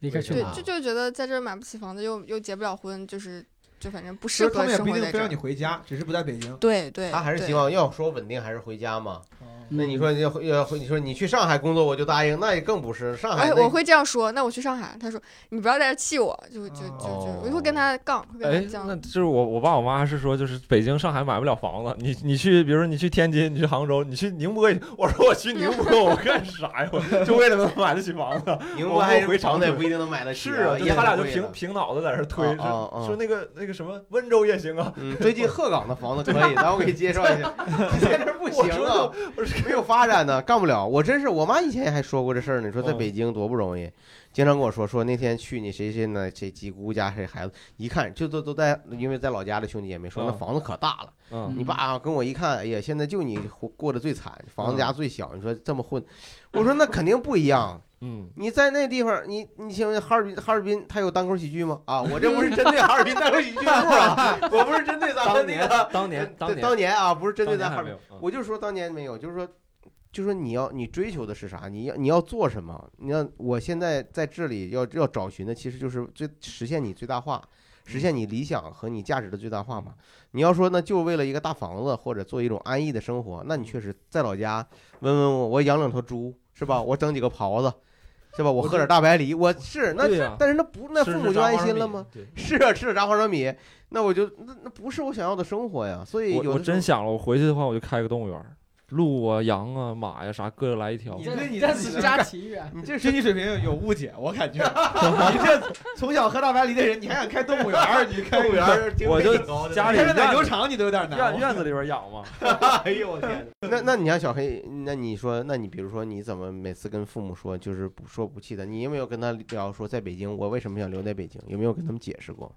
离开去对哪，就就觉得在这儿买不起房子，又又结不了婚，就是就反正不其适实他合们也生不一活定非在这让你儿。回家，只是不在北京。对对，他还是对希望要说稳定还是回家嘛。哦那你嗯说要回要回，你说你去上海工作我就答应，那也更不是上海哎，那。我会这样说。那我去上海，他说你不要在这儿气我，就就就就，我就会跟他杠，会哦哎跟他，那犟。就是我我爸我妈是说，就是北京、上海买不了房子，你你去，比如说你去天津，你去杭州，你去宁波，我说我去宁波，我干啥呀？我 就为了能买得起房 子，宁我不波还是回房长子也春不一定能买得起是啊，也他俩很就贵平的平脑子在这推，啊啊说啊说那个那个什么温州也行啊，嗯，最近鹤岗的房子可 以，咱我给你介绍一下。你在这儿不行啊，没有发展呢，干不了。我真是，我妈以前还说过这事儿呢。你说在嗯北京多不容易，经常跟我说说那天去你谁谁呢，谁几姑家谁孩子，一看就都都在，因为在老家的兄弟姐妹说嗯那房子可大了。嗯，你爸啊跟我一看，哎呀，现在就你活过得最惨，房子家最小，你说这么混，我说那肯定不一样。嗯，你在那地方，你你像哈尔滨，哈尔滨它有单口喜剧吗？啊，我这不是针对哈尔滨单口喜剧部啊， 我不是针对咱们那个当对 年当当年年啊，不是针对咱还哈尔没滨有，，嗯我就是说当年没有，就是说，就是说你要你追求的是啥？你要你要做什么？你要我现在在这里要要找寻的，其实就是最实现你最大化，实现你理想和你价值的最大化嘛。你要说那就为了一个大房子或者做一种安逸的生活，那你确实在老家温温我，我养两头猪是 吧？我整几个狍子。是吧？我我喝点大白梨，我是那对呀，但是那不那父母就安心了吗？是？是炸花生米对是啊，吃了炸花生米，那我就那那不是我想要的生活呀。所以有我我的时候真想了，我回去的话我就开个动物园儿，鹿啊、羊啊、马呀、啥各个来一条你。这对你这自己是的家感奇遇啊。你 这是经济水平有有误解，我感觉你这从小喝大白梨的人，你还想开动物园儿？你开动物园儿经我费就挺高的，家开里个奶院牛子场你都有点难啊院。院子里边养 嘛，哎呦我天！ 那那你像小黑，那你说，那你比如说你怎么每次跟父母说就是不说不气的？你有没有跟他聊说在北京我为什么想留在北京？有没有跟他们解释过？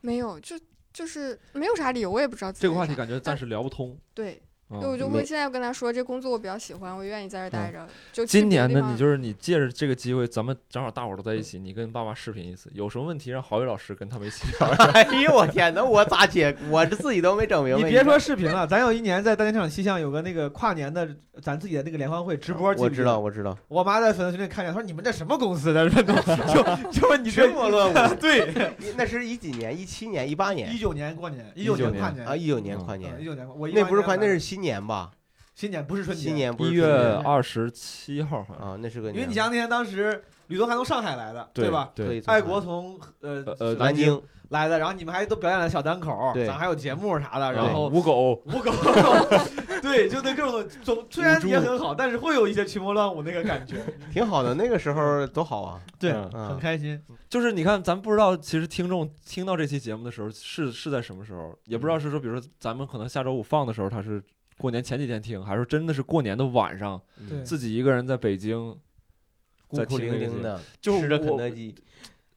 没有，就就是没有啥理由，我也不知道自己这个话为题啥感觉暂时聊不 通。对，嗯我就没会现在跟他说，这工作我比较喜欢，我愿意在这儿待着。就去今别年地呢，方你就是你借着这个机会，咱们正好大伙儿都在一起，你跟爸妈视频一次，有什么问题让郝宇老师跟他们一起聊。 哎呦我天哪，我咋解？我这自己都没整明白。 你别说视频了，咱有一年在大连车厂西巷有个那个跨年的咱自己的那个联欢会直播，我知道，。我知道，我妈在粉丝群里看见，她说你们这什么公司的？就就你群 这魔乱舞。对， 那是一几年？一七年、一八年一九年过年，一19年年跨啊？年一九年跨嗯年一，九年我那不是跨，年那是新年吧？新年不是春节，新年不一是月春节二十七号好像，啊，那是个因为年你想想那天当时吕东还从上海来的，对吧？可对以，从爱国从呃呃呃南南京来的，然后你们还都表演了小单口，对咱还有节目啥的，对然后五狗舞狗， 对，就那各种总虽然也很好，但是会有一些群魔乱舞那个感觉，挺好的，那个时候多好啊！对，嗯很啊，开心。就是你看，咱不知道，其实听众听到这期节目的时候是是在什么时候，也不知嗯道是说，比如说咱们可能下周五放的时候，他是过年前几天听，还是说真的是过年的晚上嗯对自己一个人在北京，孤苦伶仃的，就是吃着肯我德基。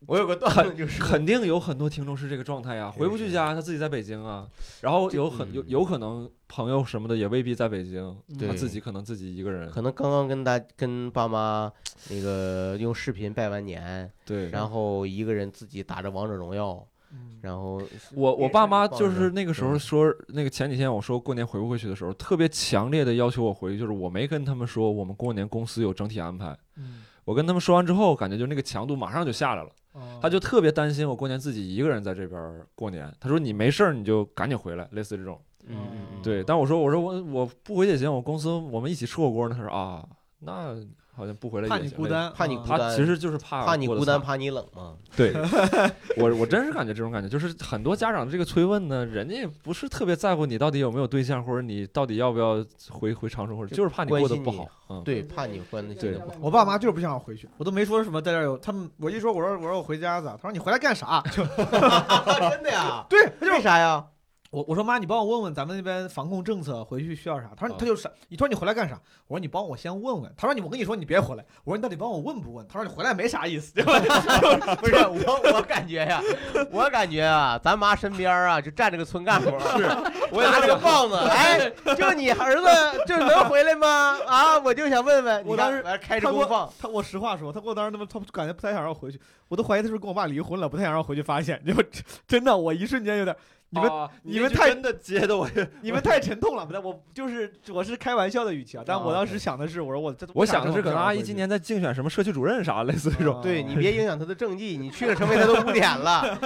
我有个段子就是，肯定有很多听众是这个状态呀，是回不去家，他自己在北京啊，然后有很嗯有有可能朋友什么的也未必在北京，对他自己可能自己一个人，可能刚刚跟大跟爸妈那个用视频拜完年，对，然后一个人自己打着王者荣耀，嗯，然后我我也爸是妈抱就着是那个时候对说，那个前几天我说过年回不回去的时候，特别强烈的要求我回去，就是我没跟他们说我们过年公司有整体安排。嗯我跟他们说完之后，感觉就那个强度马上就下来了，哦他就特别担心我过年自己一个人在这边儿过年。他说你没事儿你就赶紧回来，类似这种。嗯嗯嗯，对，但我说我说我我不回去也行，我公司我们一起吃火锅呢。他说啊，那好像不回来怕也你行孤类似单，怕你啊孤单他其实就是怕怕你过得孤单，惨怕你冷嘛。 对我，我真是感觉这种感觉，就是很多家长的这个催问呢，人家也不是特别在乎你到底有没有对象，或者你到底要不要回回长春，或者就是怕你过得不好。嗯，对，怕你关的对不好。我爸妈就是不想我回去，我都没说什么在这儿有他们，我一说我说我说我回家咋？他说你回来干啥？ 就 真的 呀？对，他就为啥呀？我我说妈，你帮我问问咱们那边防控政策回去需要啥？他说哦啊他就是，你说你回来干啥？我说你帮我先问问。他说你我跟你说你别回来。我说你到底帮我问不问？他说你回来没啥意思， 对 吧？不是我，我感觉呀，我感觉啊，咱妈身边啊，就站着个村干部，是， 我拿着个棒子，哎，就你儿子，就能回来吗？啊，我就想问问，我你当看时完开他着给我公放，他我实话说，他给我当时他妈他感觉不太想让我回去，我都怀疑他是跟我爸离婚了，不太想让我回去发现，就 真的我一瞬间有点。你们、啊你们太真的接的我也，你们太沉痛了，不太我就是我是开玩笑的语气啊，但我当时想的是，我说我这我想的是可能阿姨回去今年在竞选什么社区主任啥，类似这哦种。啊对你别影响他的政绩，你去了成为他的污点了。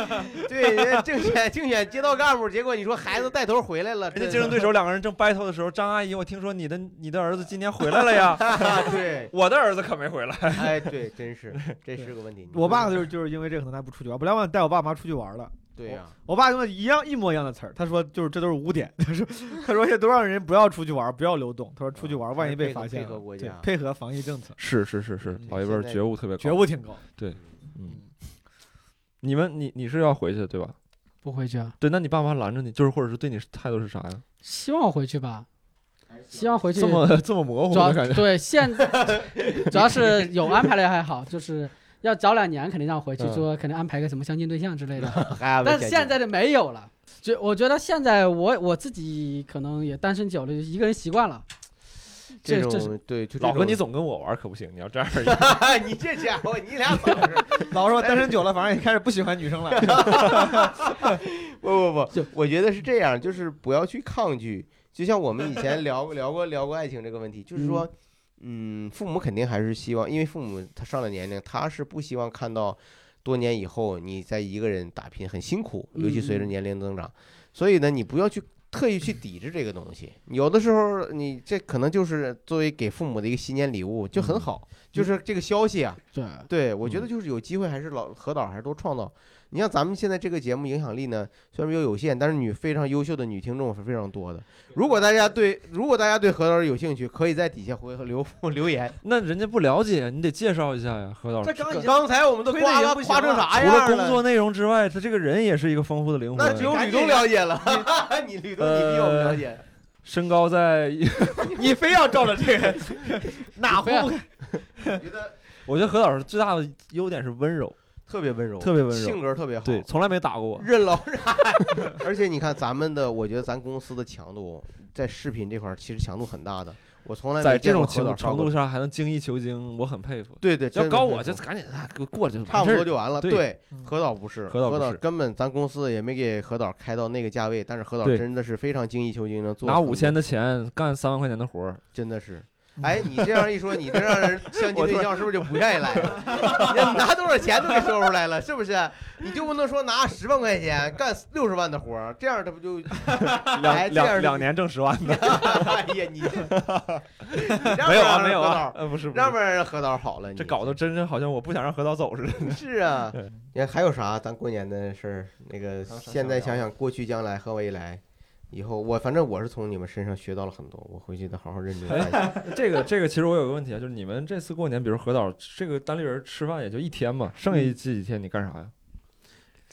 对，人家竞选竞选街道干部，结果你说孩子带头回来了，人家竞真争对手 两个人正 battle 的时候，张阿姨，我听说你的你的儿子今年回来了呀， 的对，我的儿子可没回来。哎对，真是这是个问题。我爸就是就是因为这个可能他不出去玩，本来我带我爸妈出去玩了。对啊呀，我爸用的一样一模一样的词儿，他说就是这都是污点， 他说他说也都让人不要出去玩，不要流动，他说出去玩万一被发现配合了，国对家，配合防疫政策，是是是是，老一辈儿嗯觉悟特别高。嗯觉悟挺高。你们你你是要回去对吧？不回去啊，对，那你爸妈拦着你，就是或者是对你态度是啥呀？希望我回去吧，希望回去这么这么模糊主要的感觉。对现，主要是有安排了还好，就是要早两年肯定让我回去嗯，说肯定安排个什么相亲对象之类的，哎但是现在的没有了。就我觉得现在我我自己可能也单身久了，一个人习惯了。这这这是种对，就这老何，种你 总跟我玩可不行，你要这样，你这家伙，你俩老是老实说，单身久了，反正也开始不喜欢女生了。不不就不，我觉得是这样，就是不要去抗拒。就像我们以前聊聊过聊过爱情这个问题，就是说，嗯，父母肯定还是希望，因为父母他上了年龄，他是不希望看到多年以后你在一个人打拼很辛苦，尤其随着嗯嗯年龄增长，所以呢，你不要去。特意去抵制这个东西，有的时候你这可能就是作为给父母的一个新年礼物，就很好。就是这个消息啊，对，对，我觉得嗯就是有机会还是老何导还是多创造。你像咱们现在这个节目影响力呢，虽然说有限，但是女非常优秀的女听众是非常多的。如果大家对如果大家对何导有兴趣，可以在底下回留 留言。那人家不了解，你得介绍一下呀，何导。这刚已经刚才我们都推得夸也他不行啊夸成了啥除样了工作内容之外，他这个人也是一个丰富的灵魂。那只有吕东了解了。 你吕东，你比我们了解。身高在， 你非要照着这个，哪壶不开觉得我觉得何导最大的优点是温柔，特别温柔，特别温柔性格特别好。对，从来没打过我。任劳任怨。 而且你看咱们的，我觉得咱公司的强度在视频这块儿其实强度很大的。我从来没在这见过种何程度导超程过度上还能精益求精，我很佩服。对对，要真的搞佩我服就赶紧啊给我过去，差不多就完了。对对嗯，何导不是，何导不是根本咱公司也没给何导开到那个价位，但是何导对真的是非常精益求精，能做拿很多 五千，的钱干三万块钱的活儿，真的是。嗯哎，你这样一说，你这 让人相亲对象是不是就不愿意来了？ 你拿多少钱都给说出来了，是不是？你就不能说拿十万块钱干六十万的活儿，这样他不就？ 哎两这样两两年挣十万的，哎呀，你这你让不没有让啊，人没有喝道啊儿，呃，不是，不是让不让人喝道儿好了？你这搞得真是好像我不想让何导走似的。 是啊对，你看还有啥咱过年的事儿？那个还有啥现在想想想过去、将来和未来，以后我反正我是从你们身上学到了很多，我回去得好好认 真看一下。这个这个，其实我有个问题啊，就是你们这次过年，比如何导这个单立人吃饭也就一天嘛，剩嗯下这几天你干啥呀？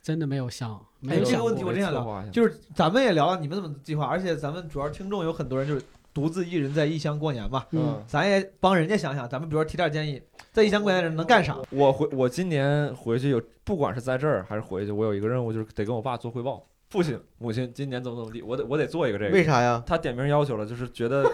真的没有想，没哎有这想个过问题我真想聊策划一下就是咱们也聊聊你们怎么计划，而且咱们主要听众有很多人就是独自一人在异乡过年嘛，嗯，咱也帮人家想想，咱们比如说提点建议，在异乡过年的人能干啥？我回我今年回去有，不管是在这儿还是回去，我有一个任务，就是得跟我爸做汇报。父亲、母亲今年怎么怎么地，我得我得做一个这个。为啥呀？他点名要求了，就是觉得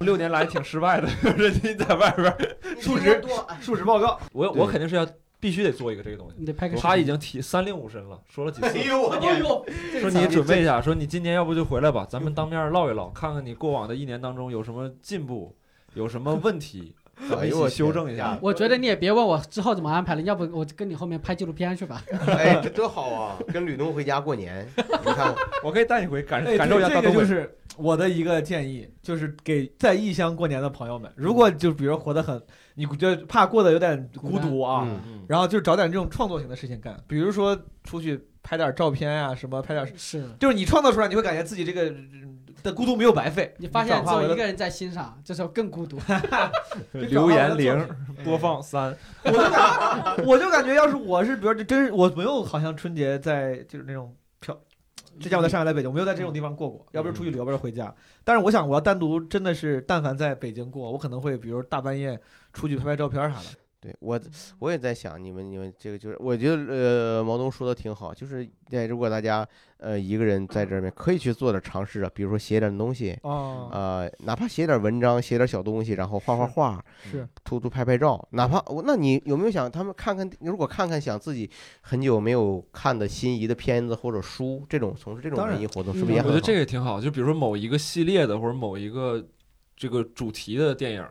六年来挺失败的， 就是你在外边儿，数值 述职报告，我对我肯定是要必须得做一个这个东西。你得拍个视频。他已经提三令五申了，说了几次，呦我哎！呦，说你准备一下，说你今年要不就回来吧，咱们当面唠一唠，看看你过往的一年当中有什么进步，有什么问题，咱们哎一起修正一啊下。我觉得你也别问我之后怎么安排了，要不我跟你后面拍纪录片去吧。哎，这多好啊！跟吕东回家过年，你看我可以带你回感哎感受一下这大个东就北。是我的一个建议，就是给在异乡过年的朋友们，如果就比如活得很，你觉得怕过得有点孤独啊，嗯嗯然后就找点这种创作型的事情干，比如说出去拍点照片呀、什么拍点，是就是你创造出来，你会感觉自己这个的孤独没有白费。你发现转只化有为一了个人在欣赏，这时候更孤独。留言零，嗯播放三，我就感我就感觉，要是我是，比如这真是我没有，好像春节在就是那种漂，之前我在上海、来北京，我没有在这种地方过过，要不是出去旅游，要不是回家。但是我想，我要单独真的是，但凡在北京过，我可能会比如大半夜出去拍拍照片啥的。对我我也在想你们你们这个就是，我觉得呃毛东说的挺好，就是在如果大家呃一个人在这边可以去做点尝试啊，比如说写点东西。哦，呃，哪怕写点文章，写点小东西，然后画画是画，是图图拍拍照，哪怕我，那你有没有想他们看看？如果看看想自己很久没有看的心仪的片子或者书，这种从事这种当然文艺活动嗯是不是我觉也很得好？这个挺好。就比如说某一个系列的或者某一个这个主题的电影，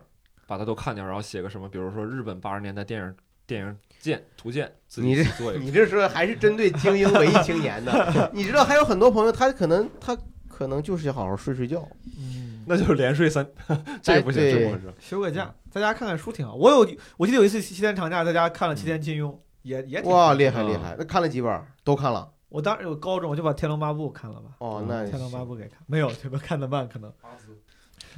把它都看掉，然后写个什么，比如说日本八十年代电影电影鉴图鉴，自己你这去做一个。你这说还是针对精英文艺青年的，你知道还有很多朋友，他可能他可能就是好好睡睡觉，嗯，那就是连睡三， 这个不行，哎对这个不行。休个假，在家看看书挺好。我有，我记得有一次七天长假，在家看了七天金庸，也也挺哇，好厉害嗯厉害！那看了几本儿？都看了。我当时我高中我就把《天龙八部》看了吧，哦，嗯那《天龙八行部》给看，没有，这个看的慢可能。嗯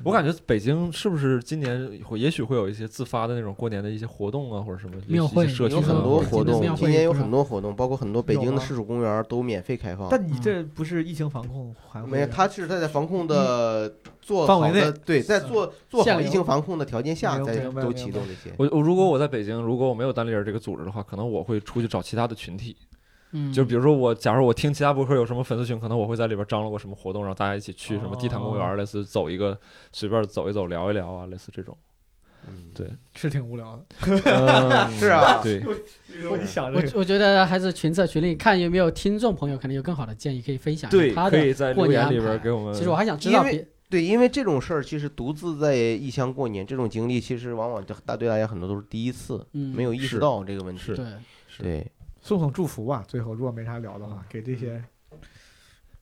我感觉北京是不是今年会也许会有一些自发的那种过年的一些活动啊，或者什么一些庙会一些社区啊有的很多北京活的动，庙今会年有不是很多活动，包括很多北有京的啊吗市属公园儿都免费开放。但你这不是疫情防控还会啊没有，他是在在防控的做范好围的内对，在做做限好疫流情防控的条件下，明白再明白都明启白动这些。我我如果我在北京，如果我没有单立人这个组织的话，可能我会出去找其他的群体。嗯，就比如说我，假如我听其他博客有什么粉丝群，可能我会在里边张罗个什么活动，让大家一起去什么地坛公园儿，类似走一个随便走一走，聊一聊啊，类似这种。嗯对是挺无聊的。嗯是啊对，你想我我觉得还是群策群力，看有没有听众朋友可能有更好的建议可以分享。对，他可的。以在过留年言里安边排给我们。其实我还想知道因为别，对，因为这种事儿，其实独自在异乡过年这种经历，其实往往就大对大家很多都是第一次，嗯，没有意识是到这个问题是。对，是对，送送祝福吧，最后如果没啥聊的话，给这些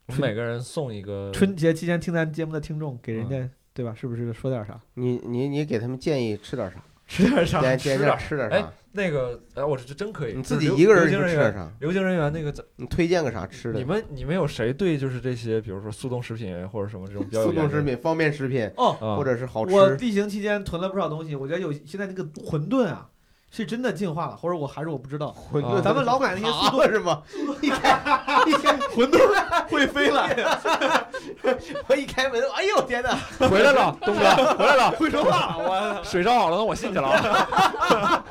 我们每个人送一个春节期间听咱节目的听众，给人嗯家对吧？是不是说点啥？你你你给他们建议吃点啥？吃点啥？建建议啊吃点让吃点哎啥？那个，哎，我这真可以。你就是自己流一个人流就行吃人点员，啥？流行人员那个你推荐个啥吃的你？们你们有谁对就是这些，比如说速冻食品或者什么这种比较有速冻研究食品、方便食品，哦，啊或者是好吃？我 疫情期间囤了不少东西，我觉得有现在那个馄饨啊，是真的进化了，或者我还是我不知道。馄啊饨，咱们老买那些速蛤蟆是吗？一开一开馄饨会飞了， 我一开门，哎呦天哪！ 回来了，东哥回来了，会说话 了，水烧好了，那我进去了 啊。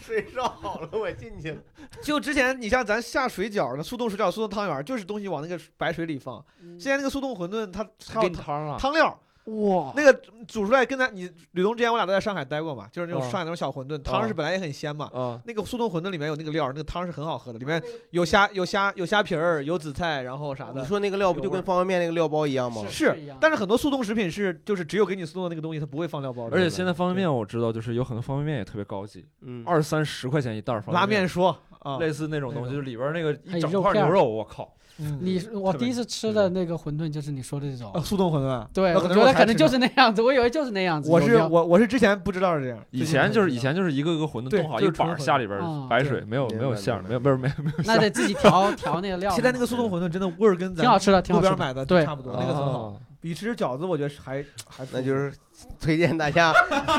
水烧好了，我进去了。我就之前你像咱下水饺呢，速冻水饺、速冻汤圆儿，就是东西往那个白水里放。现在那个速冻馄饨，它它有汤了，啊汤料，哇，那个煮出来跟咱你吕东之前我俩都在上海待过嘛，就是那种啊上海那种小馄饨，汤是本来也很鲜嘛。啊，那个速冻馄饨里面有那个料，那个汤是很好喝的，里面有虾、有虾、有虾皮儿、有紫菜，然后啥你的。说那个料不就跟方便面那个料包一样吗？是一是样，但是很多速冻食品是就是只有给你速冻的那个东西，它不会放料包的。而且现在方便面我知道，就是有很多方便面也特别高级，嗯，二三十块钱一袋儿方拉便面说啊，类似那种东西，那就种是里边那个还一有整肉块片牛儿肉，我靠，嗯你我特第别一次吃的那个馄饨就是你说的这种啊，速冻馄饨，对，那我可能觉是我得才可能吃就是那样子，我以为就是那样子。我有是料我我是之前不知道是这样，以前就是以前就是一个个馄饨对冻好就一是纯板儿，馄饨下里边啊儿白对水，没有明没有白馅儿，明没有没有没有没有那得自己调调那个料嘛。现在那个速冻馄饨真的味儿跟咱挺好吃的，挺路好吃边的。买的对差不多，啊那个很好，啊比吃饺子我觉得还还那就是推荐大家，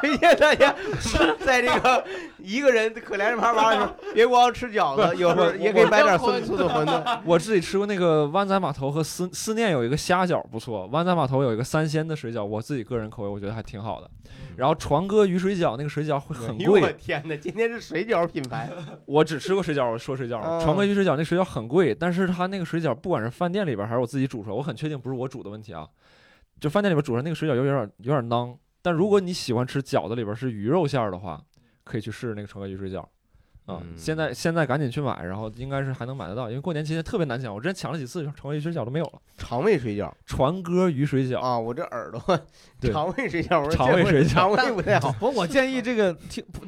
推荐大家 在这个一个人可怜巴巴的时候，别光吃饺子，有时候也可以买点速速冻馄饨。 我自己吃过那个湾仔码头和思思念有一个虾饺不错，湾仔码头有一个三鲜的水饺，我自己个人口味我觉得还挺好的。然后船哥鱼水饺那个水饺会很哎呦我贵， 天哪，今天是水饺品牌，我只吃过水饺，我说水饺啊了。船哥鱼水饺那水饺很贵，但是它那个水饺不管是饭店里边还是我自己煮出来，我很确定不是我煮的问题啊，就饭店里边煮出来那个水饺有点有点囊。但如果你喜欢吃饺子里边是鱼肉馅儿的话，可以去试试那个船哥鱼水饺。啊、嗯现在现在赶紧去买，然后应该是还能买得到，因为过年期间特别难抢，我之前抢了几次，船哥鱼水饺都没有了。 肠胃水饺船哥鱼水饺，啊！我这耳朵，对肠胃水饺，我说肠胃这水饺肠胃不太好。哦不，我建议这个听不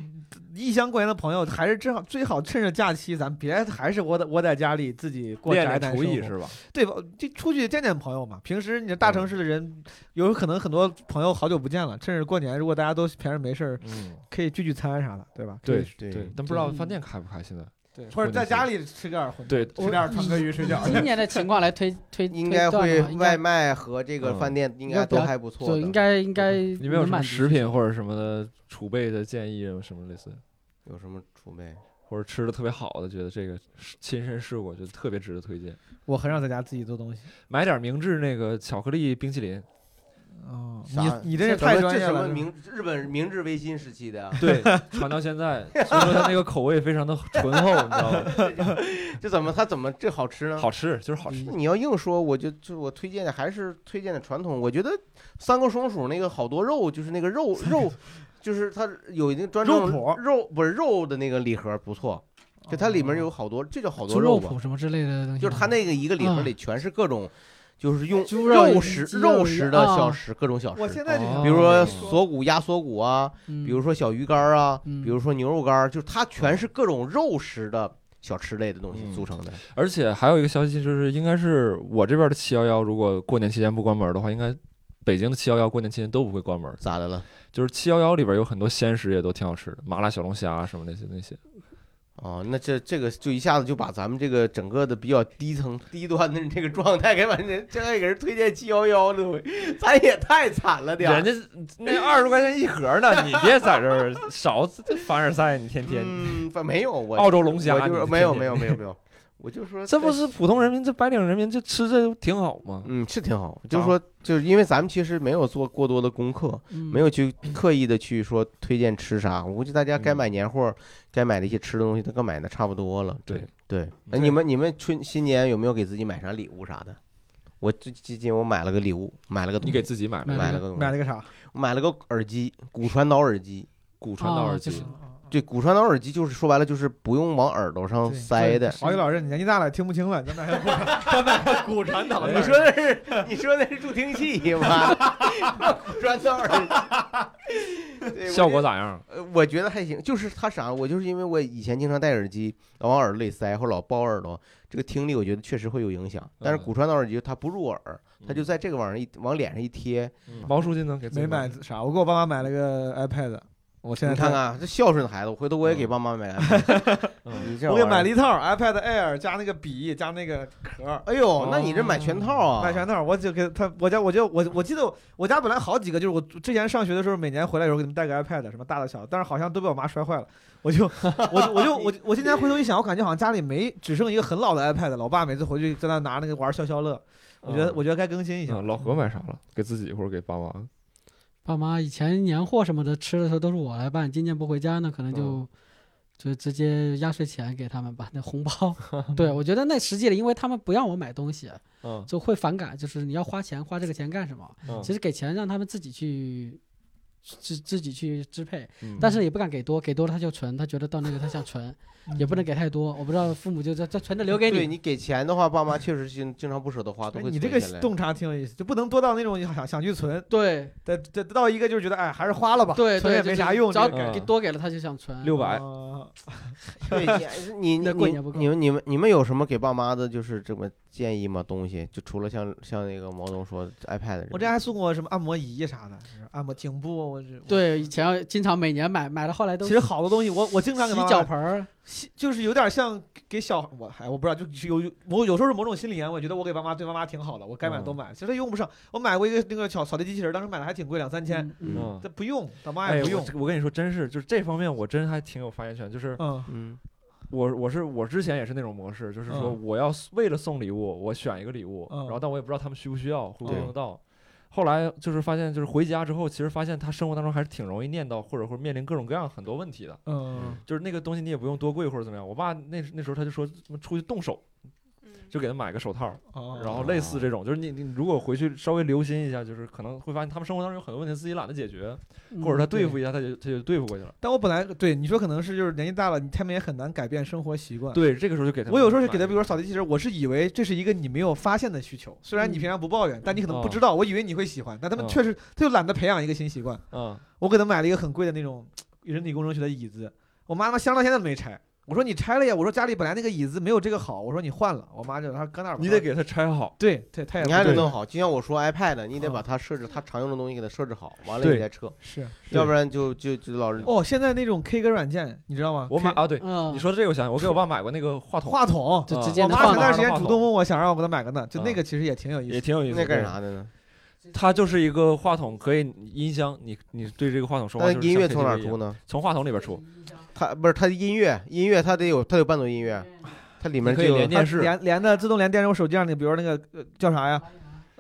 异乡过年的朋友，还是正好最好趁着假期，咱别还是窝在窝在家里自己过宅练男练厨艺生活是吧？对吧？就出去见见朋友嘛。平时你这大城市的人，有可能很多朋友好久不见了，趁着过年，如果大家都平时没事儿，嗯，可以聚聚餐啥的，对吧？对对对，但不知道饭店开不开现在。对，或者在家里吃点儿馄饨，对，吃点儿川哥鱼水饺。 今年的情况来推推，应推该断会嘛应外该卖和这个嗯饭店应应该该都比较还不错就的，应该应该你们有能什么满足食需品求或者什么的储备的建议啊什么类似，有什么储备？或者吃的特别好的，觉得这个是亲身试过，觉得特别值得推荐。我很少在家自己做东西。买点明治那个巧克力冰淇淋，哦，啥你你这是什太么专这业什么了。明日本明治维新时期的啊，对， 传到现在，所以说它那个口味非常的醇 厚，你知道吗？ 这怎么它怎么这好吃呢？好吃就是好嗯吃。你要硬说，我就就我推荐的还是推荐的传统。我觉得三个双鼠那个好多肉，就是那个肉肉，就是它有一定专肉门脯肉不是肉的那个礼盒不错，就它里面有好多，这叫好哦猪多肉吧脯，什么之类的东西吗，嗯就是它那个一个礼盒里全是各种，就是用猪肉以及食鸡肉肉一食样的啊小食，各种小我食现。在就想，哦比如说哦锁骨鸭锁骨啊，嗯，比如说小鱼干儿啊，嗯比如说牛肉干儿，就是它全是各种肉食的小吃类的东西嗯组成的。而且还有一个消息就是，应该是我这边的七幺幺，如果过年期间不关门的话，应该北京的七幺幺过年期间都不会关门。咋的了？就是七幺幺里边有很多鲜食也都挺好吃的，麻辣小龙虾啊什么那些那些。哦，那这这个就一下子就把咱们这个整个的比较低层低端的这个状态给完人，这还给人推荐七幺幺了，咱也太惨了点儿。人家那二十多块钱一盒呢，你别在这儿少凡尔赛，你天天、嗯，反没有我澳洲龙虾，我就是你没有天天没有没有没有，我就说这不是普通人民，这白领人民这吃这挺好吗？嗯是挺好，啊就是说就是因为咱们其实没有做过多的功课，没没有去刻意的去说推荐吃啥，我估计大家该嗯买年货儿，该买的一些吃的东西，都该买的差不多了。对对，哎对你们你们春新年有没有给自己买啥礼物啥的？我最最近我买了个礼物，买了个东你西，给自己买了买买了了个个东西买了个啥？买了个耳机，骨传导耳机。骨传哦导耳就机，是对，骨传导耳机就是说白了就是不用往耳朵上对塞的。郝宇老师，你年纪大了，听不清 了，咱买个骨，咱买个骨传哎导的。你说的是你说的是助听器吗？ 骨传导耳机，对效果？我觉得咋样？呃我觉得还行，就是它啥，我就是因为我以前经常戴耳机，老往耳朵里塞或者老包耳朵，这个听力我觉得确实会有影响。但是嗯骨传导耳机它不入耳，它嗯就在这个往上一往脸上一贴，毛书记呢？给自己没买啥，我给我爸妈买了个 iPad，我现在你看看这孝顺的孩子，回头我也给嗯爸妈买嗯个 iPad。你这我玩意给儿买了一套 iPad Air 加那个笔加那个壳，哎呦，那你这买全套啊？买全套。我就给他，我家我就我我记得我家本来好几个，就是我之前上学的时候，每年回来有时候给他们带个 iPad，什么大的小的，但是好像都被我妈摔坏了。我就我就我就我我今天回头一想，我感觉好像家里没只剩一个很老的 iPad，老爸每次回去在那拿那个玩消消乐，我哦觉得我觉得该更新一下。嗯老何买啥了？给自己或者给爸妈？嗯爸妈以前年货什么的吃的时候都是我来办，今年不回家呢，可能就就直接压岁钱给他们吧，那 红包。对我觉得那实际的，因为他们不让我买东西，嗯就会反感，就是你要花钱，花这个钱干什么？嗯其实给钱让他们自己去。自自己去支配，嗯但是也不敢给多，给多了他就存，他觉得到那个他想存，嗯也不能给太多。我不知道父母就这这存着留给对你，你给钱的话，爸妈确实经经常不舍得啊花，都哎会你这存个下来洞察挺有意思，就不能多到那种想想去存，对再再到一个就是觉得哎还是花了吧，对存对，也就没是啥用，只要这个感给觉多给了他就想存。六百，哦对你你那你过年不够你们你们你们有什么给爸妈的，就是这么建议吗？东西就除了像像那个毛东说的 iPad，我这还送过什么按摩仪啥的，按摩颈部，我这对，以前要经常每年买，买了后来都其实好多东西我我经常给洗妈妈脚买盆儿，心就是有点像给小我，哎，我不知道，就是有有某有时候是某种心理安慰，觉得我给爸妈对妈妈挺好的，我该买都买，其实它用不上。我买过一个那个扫扫地机器人，当时买的还挺贵，两三千，嗯嗯，嗯这不用，爸妈哎也不我用。我跟你说，真是就是这方面我真还挺有发言权，就是嗯，嗯我我是我之前也是那种模式，就是说嗯我要为了送礼物，我选一个礼物，嗯然后但我也不知道他们需不需要，会不会对用得到。后来就是发现，就是回家之后，其实发现他生活当中还是挺容易念叨，或者会面临各种各样很多问题的。嗯，就是那个东西你也不用多贵或者怎么样。我爸那那时候他就说什么出去动手，嗯就给他买个手套，哦然后类似这种，就是你你如果回去稍微留心一下，就是可能会发现他们生活当中有很多问题自己懒得解决，嗯或者他对付一下他就他就对付过去了。但我本来对你说可能是就是年纪大了，你他们也很难改变生活习惯。对，这个时候就给他。嗯我有时候是给他，比如说扫地机器人，我是以为这是一个你没有发现的需求，虽然你嗯平常不抱怨，但你可能哦不知道，我以为你会喜欢，但他们嗯确实他就懒得培养一个新习惯。嗯，我给他买了一个很贵的那种人体工程学的椅子，我妈妈相到现在都没拆。我说你拆了呀，我说家里本来那个椅子没有这个好，我说你换了，我妈就她搁那儿吧。你得给他拆好。对对，她也你还得对弄好，就像我说 iPad，你得嗯把它设置它常用的东西给它设置好，完了对你再撤，是要不然就就就老人哦，现在那种 K 歌软件你知道吗？我买 K- 啊，对，嗯，你说这个我想起，我给我爸买过那个话筒，话筒，就啊直接我能妈前放段到时间主动问我想让我给她买个呢，就那个其实也挺有意也思。挺有意思。那干？啥的呢？它就是一个话筒，可以音箱，你你对这个话筒说话那就是音乐像从哪儿 KTV 一出样？呢？从话筒里边出，它不是它的音乐，音乐它得有它有伴奏音乐，它里面你可就以有连电它视。连连的自动连电视我手机上那，比如那个呃叫啥呀？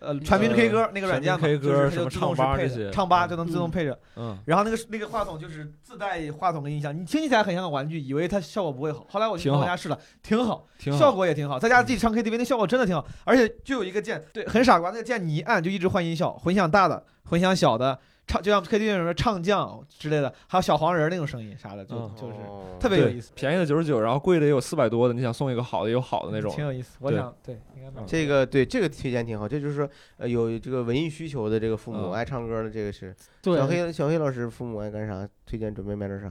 呃，全民呃 K 歌那个软全件嘛，民 K 就是歌它什就么自动唱是吧这配的些唱吧就能自动嗯配着。嗯，然后那个那个话筒就是自带话筒跟音响，你听起来很像个玩具，以为它效果不会好。后来我去挺朋友好家试了，挺好，挺好。嗯效果也挺好，在家自己唱 KTV 那效果真的挺好，而且就有一个键，对，很傻瓜，那个键你一按就一直换音效，混响大的，混响小的，唱就像 KTV 什么唱将之类的，还有小黄人儿那种声音啥的，就、嗯就是哦特别有意思，便宜的九十九，然后贵的也有四百多的，你想送一个好的也有好的哦那种。挺有意思。我对嗯想对，应该买。这个对这个推荐挺好，这就是呃有这个文艺需求的这个父母嗯爱唱歌的这个是小对，黑小黑老师父母爱干啥？推荐准备买点啥？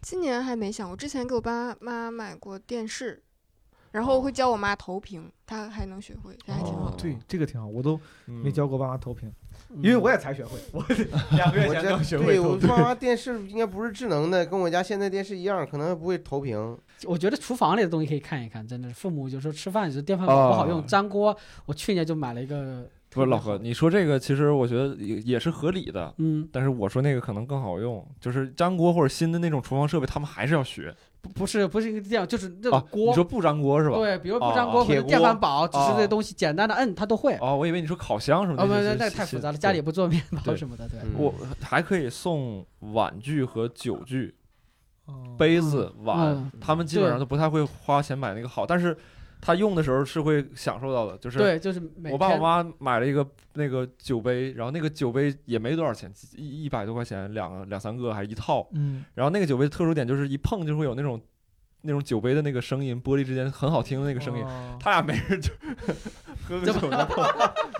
今年还没想，我之前给我爸妈买过电视，然后哦会教我妈投屏，她还能学会，这还挺好哦的。对，这个挺好，我都嗯没教过爸妈投屏，嗯因为我也才学 会，我两个月我前这刚学会对投我屏。爸妈电视应该不是智能的，跟我家现在电视一样，可能还不会投屏。我觉得厨房里的东西可以看一看，真的是父母有时候吃饭有时候电饭煲不好用，哦粘锅，我去年就买了一个。不是老何，，你说这个其实我觉得也也是合理的，嗯，但是我说那个可能更好用，就是粘锅或者新的那种厨房设备，他们还是要学不不是不是这样，就是那啊种。你锅，说不粘锅是吧？对，比如不哦粘锅哦或者铁锅电饭煲，只是哦这东西简单的摁他都会。哦，我以为你说烤箱什么的。哦，不，是那太复杂了，家里。是也是不做面包对什么的，对。嗯我还可以送碗具和酒具、哦杯子、嗯碗，他们基本上对都不太会花钱买那个好，但是他用的时候是会享受到的，就是。对，就是每我爸我天妈买了一个那个酒杯，然后那个酒杯也没多少钱，几一一百多块钱，两个两三个还是一套。 嗯，然后那个酒杯特殊点就是一碰就会有那种那种酒杯的那个声音，玻璃之间很好听的那这个声哦音。音他俩没事就 喝个酒就碰，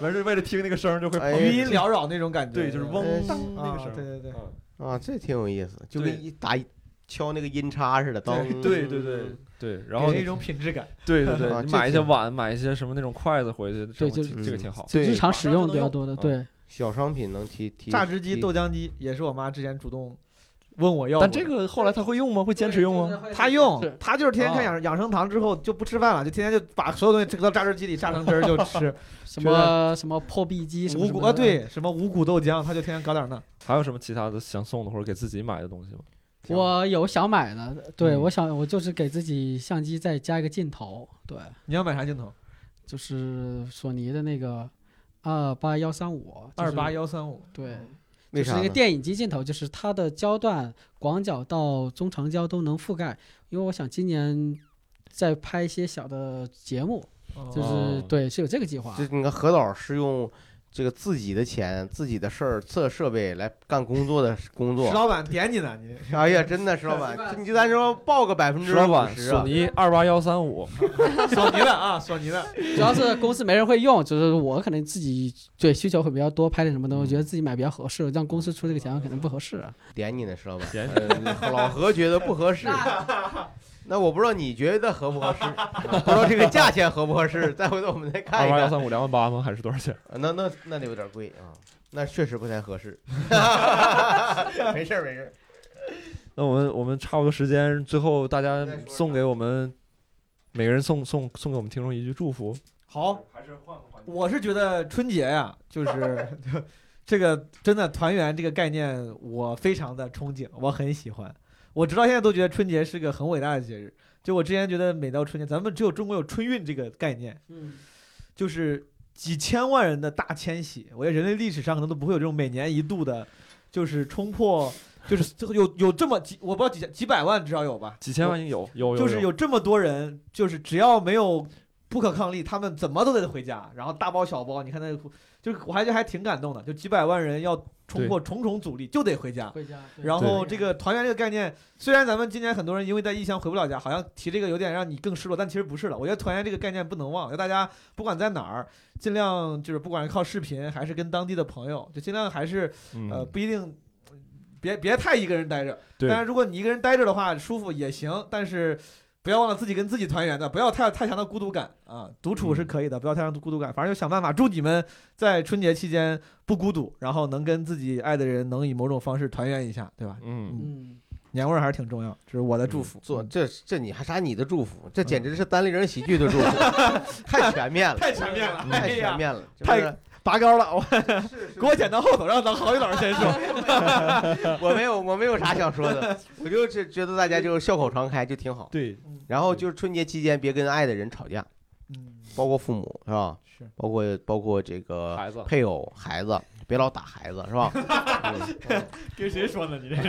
完事为了听那个声儿就会碰。哎余音缭绕那种感觉，对，就是嗡哎当那啊个声对儿。对对。嗯啊，这挺有意思，就对跟一打一敲那个音叉似的，当 对对嗯对对，然给后人一种品质感，对对啊对，你这买一些挺碗，买一些什么那种筷子回去，这对种就这个挺好。就日对常使用比较多的，马上就对，嗯小商品能提提榨汁机、提豆浆机也是我妈之前主动问我要过但的。这个后来他会用吗？会坚持用吗？她用是，她就是天天看啊养养生堂之后就不吃饭了，就天天就把所有东西搁到榨汁机里榨成汁儿就 吃。什觉么什么破壁机什么五什谷么呃啊，的，对，什么五谷豆浆，她就天天搞点儿那。还有什么其他的想送的或者给自己买的东西吗？我有想买的，对嗯我想我就是给自己相机再加一个镜头，对，你要买啥镜头？就是索尼的那个二八幺三五，二八幺三五。对，为就是啥那个呢电影级镜头，就是它的焦段广角到中长焦都能覆盖。因为我想今年再拍一些小的节目，就是、哦对是有这个计划这。你看何导是用这个自己的钱、自己的事儿、测设备来干工 作的工石作。老板点你呢，你哎呀，真的石老板，你就咱说报个百分之石老板，五十索啊！尼二八幺三五，索尼的啊，索尼的，主要是公司没人会用，就是我可能自己对需求会比较多，拍点什么东西，我觉得自己买比较合适，让公司出这个钱可能不合适。啊点你呢，石老板。点呃老何觉得不合适，那我不知道你觉得合不合适，啊不知道这个价钱合不合适，再回头我们再 看二一八幺看。三五两万八吗？还是多少钱？啊那那那得有点贵啊，那确实不太合适。 没事儿没事儿，那我们我们差不多时间，最后大家送给我们每个人送送送给我们听众一句祝福。好，我是觉得春节呀、就是这个真的团圆这个概念，我非常的憧憬，我很喜欢。我直到现在都觉得春节是个很伟大的节日。就我之前觉得，每到春节，咱们只有中国有春运这个概念，嗯，就是几千万人的大迁徙，我觉得人类历史上可能都不会有这种每年一度的，就是冲破，就是有有这么几，我不知道几几百万至少有吧，几千万应有有有，就是有这么多人，就是只要没有不可抗力，他们怎么都得回家，然后大包小包，你看那个，就是我还觉得还挺感动的，就几百万人要冲过重重阻力就得回家。回家。对然后这个团圆这个概念，虽然咱们今年很多人因为在异乡回不了家，好像提这个有点让你更失落，但其实不是的。我觉得团圆这个概念不能忘，就大家不管在哪儿，尽量就是不管是靠视频还是跟当地的朋友，就尽量还是嗯呃，不一定，别别太一个人待着。对但是如果你一个人待着的话，舒服也行，但是不要忘了自己跟自己团圆的，不要太太强的孤独感啊。独处是可以的，不要太强的孤独感，反正就想办法。祝你们在春节期间不孤独，然后能跟自己爱的人能以某种方式团圆一下，对吧？嗯，嗯，年味儿还是挺重要，这是我的祝福。做嗯这这你还啥你的祝福？这简直是单立人喜剧的祝福， 太全面了，太全面了，太 哎嗯全呀，面了，太是拔高了，我不是给我剪到后头，让咱郝宇老师先说。我没有，我没有啥想说的，我就是觉得大家就是笑口常开就挺好。对，然后就是春节期间别跟爱的人吵架，嗯，包括父母是吧？是，包括包括这个孩子，配偶、孩子，别老打孩子是 吧？嗯跟谁说呢？你这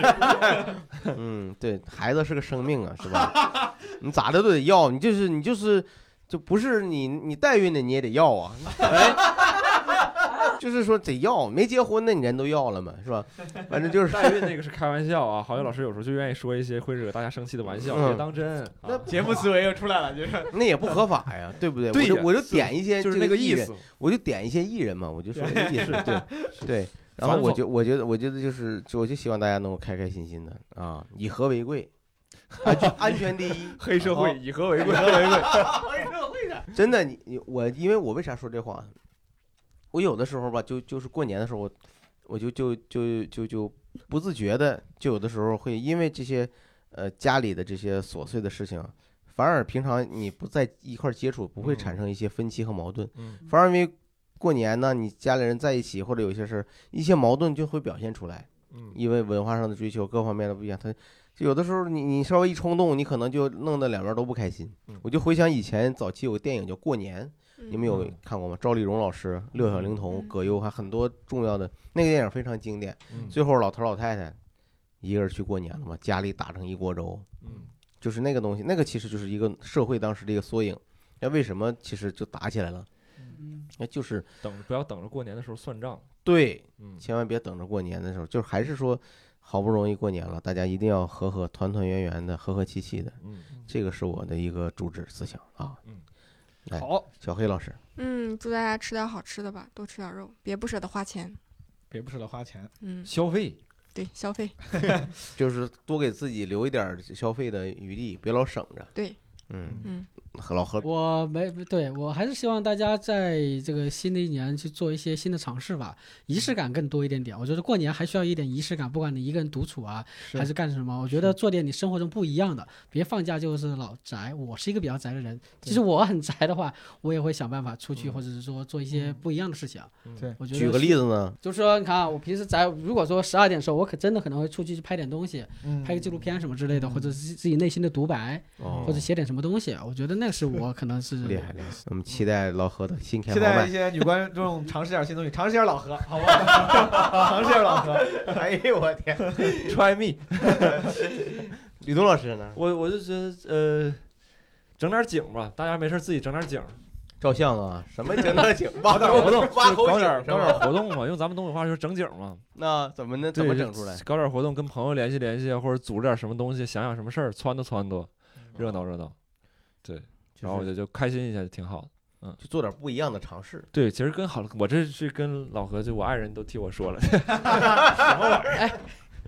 嗯，对，孩子是个生命啊，是吧？你咋的都得要，你就是你就是，就不是你你代孕的你也得要啊，哎， 就是说得要，没结婚的你人都要了嘛，是吧？反正就是代孕那个是开玩笑啊，郝宇老师有时候就愿意说一些会惹大家生气的玩笑，嗯别当真。那啊节目思维又出来了，就是。那也不合法呀，对不对？对我呀就我就点一些就是这那个艺意人，思，我就点一些艺人嘛，我就说艺 人对对。然后反我讽就我觉得我觉得就是就我就希望大家能够开开心心的啊，以和 为贵，安全安全第一。黑社好会以和为贵。真的，你你我，因为我为啥说这话？我有的时候吧，就就是过年的时候，我我就就就就就不自觉的，就有的时候会因为这些呃家里的这些琐碎的事情，反而平常你不在一块儿接触，不会产生一些分歧和矛盾，嗯反而因为过年呢，你家里人在一起，或者有些事儿，一些矛盾就会表现出来。嗯因为文化上的追求，各方面的不一样，他就有的时候你你稍微一冲动，你可能就弄得两边都不开心嗯。我就回想以前早期有个电影叫《过年》，你们有嗯看过吗？赵丽蓉老师、六小龄童、嗯葛优，还啊很多重要的那个电影非常经典。嗯最后老头老太太一个人去过年了嘛，家里打成一锅粥，嗯就是那个东西，那个其实就是一个社会当时的一个缩影。那为什么其实就打起来了？嗯那就是等着不要等着过年的时候算账。对嗯千万别等着过年的时候，就是还是说，好不容易过年了，大家一定要和和团团圆圆的，和和气气的，嗯，这个是我的一个主旨思想啊。嗯，来，好，小黑老师，嗯，祝大家吃点好吃的吧，多吃点肉，别不舍得花钱。别不舍得花钱。嗯，消费对，消费。就是多给自己留一点儿消费的余地，别老省着。对，嗯，嗯，和老 何，我没对我还是希望大家在这个新的一年去做一些新的尝试吧，嗯仪式感更多一点点。我觉得过年还需要一点仪式感，不管你一个人独处啊，还是干什么，我觉得做点你生活中不一样的，别放假就是老宅。我是一个比较宅的人，其实我很宅的话，我也会想办法出去，嗯或者是说做一些不一样的事情。啊对我觉嗯得举个例子呢？就是说，你看啊，我平时宅，如果说十二点的时候，我可真的可能会出去去拍点东西，嗯拍个纪录片什么之类的，嗯或者是自己内心的独白，哦或者，写点什么东西。我觉得那是我 可能是厉害厉害！我们期待老何的新开期放待麦一。些女观众尝试点新东西，尝试点老何，好不 好？尝试点老何，哎呦我天！ ，try me。吕东老师呢？我我就觉得呃，整点景吧，大家没事自己整点景，照相啊，什么景 那景，挖点活动，挖搞点口井是搞吧？点活动嘛，用咱们东北话就是整景嘛，那怎么能对怎么整出来？？搞点活动，跟朋友联系联系，或者组织点什么东西，想想什么事儿，撺掇撺掇，热闹热闹，嗯就然后我是就就开心一下就挺好的。就做点不一样的尝试。对，其实跟好了，我这是跟老何就我爱人都替我说了，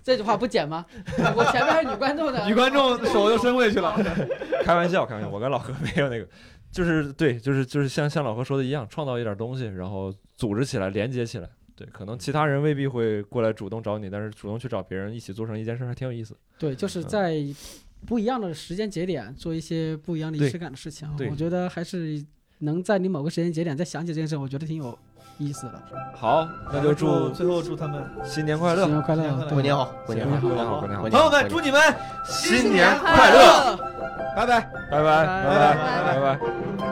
这句话不 剪吗？我前面还是女观众呢，女观众手又伸回去了。开玩笑，开玩笑，我跟老何没有那个，就是对，就是就是像像老何说的一样，创造一点东西，然后组织起来，连接起来。对，可能其他人未必会过来主动找你，但是主动去找别人一起做成一件事，还挺有意思。对，就是在不一样的时间节点做一些不一样的仪对式感的事情，对我觉得还是能在你某个时间节点再想起这件事，我觉得挺有意思的。好，那就祝最后祝他们新年快新乐，年快新年快乐，乐对过年好，过年好，过年好过年好过朋友过们，祝你们新年快快乐，拜拜。拜拜，拜拜，拜拜拜。